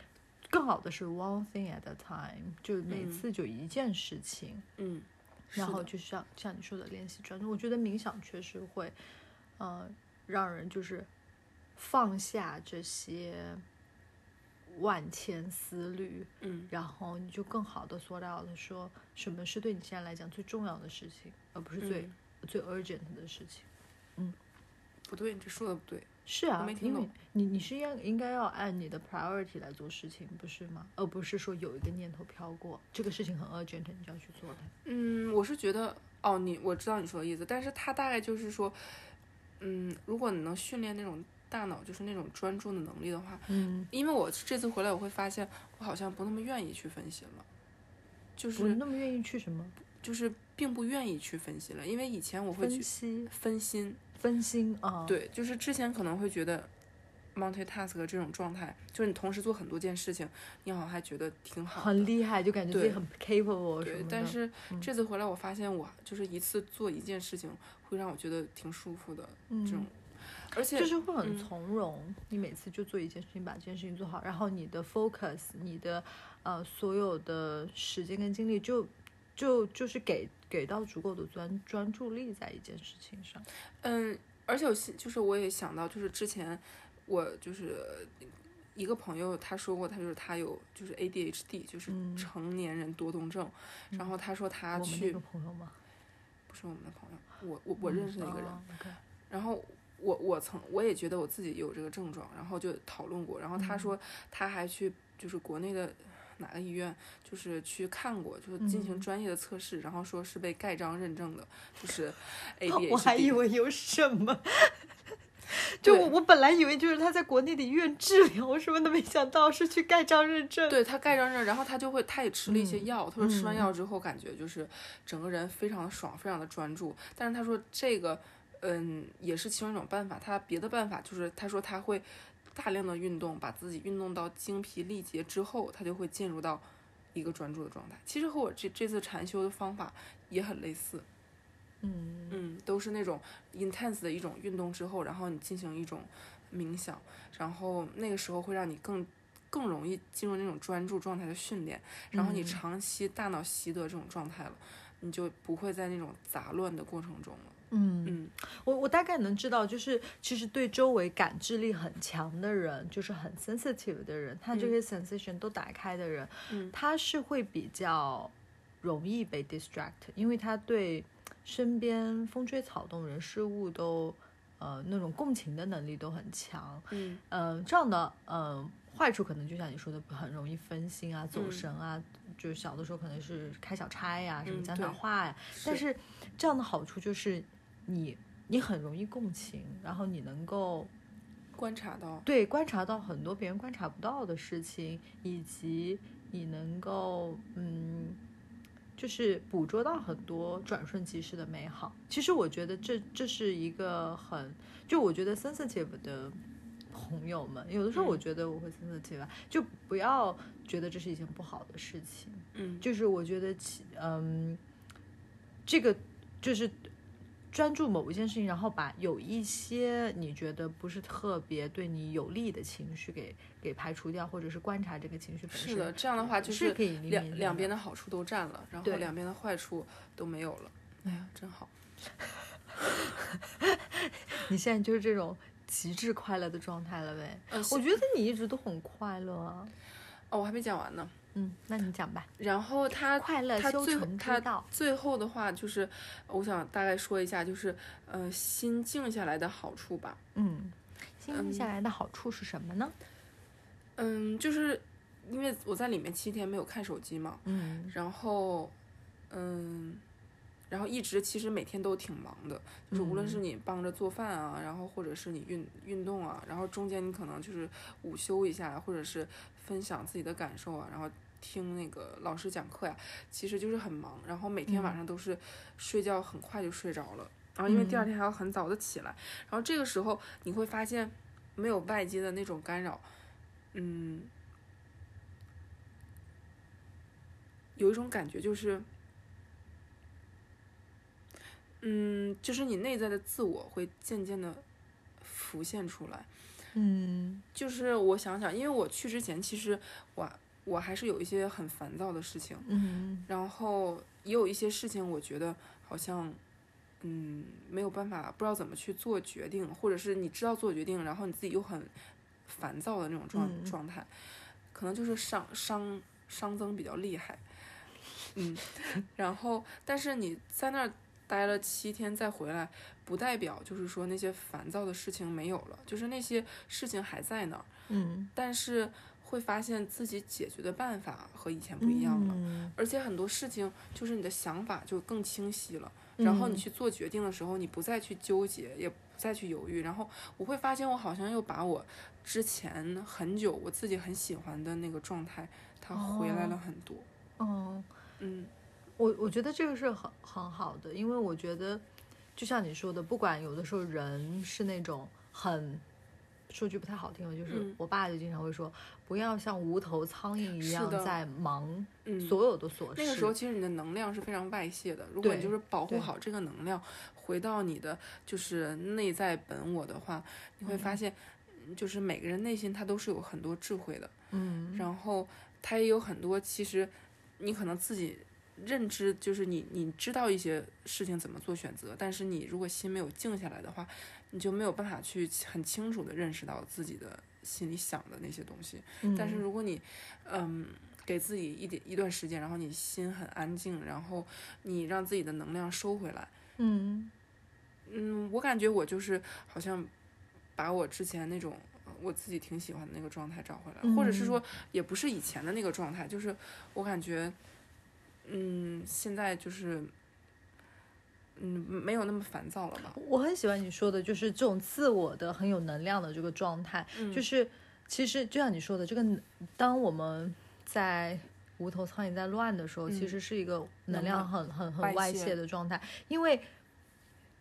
更好的是 one thing at a time，就每
嗯
次就一件事情，
嗯，
然
是
后
的
就像像你说的练习专注。我觉得冥想确实会，呃，让人就是放下这些万千思虑，
嗯
然后你就更好的缩到了说什么是对你现在来讲最重要的事情，而不是最、
嗯
最 urgent 的事情。
不对，你这说的不对。
是啊
没，听
因为
懂
你你是应应该要按你的 priority 来做事情，不是吗？而不是说有一个念头飘过，这个事情很 urgent，你就要去做它。
嗯，我是觉得哦，你我知道你说的意思，但是它大概就是说，嗯，如果你能训练那种大脑就是那种专注的能力的话，
嗯，
因为我这次回来，我会发现我好像不那么愿意去分析了，就
不
是
那么愿意去什么
就是并不愿意去分析了，因为以前我会
分
去
析、
分心，
分心啊。，
对，就是之前可能会觉得 multitask 这种状态，就是你同时做很多件事情，你好像还觉得挺好
很
的。
厉害，就感觉自己
对
很 capable 什么
对
的。，
但是
嗯
这次回来，我发现我就是一次做一件事情，会让我觉得挺舒服的。这种
嗯，
而且
就是会很
嗯
从容，你每次就做一件事情，把这件事情做好，然后你的 focus，你的呃所有的时间跟精力就就就是给给到足够的专专注力在一件事情上。
嗯，而且我是就是我也想到，就是之前我就是一个朋友他说过，他就是他有就是 ADHD，就是
嗯
成年人多动症。然后他说他
我们那
去
个朋友吗？
不是我们的朋友，我我我认识的一个人，
哦，OK
然后我我曾我也觉得我自己有这个症状，然后就讨论过。然后他
嗯
说他还去就是国内的哪个医院，就是去看过，就是进行
嗯
专业的测试，然后说是被盖章认证的，就是 ADHD。
<laughs> 我还以为有什 <laughs> 么，就我
对
我本来以为就是他在国内的医院治疗什么的，没想到是去盖章认证。
对他盖章认证，然后他就会，他也吃了一些
嗯
药。他说吃完
嗯
药之后，感觉就是整个人非常的爽，非常的专注。但是他说这个，嗯，也是其中一种办法。他别的办法就是，他说他会大量的运动，把自己运动到精疲力竭之后，他就会进入到一个专注的状态。其实和我这这次禅修的方法也很类似，
嗯，
嗯，都是那种 intense 的一种运动之后，然后你进行一种冥想，然后那个时候会让你更更容易进入那种专注状态的训练，然后你
嗯
长期大脑习得这种状态了，你就不会在那种杂乱的过程中了。
嗯
嗯，
我我大概能知道，就是其实对周围感知力很强的人，就是很 sensitive 的人，他这些 sensation 都打开的人，
嗯
他是会比较容易被 distract，因为他对身边风吹草动、人事物都呃那种共情的能力都很强。
嗯
嗯、这样的嗯、呃坏处可能就像你说的，很容易分心啊、走
嗯
神啊，就是小的时候可能是开小差呀、什么
嗯
讲讲
对
话呀、但是这样的好处就是你你很容易共情，然后你能够
观察到，
对观察到很多别人观察不到的事情，以及你能够嗯。就是捕捉到很多转瞬即逝的美好。其实我觉得这这是一个很，就我觉得 sensitive 的朋友们，有的时候
嗯
我觉得我会 sensitive，啊、就不要觉得这是一件不好的事情。
嗯，
就是我觉得其，嗯，这个就是专注某一件事情，然后把有一些你觉得不是特别对你有利的情绪给给排除掉，或者是观察这个情绪本身。
是的，这样的话就是
可以
两
理解
两边
的
的好处都占了，然后
对
两边的坏处都没有了。哎呀，真好。
你现在就是这种极致快乐的状态了呗？
呃，
我
我
觉得你一直都很快乐啊。
哦，我还没讲完呢。
嗯，那你讲吧。
然后他
快乐
他
修
最后
成之
他
道
最后的话就是，我想大概说一下，就是呃，心静下来的好处吧。
嗯，心静下
嗯
来的好处是什么呢？
嗯，就是因为我在里面七天没有看手机嘛，
嗯
然后嗯，然后一直其实每天都挺忙的，就是无论是
嗯
你帮着做饭啊，然后或者是你运运动啊，然后中间你可能就是午休一下，或者是分享自己的感受啊，然后听那个老师讲课呀、其实就是很忙，然后每天晚
嗯
上都是睡觉很快就睡着了，然后因为第二
嗯
天还要很早的起来，然后这个时候你会发现没有外界的那种干扰，嗯，有一种感觉就是。嗯，就是你内在的自我会渐渐的浮现出来。
嗯
就是我想想，因为我去之前，其实我我还是有一些很烦躁的事情，
嗯
然后也有一些事情，我觉得好像嗯没有办法，不知道怎么去做决定，或者是你知道做决定，然后你自己又很烦躁的那种状、
嗯
状态，可能就是伤伤伤增比较厉害，
<laughs>
嗯，然后但是你在那儿待了七天再回来，不代表就是说那些烦躁的事情没有了，就是那些事情还在那儿，
嗯，
但是会发现自己解决的办法和以前不一样了。
嗯
而且很多事情就是你的想法就更清晰了，然后你
嗯
去做决定的时候，你不再去纠结，也不再去犹豫。然后我会发现，我好像又把我之前很久我自己很喜欢的那个状态，它回来了
哦
很多。
哦。
嗯
我我觉得这个是很很好的，因为我觉得，就像你说的，不管有的时候人是那种很说句不太好听的，就是
嗯
我爸就经常会说，不要像无头苍蝇一
是
样
的
在忙
嗯
所有的琐事。
那个时候，其实你的能量是非常外泄的。如果你
对
就是保护
对
好这个能量，回到你的就是内在本我的话，你会发现，嗯就是每个人内心他都是有很多智慧的，
嗯，
然后他也有很多其实你可能自己认知，就是你你知道一些事情怎么做选择，但是你如果心没有静下来的话，你就没有办法去很清楚的认识到自己的心里想的那些东西。但是
嗯
如果你，嗯，给自己一点一段时间，然后你心很安静，然后你让自己的能量收回来，
嗯，
嗯，我感觉我就是好像把我之前那种呃我自己挺喜欢的那个状态找回来，或者是说也不是以前的那个状态，就是我感觉，嗯，现在就是，嗯，没有那么烦躁了吧？
我很喜欢你说的，就是这种自我的很有能量的这个状态，就是其实就像你说的，这个能当我们在无头苍蝇在乱的时候，其
嗯
实是一个能
能
量
量
很很很
外
外
泄
泄的状态，因为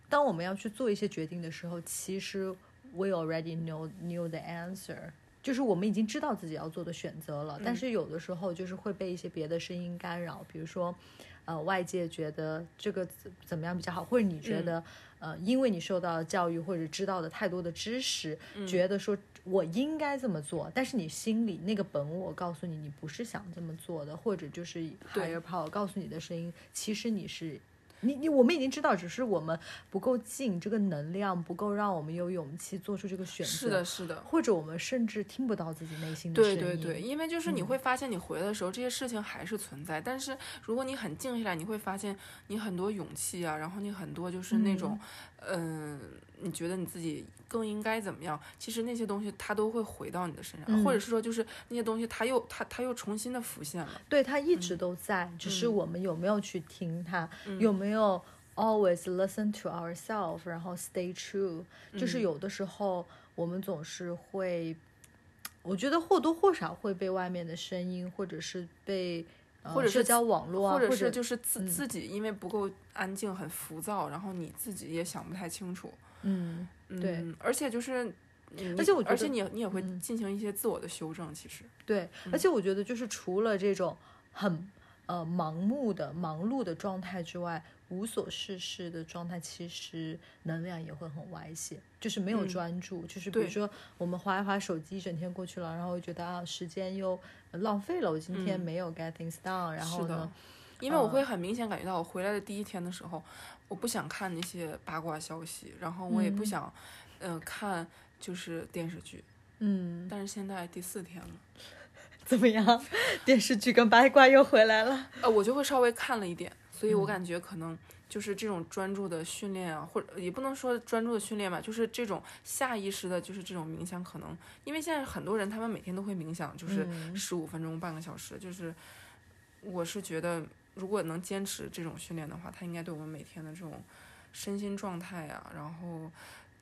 当我们要去做一些决定的时候，其实 we already know knew the answer。就是我们已经知道自己要做的选择了，但
嗯
是有的时候就是会被一些别的声音干扰，比如说，呃，外界觉得这个怎怎么样比较好，或者你觉
嗯
得，呃，因为你受到的教育或者知道的太多的知识，
嗯
觉得说我应该这么做，但是你心里那个本我告诉你，你不是想这么做的，或者就是
对
higher power 告诉你的声音，其实你是。你你我们已经知道，只是我们不够静，这个能量不够让我们有勇气做出这个选择。
是的，，是的，
或者我们甚至听不到自己内心的声
对
音。
对对，，因为就是
嗯
你会发现，你回来的时候、这些事情还是存在，但是如果你很静下来，你会发现你很多勇气啊，然后你很多就是那种，嗯、你觉得你自己更应该怎么样？其实那些东西它都会回到你的身上，
嗯
或者是说就是那些东西它又它它又重新的浮现了。
对它一直都在，只是
嗯
我们有没有去听它，有没有 always listen to ourselves，然后 stay true。就是
嗯
有的时候我们总是会，我觉得或多或少会被外面的声音，或者是被。呃
或者
社
是
交网络啊，
或
或
者是就是自、
嗯
自己因为不够安静，很浮躁，然后你自己也想不太清楚。
嗯，对
嗯，而且就是你，
而且我觉
而且
得
你也你也会
嗯
进行一些自我的修正，其实。
对，
嗯
而且我觉得就是除了这种很呃盲目的、忙碌的状态之外，无所事事的状态，其实能量也会很外泄，就是没有
嗯
专注，就是比如
对
说我们划一划手机，一整天过去了，然后觉得啊时间又浪费了，我今天
嗯
没有 get things done，、然
是
后
的
呢，
因为我
嗯
会很明显感觉到，我回来的第一天的时候，我不想看那些八卦消息，然后我也不
嗯
想，嗯、看就是电视剧。
嗯， <laughs>
但是现在第四天了，
怎么样？电视剧跟八卦又回来了，
呃，我就会稍微看了一点，所以
嗯
我感觉可能就是这种专注的训练啊，或者也不能说专注的训练吧，就是这种下意识的，就是这种冥想，可能因为现在很多人他们每天都会冥想，就是
嗯
十五分钟、半个小时，就是我是觉得如果能坚持这种训练的话，它应该对我们每天的这种身心状态啊，然后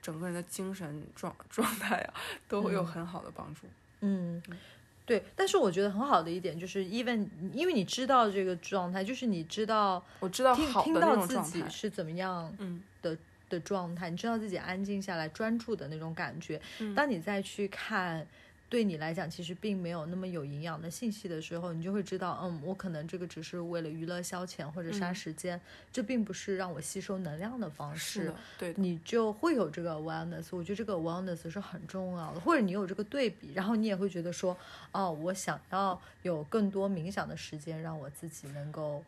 整个人的精神状状态啊，都会有
嗯
很好的帮助。
嗯，对，但是我觉得很好的一点就是，even 因为你知道这个状态，就是你知道
我知道
听
好
听
的那
到
种
自
状
己
态，
是怎么样
嗯，
的状态，你知道自己安静下来、专注的那种感觉。
嗯
当你再去看对你来讲其实并没有那么有营养的信息的时候，你就会知道，嗯，我可能这个只是为了娱乐消遣或者杀
嗯
时间，这并不是让我吸收能量的方
是
式
的。，对的。
你就会有这个 awareness，我觉得这个 awareness 是很重要的，或者你有这个对比，然后你也会觉得说，哦，我想要有更多冥想的时间，让我自己能够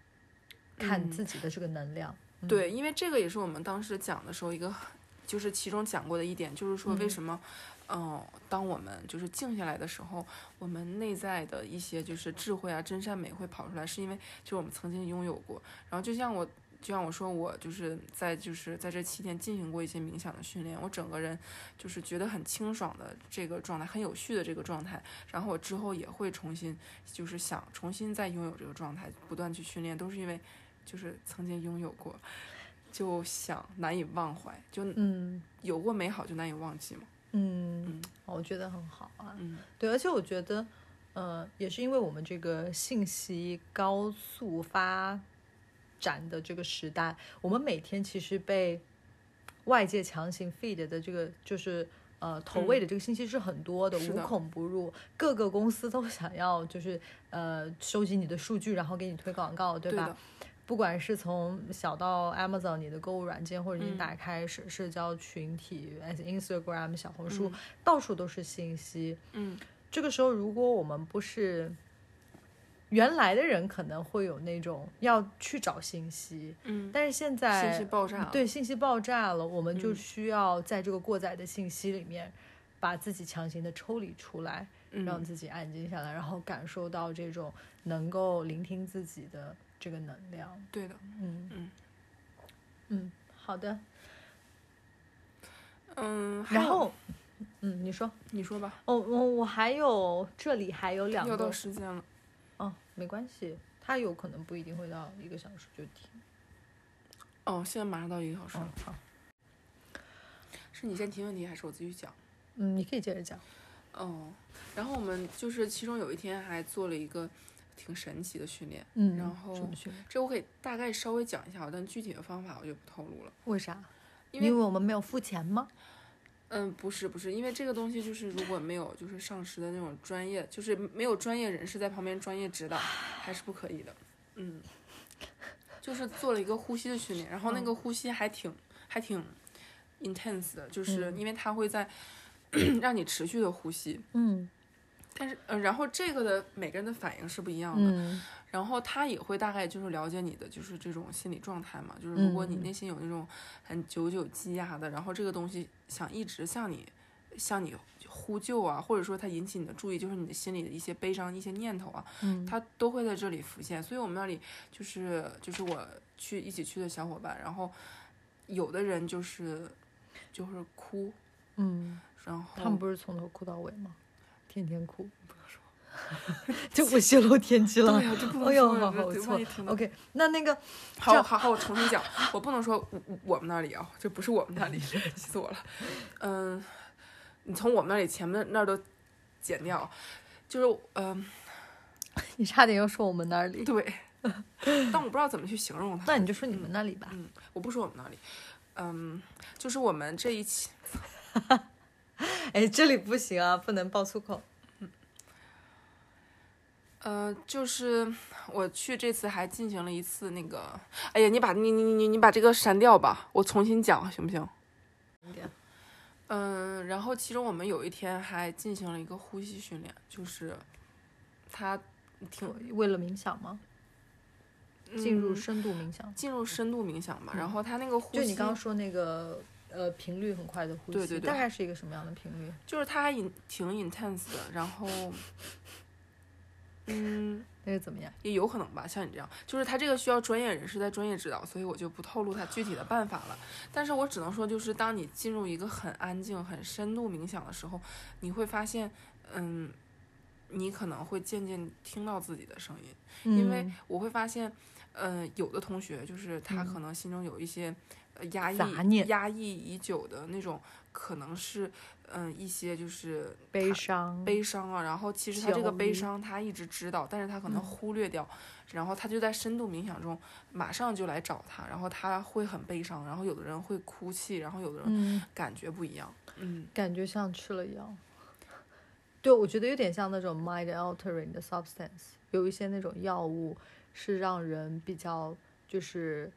看
嗯
自己的这个能量。嗯
对，因为这个也是我们当时讲的时候一个很，就是其中讲过的一点，就是说为
嗯
什么，嗯、当我们就是静下来的时候，我们内在的一些就是智慧啊、真善美会跑出来，是因为就是我们曾经拥有过。然后就像我，就像我说，我就是在就是在这期间进行过一些冥想的训练，我整个人就是觉得很清爽的这个状态，很有序的这个状态。然后我之后也会重新就是想重新再拥有这个状态，不断去训练，都是因为。就是曾经拥有过，就想难以忘怀，就
嗯
有过美好就难以忘记嘛。
嗯
嗯，
我觉得很好啊。
嗯
对，而且我觉得，呃，也是因为我们这个信息高速发展的这个时代，我们每天其实被外界强行 feed 的这个就是。呃投喂的这个信息是很多的，
嗯是
无
的
孔不入，各个公司都想要就是呃收集你的数据，然后给你推广告，对
对
吧？
的，
不管是从小到 Amazon 你的购物软件，或者你
嗯
打开社社交群体、as Instagram、小红书，到处都是信息。
嗯，
这个时候，如果我们不是原来的人，可能会有那种要去找信息，
嗯，
但是现在
信息爆炸了
对信息爆炸了，我们就
嗯
需要在这个过载的信息里面，把自己强行的抽离出来，让
嗯，
自己安静下来，然后感受到这种能够聆听自己的这个能量。
对的，
嗯
嗯
嗯，好的。
嗯，还
然
有
后，嗯，你说，
你说吧，
哦，我我还有这里还有两
要到
个，
时间了，
哦，没关系，他有可能不一定会到一个小时就停。
哦，现在马上到一个小时
嗯
了，，
好，
是你先提问题还是我继续讲？
嗯，你可以接着讲。
哦，然后我们就是其中有一天还做了一个挺神奇的训练，
嗯，
然后
什么训练？
这我可以大概稍微讲一下，但具体的方法我就不透露了。
为啥？
因为
我们没有付钱吗？
嗯，不是不是，因为这个东西就是如果没有就是上师的那种专业，就是没有专业人士在旁边专业指导，还是不可以的。嗯，就是做了一个呼吸的训练，然后那个呼吸还挺、还挺 intense 的，就是
嗯
因为它会
<clears throat>
在让你持续的呼吸，
嗯
但是呃，然后这个的每个人的反应是不一样的，
嗯
然后他也会大概就是了解你的就是这种心理状态嘛，就是如果你
嗯
内心有那种很久久积压的，然后这个东西想一直向你向你呼救啊，或者说它引起你的注意，就是你的心里的一些悲伤、一些念头啊，
嗯，
它都会在这里浮现。所以我们那里就是就是我去一起去的小伙伴，然后有的人就是就是哭，
嗯，
然后
他们不是从头哭到尾吗？ <laughs> 天天哭，不 <laughs> 要说，就不泄露天机了
对。呀、这不能说
哎呦，
呀
好
这
好，我
这
错
万一
了
听。到
OK，那那个，这 <laughs>
好
样
好好，我重新讲，我不能说我我们那里啊，这不是我们那里， <laughs> 气死我了。嗯，你从我们那里前面那儿都剪掉，就是嗯、
你差点又说我们那里，
对，但我不知道怎么去形容它。
那你就说你们那里吧。
嗯，我不说我们那里，嗯，就是我们这一期，
哎，这里不行啊，不能爆粗口。
呃，就是我去这次还进行了一次那个，哎呀，你把你你你你把这个删掉吧，我重新讲行不行？嗯，然后其中我们有一天还进行了一个呼吸训练，就是它挺
为了冥想吗？进入
嗯
深度冥想，
进入深度冥想吧。然后它那个呼吸，
就你刚刚说那个呃频率很快的呼吸，
对对对
大概是一个什么样的频率？
就是它还挺挺 intense 的，
<laughs>
然后嗯，
那是怎么样？
也有可能吧，像你这样，就是它这个需要专业人士在专业指导，所以我就不透露它具体的办法了。但是我只能说，就是当你进入一个很安静、很深度冥想的时候，你会发现，嗯，你可能会渐渐听到自己的声音。因为
嗯
我会发现，呃，有的同学就是他可能心中有一些呃压抑、
杂念
压抑已久的那种，可能是嗯、一些就是
悲
他
伤，
悲伤啊。然后其实他这
焦
个悲
虑
伤他一直知道，但是他可能
嗯
忽略掉，然后他就在深度冥想中马上就来找他，然后他会很悲伤，然后有的人会哭泣，然后有的人
嗯，
感觉不一样，嗯。
感觉像吃了药。对，我觉得有点像那种 mind altering 的 substance，有一些那种药物是让人比较就是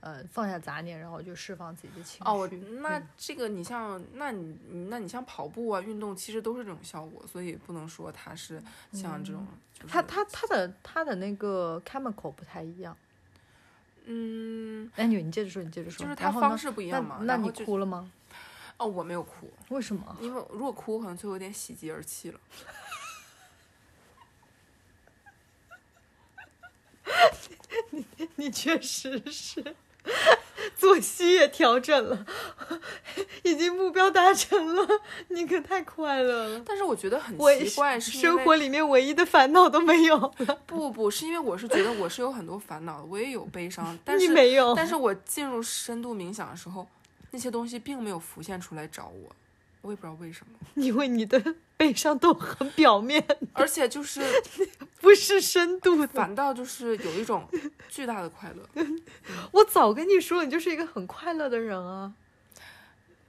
呃放下杂念，然后就释放自己的情绪。
哦，那
嗯
这个你像，那你那你像跑步啊，运动其实都是这种效果，所以不能说它是像这种，
嗯
就是
它它它的它的那个 chemical 不太一样。
嗯，
哎，你你接着说，你接着说。
就是它
然后
方
呢
式不一
那
样嘛。
那
然后
你
就
哭了吗？
哦，我没有哭，
为什么？
因为如果哭，我可能就有点喜极而泣了。
你确实是作息也调整了，已经目标达成了，你可太快乐了。
但是我觉得很
我
奇怪，是因
生
为
活里面唯一的烦恼都没有了，
不不是因为我是觉得我是有很多烦恼的，我也有悲伤，但
你
是
没有。
但是我进入深度冥想的时候，那些东西并没有浮现出来找我，我也不知道为什么，
因为你的悲伤都很表面，
而
<laughs>
且就是
不是深度 <laughs> 的。
反倒就是有一种巨大的快乐。
我早跟你说，你就是一个很快乐的人啊。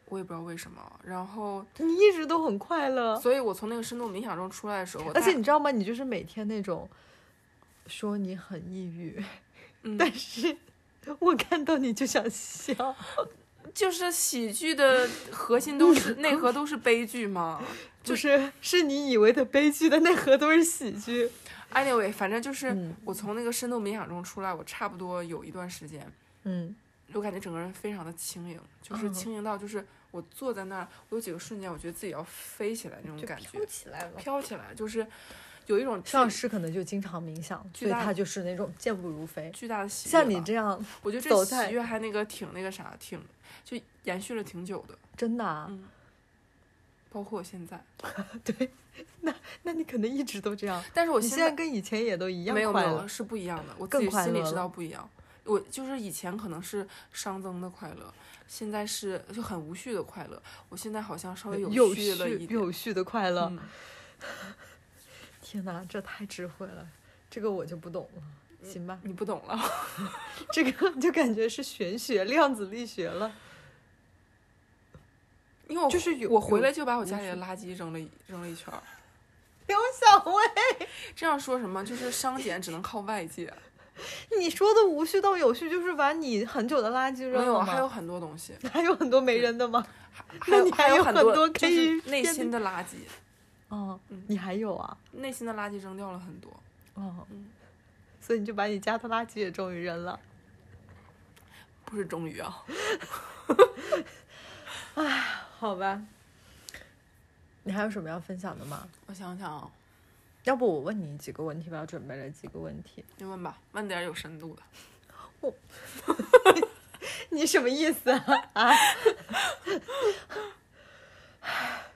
我也不知道为什么。然后，
你一直都很快乐，
所以我从那个深度冥想中出来的时候，我
而且
大
你知道吗？你就是每天那种说你很抑郁，
嗯
但是我看到你就想笑。
就是喜剧的核心
<laughs>
都是内核都是悲剧嘛。
就是是你以为的悲剧的内核都是喜剧。
Anyway，反正就是
嗯
我从那个深度冥想中出来，我差不多有一段时间，
嗯，
我感觉整个人非常的轻盈，就是
嗯
轻盈到就是我坐在那儿，我有几个瞬间我觉得自己要飞起来那种
就
感觉
飘，起来了。
飘起来，就是有一种巨
邵老师可能就经常冥想，
巨
所以
大
他
的
就是那种健步如飞。
巨大的喜悦吧。
像你这样，
我觉得
走
这
在
喜悦还那个挺那个啥，挺就延续了挺久的，
真的、啊，
嗯，包括我现在，
对，那那你可能一直都这样。
但是我
你现
在
在跟以前也都一样
没有没
快
有
乐，
是不一样的，我自
更
己
快
心里
乐
知道
了
不一样。我就是以前可能是熵增的快乐，现在是就很无序的快乐。我现在好像稍微
呃有
序了一
序
点。
有序的快乐。
嗯，
天哪，这太智慧了，这个我就不懂了。
嗯
行吧，
你不懂了。
这个就感觉是玄学、量子力学了。
因为我
就是有
我回
有
来就把我家
无
里的
序
垃圾扔了一扔了一圈儿。
刘小薇，
这样说什么？就
<laughs>
是商减只能靠外界，
你说的无序到有序，就是把你很久的垃圾
没
扔
有
了吗？
还有很多东
<laughs>
西，
还有很多没人的吗？
还有
你还有
很
很
多
多可
就
以
是内
变
心的垃圾，
哦
嗯，
你还有啊？
内心的垃圾扔掉了很多。
哦
嗯，
所以你就把你家的垃圾也终于扔了。
不是终于啊， <laughs>
好吧，你还有什么要分享的吗？
我想想啊，
要不我问你几个问题吧，我准备了几个问题。
你问吧，问点儿有深度的。
你什么意思啊？啊？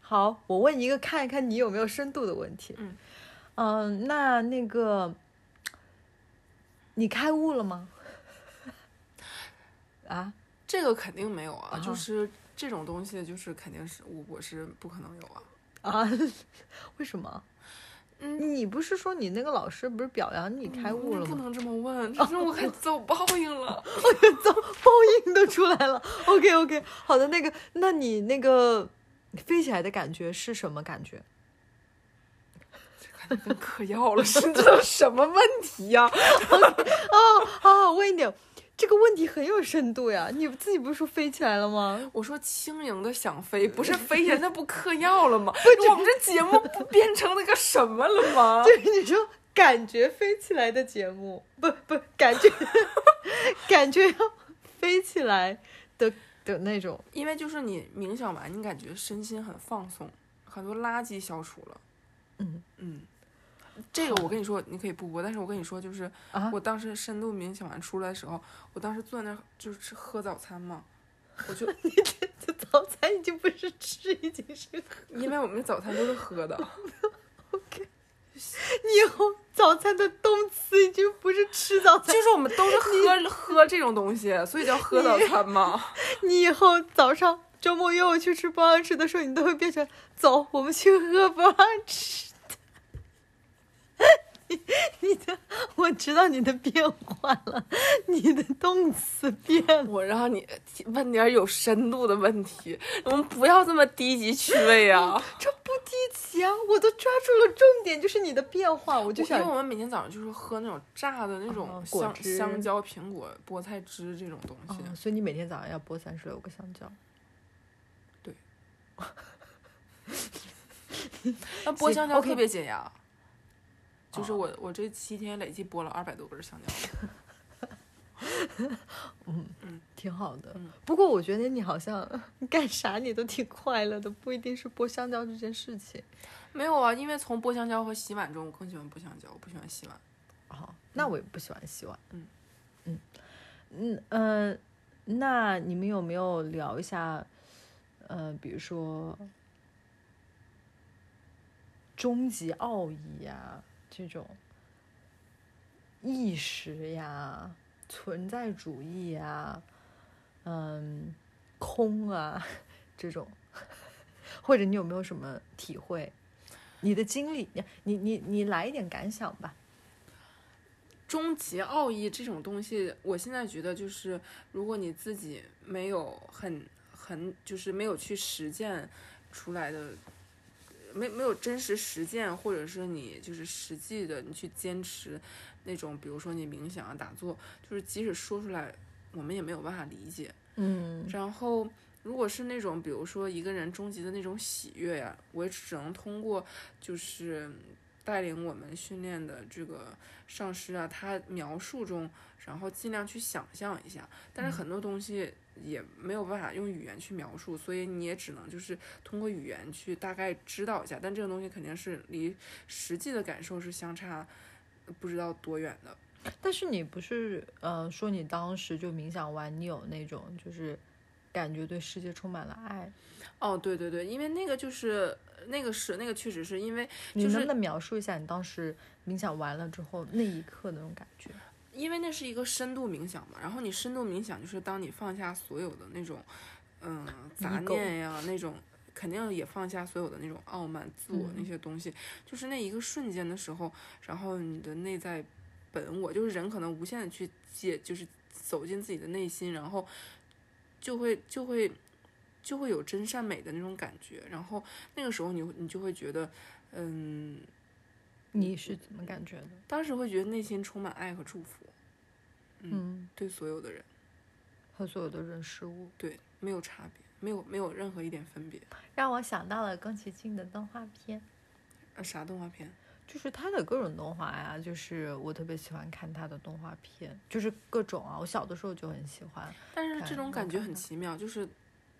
好，我问一个，看一看你有没有深度的问题。
嗯
嗯那那个，你开悟了吗？ <laughs> 啊，
这个肯定没有啊，
啊
就是这种东西，就是肯定是我我是不可能有啊。
<laughs> 啊？为什么？
嗯
你不是说你那个老师不是表扬你开悟
你
了
不
<laughs> 吗？
能这么问，这是我该遭报
<laughs>
应了。
糟，报应都出来了。OK OK，好的，那个，那你那个飞起来的感觉是什么感觉？
感觉跟嗑药了似的，这都什么问题啊呀、
哦，好好问一点，这个问题很有深度呀。你自己不是说飞起来了吗？
我说轻盈的想
<laughs>
飞，不是飞起来，那不嗑药了吗？我们这节目不变成那个什么了吗？
<laughs> 对，你说感觉飞起来的节目，不不，感
<laughs>
觉 <laughs> 感觉要飞起来的的那种。
因为就是你冥想完，你感觉身心很放松，很多垃圾消除了。
嗯
嗯，这个我跟你说，你可以不播，但是我跟你说，就是
啊
我当时深度冥想完出来的时候，我当时坐在那儿就是吃喝早餐嘛，
<laughs>
我就
这早餐已经不是吃，已经是
因为我们早餐都是
<laughs>
喝的，
你以后早餐的动词已经不是吃早
就
餐，
是我们都是喝喝这种东西，所以叫喝早餐嘛。
你以后早上周末约我去吃不让吃的时候，你都会变成走，我们去喝不让吃的。 <laughs> 你你的，我知道你的变化了，你的动词变了。
我让你问点有深度的问题，我们不要这么低级趣味啊！
这不低级啊！我都抓住了重点，就是你的变化，我
就嗯
就
因为我
想
们每天早上就是喝那种榨的那
啊
种
果
香、
汁
香蕉、苹果、菠菜汁这种东西。
哦，所以你每天早上要剥三十六个香蕉。
那剥香蕉
，OK
特别解压，就是我我这七天累计剥了二百多根香蕉。
挺好的
嗯。
不过我觉得你好像 <laughs> 干啥你都挺快乐的，不一定是剥香蕉这件事情。
没有啊，因为从剥香蕉和洗碗中，我更喜欢剥香蕉，我不喜欢洗碗。
哦，那我也不喜欢洗碗。
嗯
嗯嗯嗯、呃那你们有没有聊一下，呃，比如说终极奥义呀这种意识呀、存在主义呀、嗯、空啊 <laughs> 这种，或者你有没有什么体会？你的经历，你你你你来一点感想吧。
终极奥义这种东西，我现在觉得就是，如果你自己没有很很就是没有去实践出来的，没没有真实实践，或者是你就是实际的你去坚持那种，比如说你冥想啊、打坐，就是即使说出来，我们也没有办法理解。
嗯
然后，如果是那种，比如说一个人终极的那种喜悦呀、我也只能通过就是带领我们训练的这个上师啊，他描述中，然后尽量去想象一下。但
嗯
是很多东西也没有办法用语言去描述，所以你也只能就是通过语言去大概知道一下。但这种东西肯定是离实际的感受是相差不知道多远的。
但是你不是呃说你当时就冥想完，你有那种就是感觉对世界充满了爱，
哦，对对对，因为那个就是那个是那个确实是因为
你
就
能
是
不能描述一下你当时冥想完了之后那一刻那种感觉？
因为那是一个深度冥想嘛，然后你深度冥想就是当你放下所有的那种，嗯、杂
遗构
念呀，那种肯定也放下所有的那种傲慢、自我那
嗯
些东西，就是那一个瞬间的时候，然后你的内在本我，就是人可能无限的去解，就是走进自己的内心，然后就会就会就会有真善美的那种感觉，然后那个时候你会你就会觉得，嗯，
你是怎么感觉的？
当时会觉得内心充满爱和祝福，
嗯，
对所有的人。
和所有的人事物，
对，没有差别，没有没有任何一点分别。
让我想到了宫崎骏的动画片。
呃，啥动画片？
就是他的各种动画呀，就是我特别喜欢看他的动画片，就是各种啊，我小的时候就很喜欢。
但是这
看
种
我
感觉
看
很
看
奇妙，就是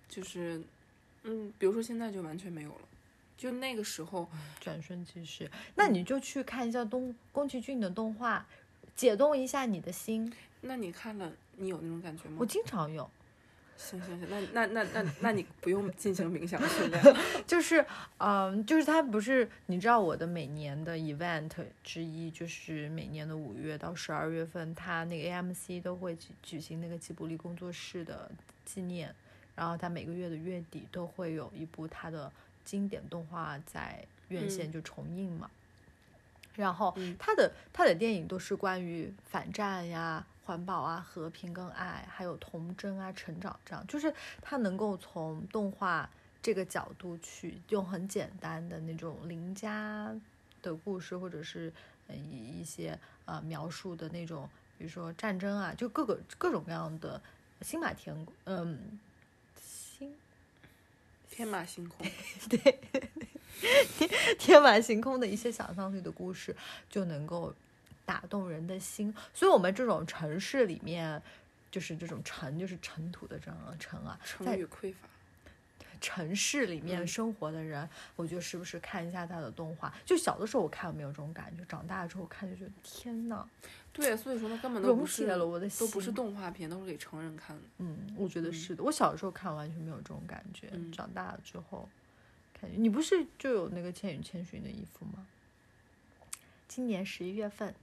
就是，嗯，比如说现在就完全没有了，就那个时候，
转瞬即逝，那你就去看一下东宫崎骏的动画，解冻一下你的心。
那你看了，你有那种感觉吗
我？经常有，
行行行，那那那那那你不用进行冥想训练，
<laughs> 就是嗯、就是他不是你知道我的每年的 event 之一，就是每年的五月到十二月份，他那个 AMC 都会举举行那个吉卜力工作室的纪念，然后他每个月的月底都会有一部他的经典动画在院线
嗯
就重映嘛。然后
嗯
他的、他的电影都是关于反战呀、环保啊、和平跟爱，还有童真啊、成长这样，就是他能够从动画这个角度去用很简单的那种邻家的故事，或者是呃一一些呃描述的那种，比如说战争啊，就各个各种各样的新马田，嗯， <laughs> 新
天马行空。
天马行空的一些想象力的故事，就能够打动人的心。所以，我们这种城市里面，就是这种尘，就是尘土的这样的尘啊，
成
在
语匮乏，
城市里面
嗯
生活的人，我觉得是不是看一下他的动画？就小的时候我看没有这种感觉，长大之后看就觉得天呐，
对，所以说那根本都
溶
不是
解了我的
都
心。
不是动画片，都是给成人看的。
嗯，我觉得
嗯
是的。我小时候看完全没有这种感觉，
嗯
长大了之后，感觉你不是就有那个《千与千寻》的衣服吗？今年十一月份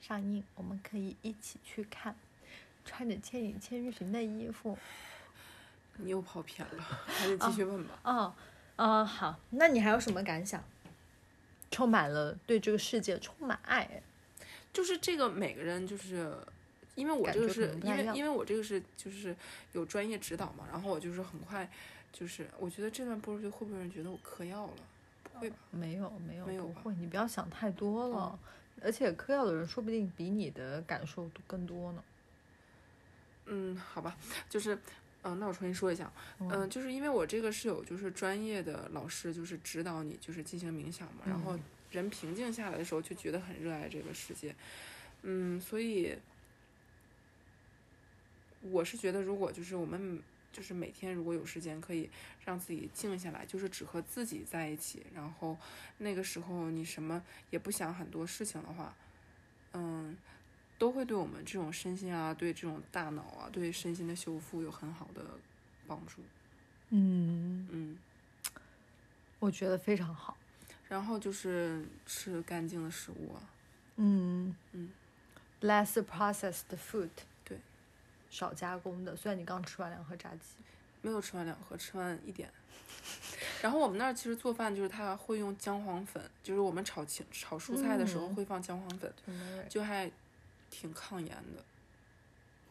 上映，我们可以一起去看，穿着《千与千寻》的衣服。
你又跑偏了，还得继续问吧。
哦，哦，好，那你还有什么感想？充满了对这个世界充满爱，
就是这个每个人就是，因为我
感
这个
觉可
是
能不
因
太一
为
样
因为我这个是就是有专业指导嘛，然后我就是很快就是我觉得这段播出去会不会有人觉得我嗑药了？不会吧？
没有，没有，
没有
不
吧
会，你不要想太多了。而且嗑药的人说不定比你的感受都更多呢。
嗯，好吧，就是。嗯，那我重新说一下，嗯、
嗯
就是因为我这个是有就是专业的老师，就是指导你，就是进行冥想嘛，然后
嗯
人平静下来的时候就觉得很热爱这个世界，嗯，所以我是觉得，如果就是我们就是每天如果有时间，可以让自己静下来，就是只和自己在一起，然后那个时候你什么也不想很多事情的话，嗯，都会对我们这种身心啊，对这种大脑啊，对身心的修复有很好的帮助。
嗯，
嗯，
我觉得非常好。
然后就是吃干净的食物啊，
嗯
嗯
，less processed food，
对，
少加工的。虽然你刚吃完两盒炸鸡，
没有吃完两盒，吃完一点。 <laughs> 然后我们那儿其实做饭就是他会用姜黄粉，就是我们炒青炒蔬菜的时候
嗯
会放姜黄粉，
对没味儿
就还挺抗炎的。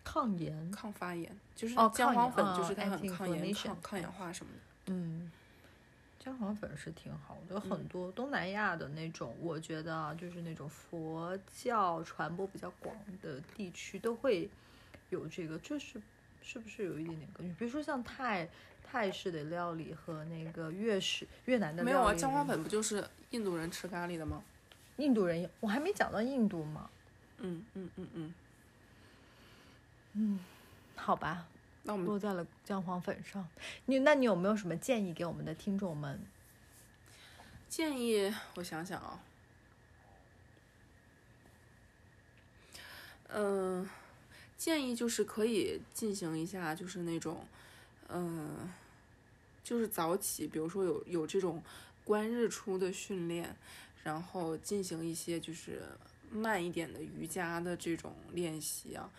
抗炎，
抗发炎，就是
哦
姜
抗炎
黄粉，
啊
就是它很抗炎、
anti-inflammation
抗抗氧化什么的。
嗯，姜黄粉是挺好的，有很
嗯
多东南亚的那种，我觉得啊，就是那种佛教传播比较广的地区都会有这个，就是是不是有一点点根据？比如说像泰泰式的料理和那个越式越南的
没有
料
啊，
理
姜黄粉不就是印度人吃咖喱的吗？
印度人也，我还没讲到印度嘛，
嗯嗯嗯嗯。
嗯好吧，
那我们
落在了姜黄粉上。你那你有没有什么建议给我们的听众们？
建议我想想啊，嗯、建议就是可以进行一下，就是那种，嗯、就是早起，比如说有有这种观日出的训练，然后进行一些就是慢一点的瑜伽的这种练习啊，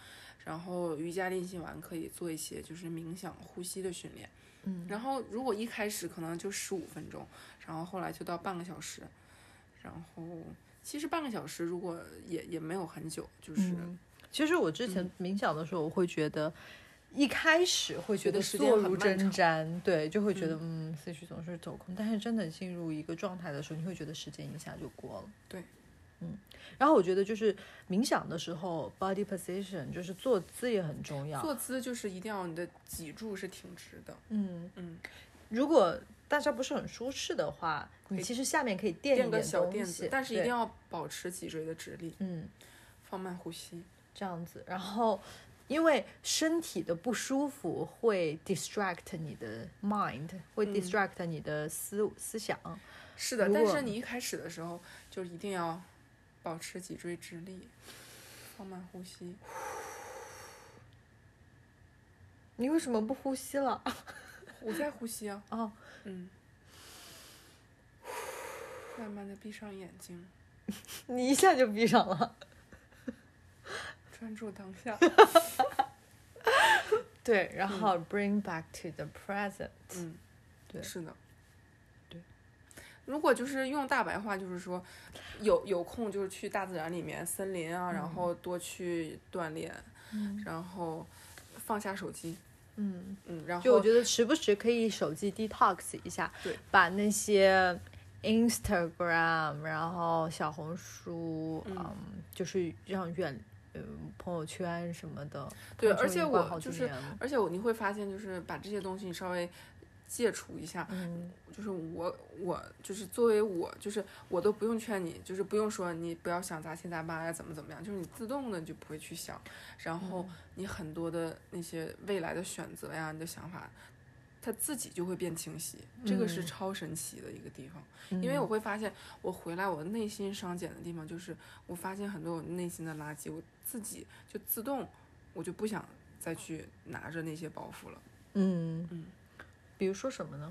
然后瑜伽练习完可以做一些就是冥想呼吸的训练。
嗯，
然后如果一开始可能就十五分钟，然后后来就到半个小时，然后其实半个小时如果也也没有很久，就是、
嗯其实我之
嗯
前冥想的时候，我会觉得一开始会觉
觉
得
得时间
坐
很
如
漫
针毡，对，就会觉得嗯，思绪总是走空。但是真的进入一个状态的时候，你会觉得时间一下就过了。
对，
嗯。然后我觉得就是冥想的时候，body position 就是坐姿也很重要。
坐姿就是一定要你的脊柱是挺直的，
嗯
嗯，
如果大家不是很舒适的话，你其实下面可以垫一点
垫个小
东
垫
西
子，但是一
对
定要保持脊椎的直立，
嗯。
放慢呼吸。
这样子，然后因为身体的不舒服会 distract 你的 mind，会 distract 你的思、思想，
是的，
如
但
果
是你一开始的时候就一定要保持脊椎直立，放慢呼吸。
你为什么不呼吸了？ <laughs>
我在呼吸啊，
哦，
嗯，慢慢的闭上眼睛。
你一下就闭上了。
专注当下。
对， <laughs> 嗯然后 bring back to the present。
嗯，
对
是的，
对。
如果就是用大白话，就是说，有有空就是去大自然里面，森林啊，然后多去锻炼，
嗯
然后放下手机，
嗯，
嗯，然后
就我觉得时不时可以手机 detox 一下，
对，
把那些 Instagram，然后小红书，嗯
嗯
就是让远，嗯、朋友圈什么的。
对
朋友
而
圈
且
已经关
我
好几
就是
年了
而且我你会发现，就是把这些东西稍微戒除一下，
嗯。
就是我我就是作为我就是我都不用劝你，就是不用说你不要想杂七杂八呀怎么怎么样，就是你自动的就不会去想，然后你很多的那些未来的选择呀，你的想法，它自己就会变清晰，这个是
嗯
超神奇的一个地方，因为我会发现我回来我内心伤减的地方就是我发现很多我内心的垃圾，我自己就自动我就不想再去拿着那些包袱了。
嗯
嗯，
比如说什么呢？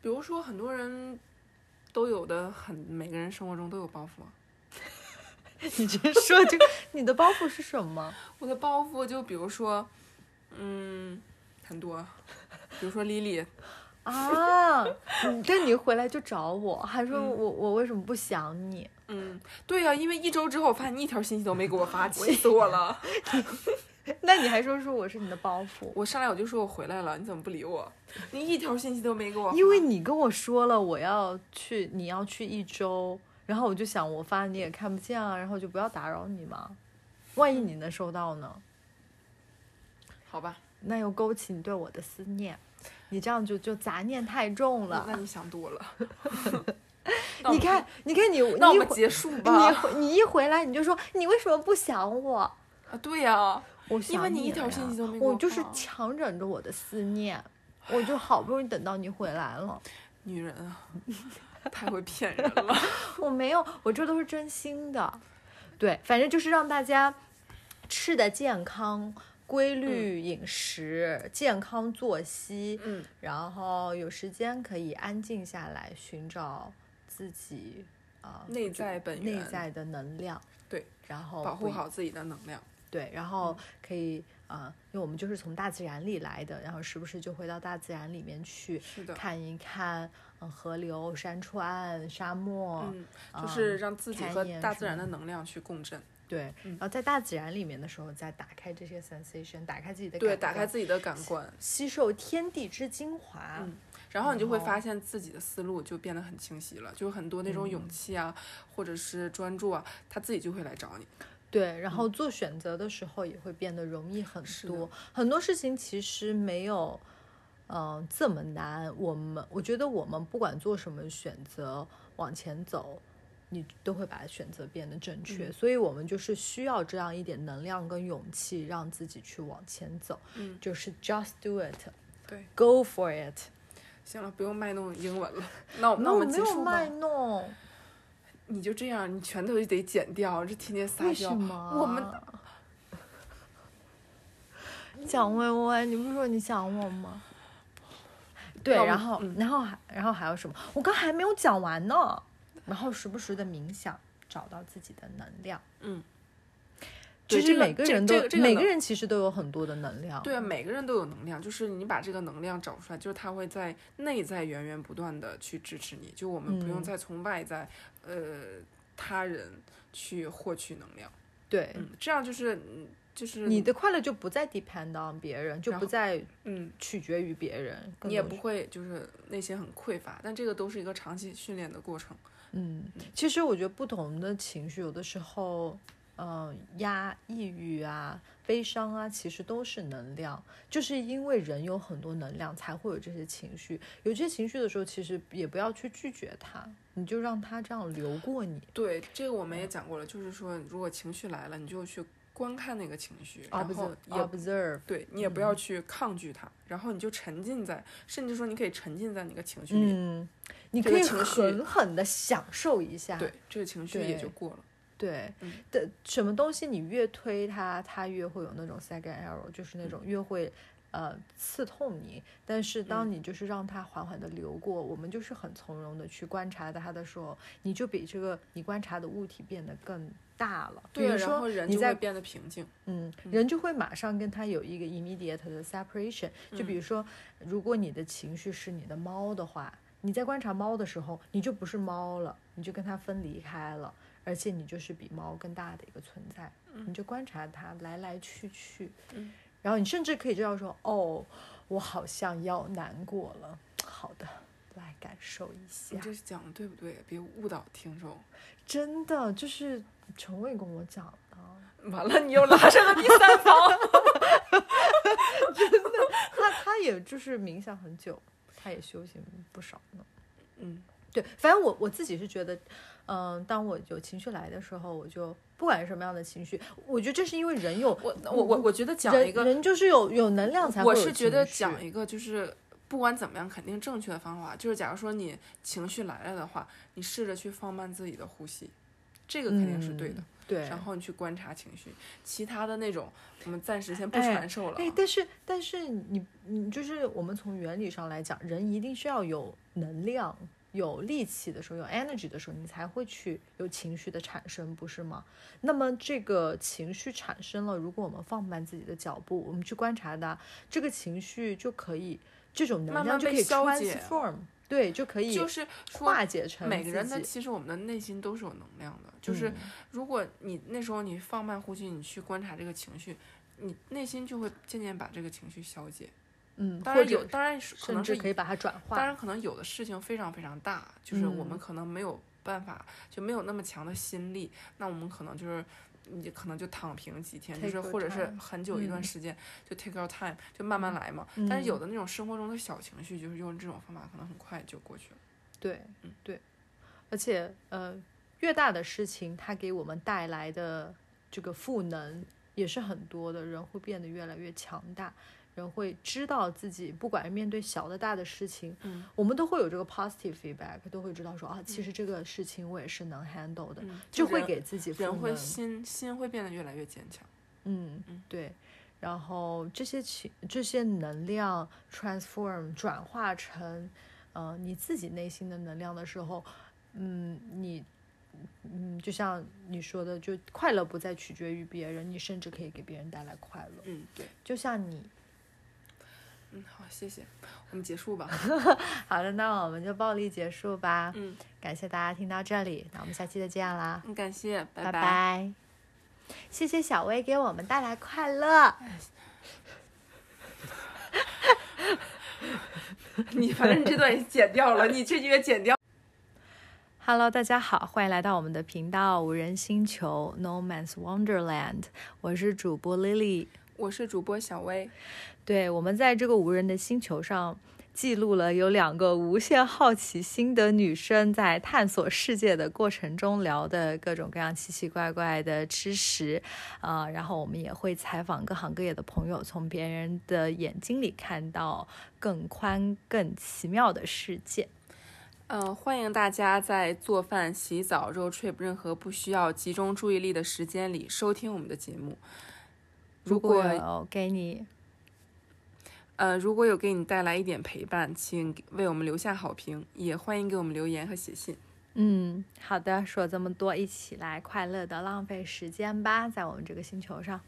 比如说，很多人都有的很，每个人生活中都有包袱啊。
<laughs> 你直说这个，你的包袱是什么？
我的包袱就比如说，嗯，很多，比如说 Lily，
<laughs> 啊，你但你回来就找我，还说我、我为什么不想你？
嗯，对呀、因为一周之后我发现你一条信息都没给
<laughs>
我发，气死我了。
哎那你还说说我是你的包袱，
我上来我就说我回来了，你怎么不理我？你一条信息都没给我
<laughs>
发，
因为你跟我说了我要去，你要去一周，然后我就想我发你也看不见啊，然后就不要打扰你嘛，万一你能收到呢？
好吧，
那又勾起你对我的思念，你这样就就杂念太重
那那
了。
你想多了。那我
你
们
看，，你看你，
那我
你
们
回
结束
<laughs> 你
吧。
回你一回来你就说你为什么不想我？
啊，对呀、
我
因为
想
你一
了
条信
呀
息都没给
我
我
就是
发
强忍着我的思念，我就好不容易等到你回来了。
女人啊，太会骗人了。
我没有，我这都是真心的。对，反正就是让大家吃的健康。规律饮食、健康作息，
嗯，
然后有时间可以安静下来，寻找自己啊、
内在本源
内在的能量。
对，
然后
保护
不
好自己的能量。
对，然后
嗯
可以啊、呃因为我们就是从大自然里来的，然后时不时就回到大自然里面去
是的，
看一看，嗯、河流、山川、沙漠，哦呃
嗯，就是让自己和
啊
嗯
开眼
大
什
自然
么
的能量去共振。
对，然后在大自然里面的时候，再打开这些 sensation，打开自己的
对，
感
打开
官
自己的感官，
吸收天地之精华。
嗯然后你就会
然后
发现自己的思路就变得很清晰了，就很多那种
嗯
勇气啊，或者是专注啊，他自己就会来找你。
对，然后做选择的时候也会变得容易很
嗯是的
多。很多事情其实没有，嗯、这么难。我们我觉得我们不管做什么选择，往前走。你都会把选择变得正确，
嗯
所以我们就是需要这样一点能量跟勇气，让自己去往前走。
嗯
就是 just do it，
对
，go for it。
行了，不用卖弄英文了，那我
没
那我
有
们
没
结
有
束吧
卖。弄，
你就这样，你拳头就得剪掉，这天天撒
为什
娇。
么？
我们
蒋薇薇，你不是说你想我吗？对，
那我们
然后、
嗯
然后还然后还有什么？我刚还没有讲完呢。然后时不时的冥想，找到自己的能量。
嗯，
就
对
是
这个
每
这
人都、
这个这个
每
能
个人其实都有很多的能量。
对啊，每个人都有能量，就是你把这个能量找出来，就是它会在内在源源不断的去支持你，就我们不用
嗯
再从外在，呃，他人去获取能量，
对、
嗯，这样就是嗯就是
你的快乐就不再 depend on 别人，就
然
不
后
再
嗯，
取决于别人。更
你也
多
不
是
会就是内心很匮乏，但这个都是一个长期训练的过程，
嗯，其实我觉得不同的情绪，有的时候，嗯、压、抑郁啊、悲伤啊，其实都是能量。就是因为人有很多能量，才会有这些情绪。有这些情绪的时候，其实也不要去拒绝它，你就让它这样流过你。
对，这个我们也
嗯
讲过了，就是说如果情绪来了，你就去观看那个情绪，然后
Observe,
也
observe，
对你也不
嗯
要去抗拒它，然后你就沉浸在，甚至说你可以沉浸在你个情绪里，
嗯，你
这
可
个
以
情绪
狠狠的享受一下。
对，这个情绪也就
哎对
过了。
对
嗯
的，什么东西你越推它，它越会有那种 second arrow，就是
嗯
那种越会呃刺痛你。但是
嗯
当你就是让它缓缓的流过，我们就是很从容的去观察它的时候，你就比这个你观察的物体变得更大了。比
对，
如
然后
说
人
你
就会
在
变得平静。
嗯，人就会马上跟他有一个 immediate 的 separation。就比如说，如果你的情绪是你的猫的话，你在观察猫的时候，你就不是猫了，你就跟它分离开了，而且你就是比猫更大的一个存在，你就观察它来来去去，
嗯
然后你甚至可以知道说，哦，我好像要难过了，好的。来感受一下
你，这是讲的对不对？别误导听众。
真的就是陈伟跟我讲的，
完了，你又拉上了第三
<laughs>
方。
他他也就是冥想很久，他也修行不少呢。
嗯，
对，反正我我自己是觉得，嗯、当我有情绪来的时候，我就不管是什么样的情绪，我觉得这是因为人有嗯
我我我我觉得讲
人
一个，
人就是有有能量才会
我
有
是觉得
情绪
讲一个就是。不管怎么样，肯定正确的方法就是，假如说你情绪来了的话，你试着去放慢自己的呼吸，这个肯定是对的。
嗯对，
然后你去观察情绪，其他的那种我们暂时先不
哎
传授了啊。
哎，但是但是你你就是我们从原理上来讲，人一定是要有能量、有力气的时候，有 energy 的时候，你才会去有情绪的产生，不是吗？那么这个情绪产生了，如果我们放慢自己的脚步，我们去观察它，这个情绪就可以，这种能
慢
量
慢
就
被
可以
消解
transform，对，就可以
就是说
化解成
每个
自
人的
己
其实我们的内心都是有能量的，就是
嗯
如果你那时候你放慢呼吸，你去观察这个情绪，你内心就会渐渐把这个情绪消解。
嗯，
当
或
然有，
者
当然是可
甚
能
至
是
可以把它转
当
化，
然可能有的事情非常非常大，就是我们
嗯
可能没有办法，就没有那么强的心力，那我们可能就是。你可能就躺平几天，就
Take
是
your
或者是
time
很久一段
嗯
时间，就 take your time，就慢慢来嘛。但是有
嗯
的那种生活中的小情绪，就是用这种方法，可能很快就过去了。
对
嗯，
对，而且呃，越大的事情，它给我们带来的这个赋能也是很多的，人会变得越来越强大，人会知道自己不管是面对小的大的事情，
嗯，
我们都会有这个 positive feedback，都会知道说啊，其实这个事情我也是能 handle 的，
嗯，
就会
人
给自己赋
人会
能，
心心会变得越来越坚强。
嗯
嗯，
对。然后这些情这些能量 transform 转化成，呃，你自己内心的能量的时候，嗯，你，嗯，就像你说的，就快乐不再取决于别人，你甚至可以给别人带来快乐。
嗯，对，
就像你，
嗯，好，谢谢，我们结束 <laughs> 吧。
好的，那我们就暴力结束吧。
嗯
感谢大家听到这里，那我们下期再见啦，
嗯，感谢，拜
拜
谢谢小薇给我们带来快乐。
你反正你这段也剪掉了，你这句也剪掉。
Hello，大家好，欢迎来到我们的频道《无人星球 No Man's Wonderland》，我是主播 Lily。
<laughs> 我是主播小薇，
对，我们在这个无人的星球上记录了有两个无限好奇心的女生在探索世界的过程中聊的各种各样奇奇怪怪的吃食，啊、然后我们也会采访各行各业的朋友，从别人的眼睛里看到更宽、更奇妙的世界。
嗯、欢迎大家在做饭、洗澡、road trip 任何不需要集中注意力的时间里收听我们的节目。如果
有给你
呃，如果有给你带来一点陪伴，请为我们留下好评，也欢迎给我们留言和写信。
嗯，好的，说这么多，一起来快乐的浪费时间吧，在我们这个星球上。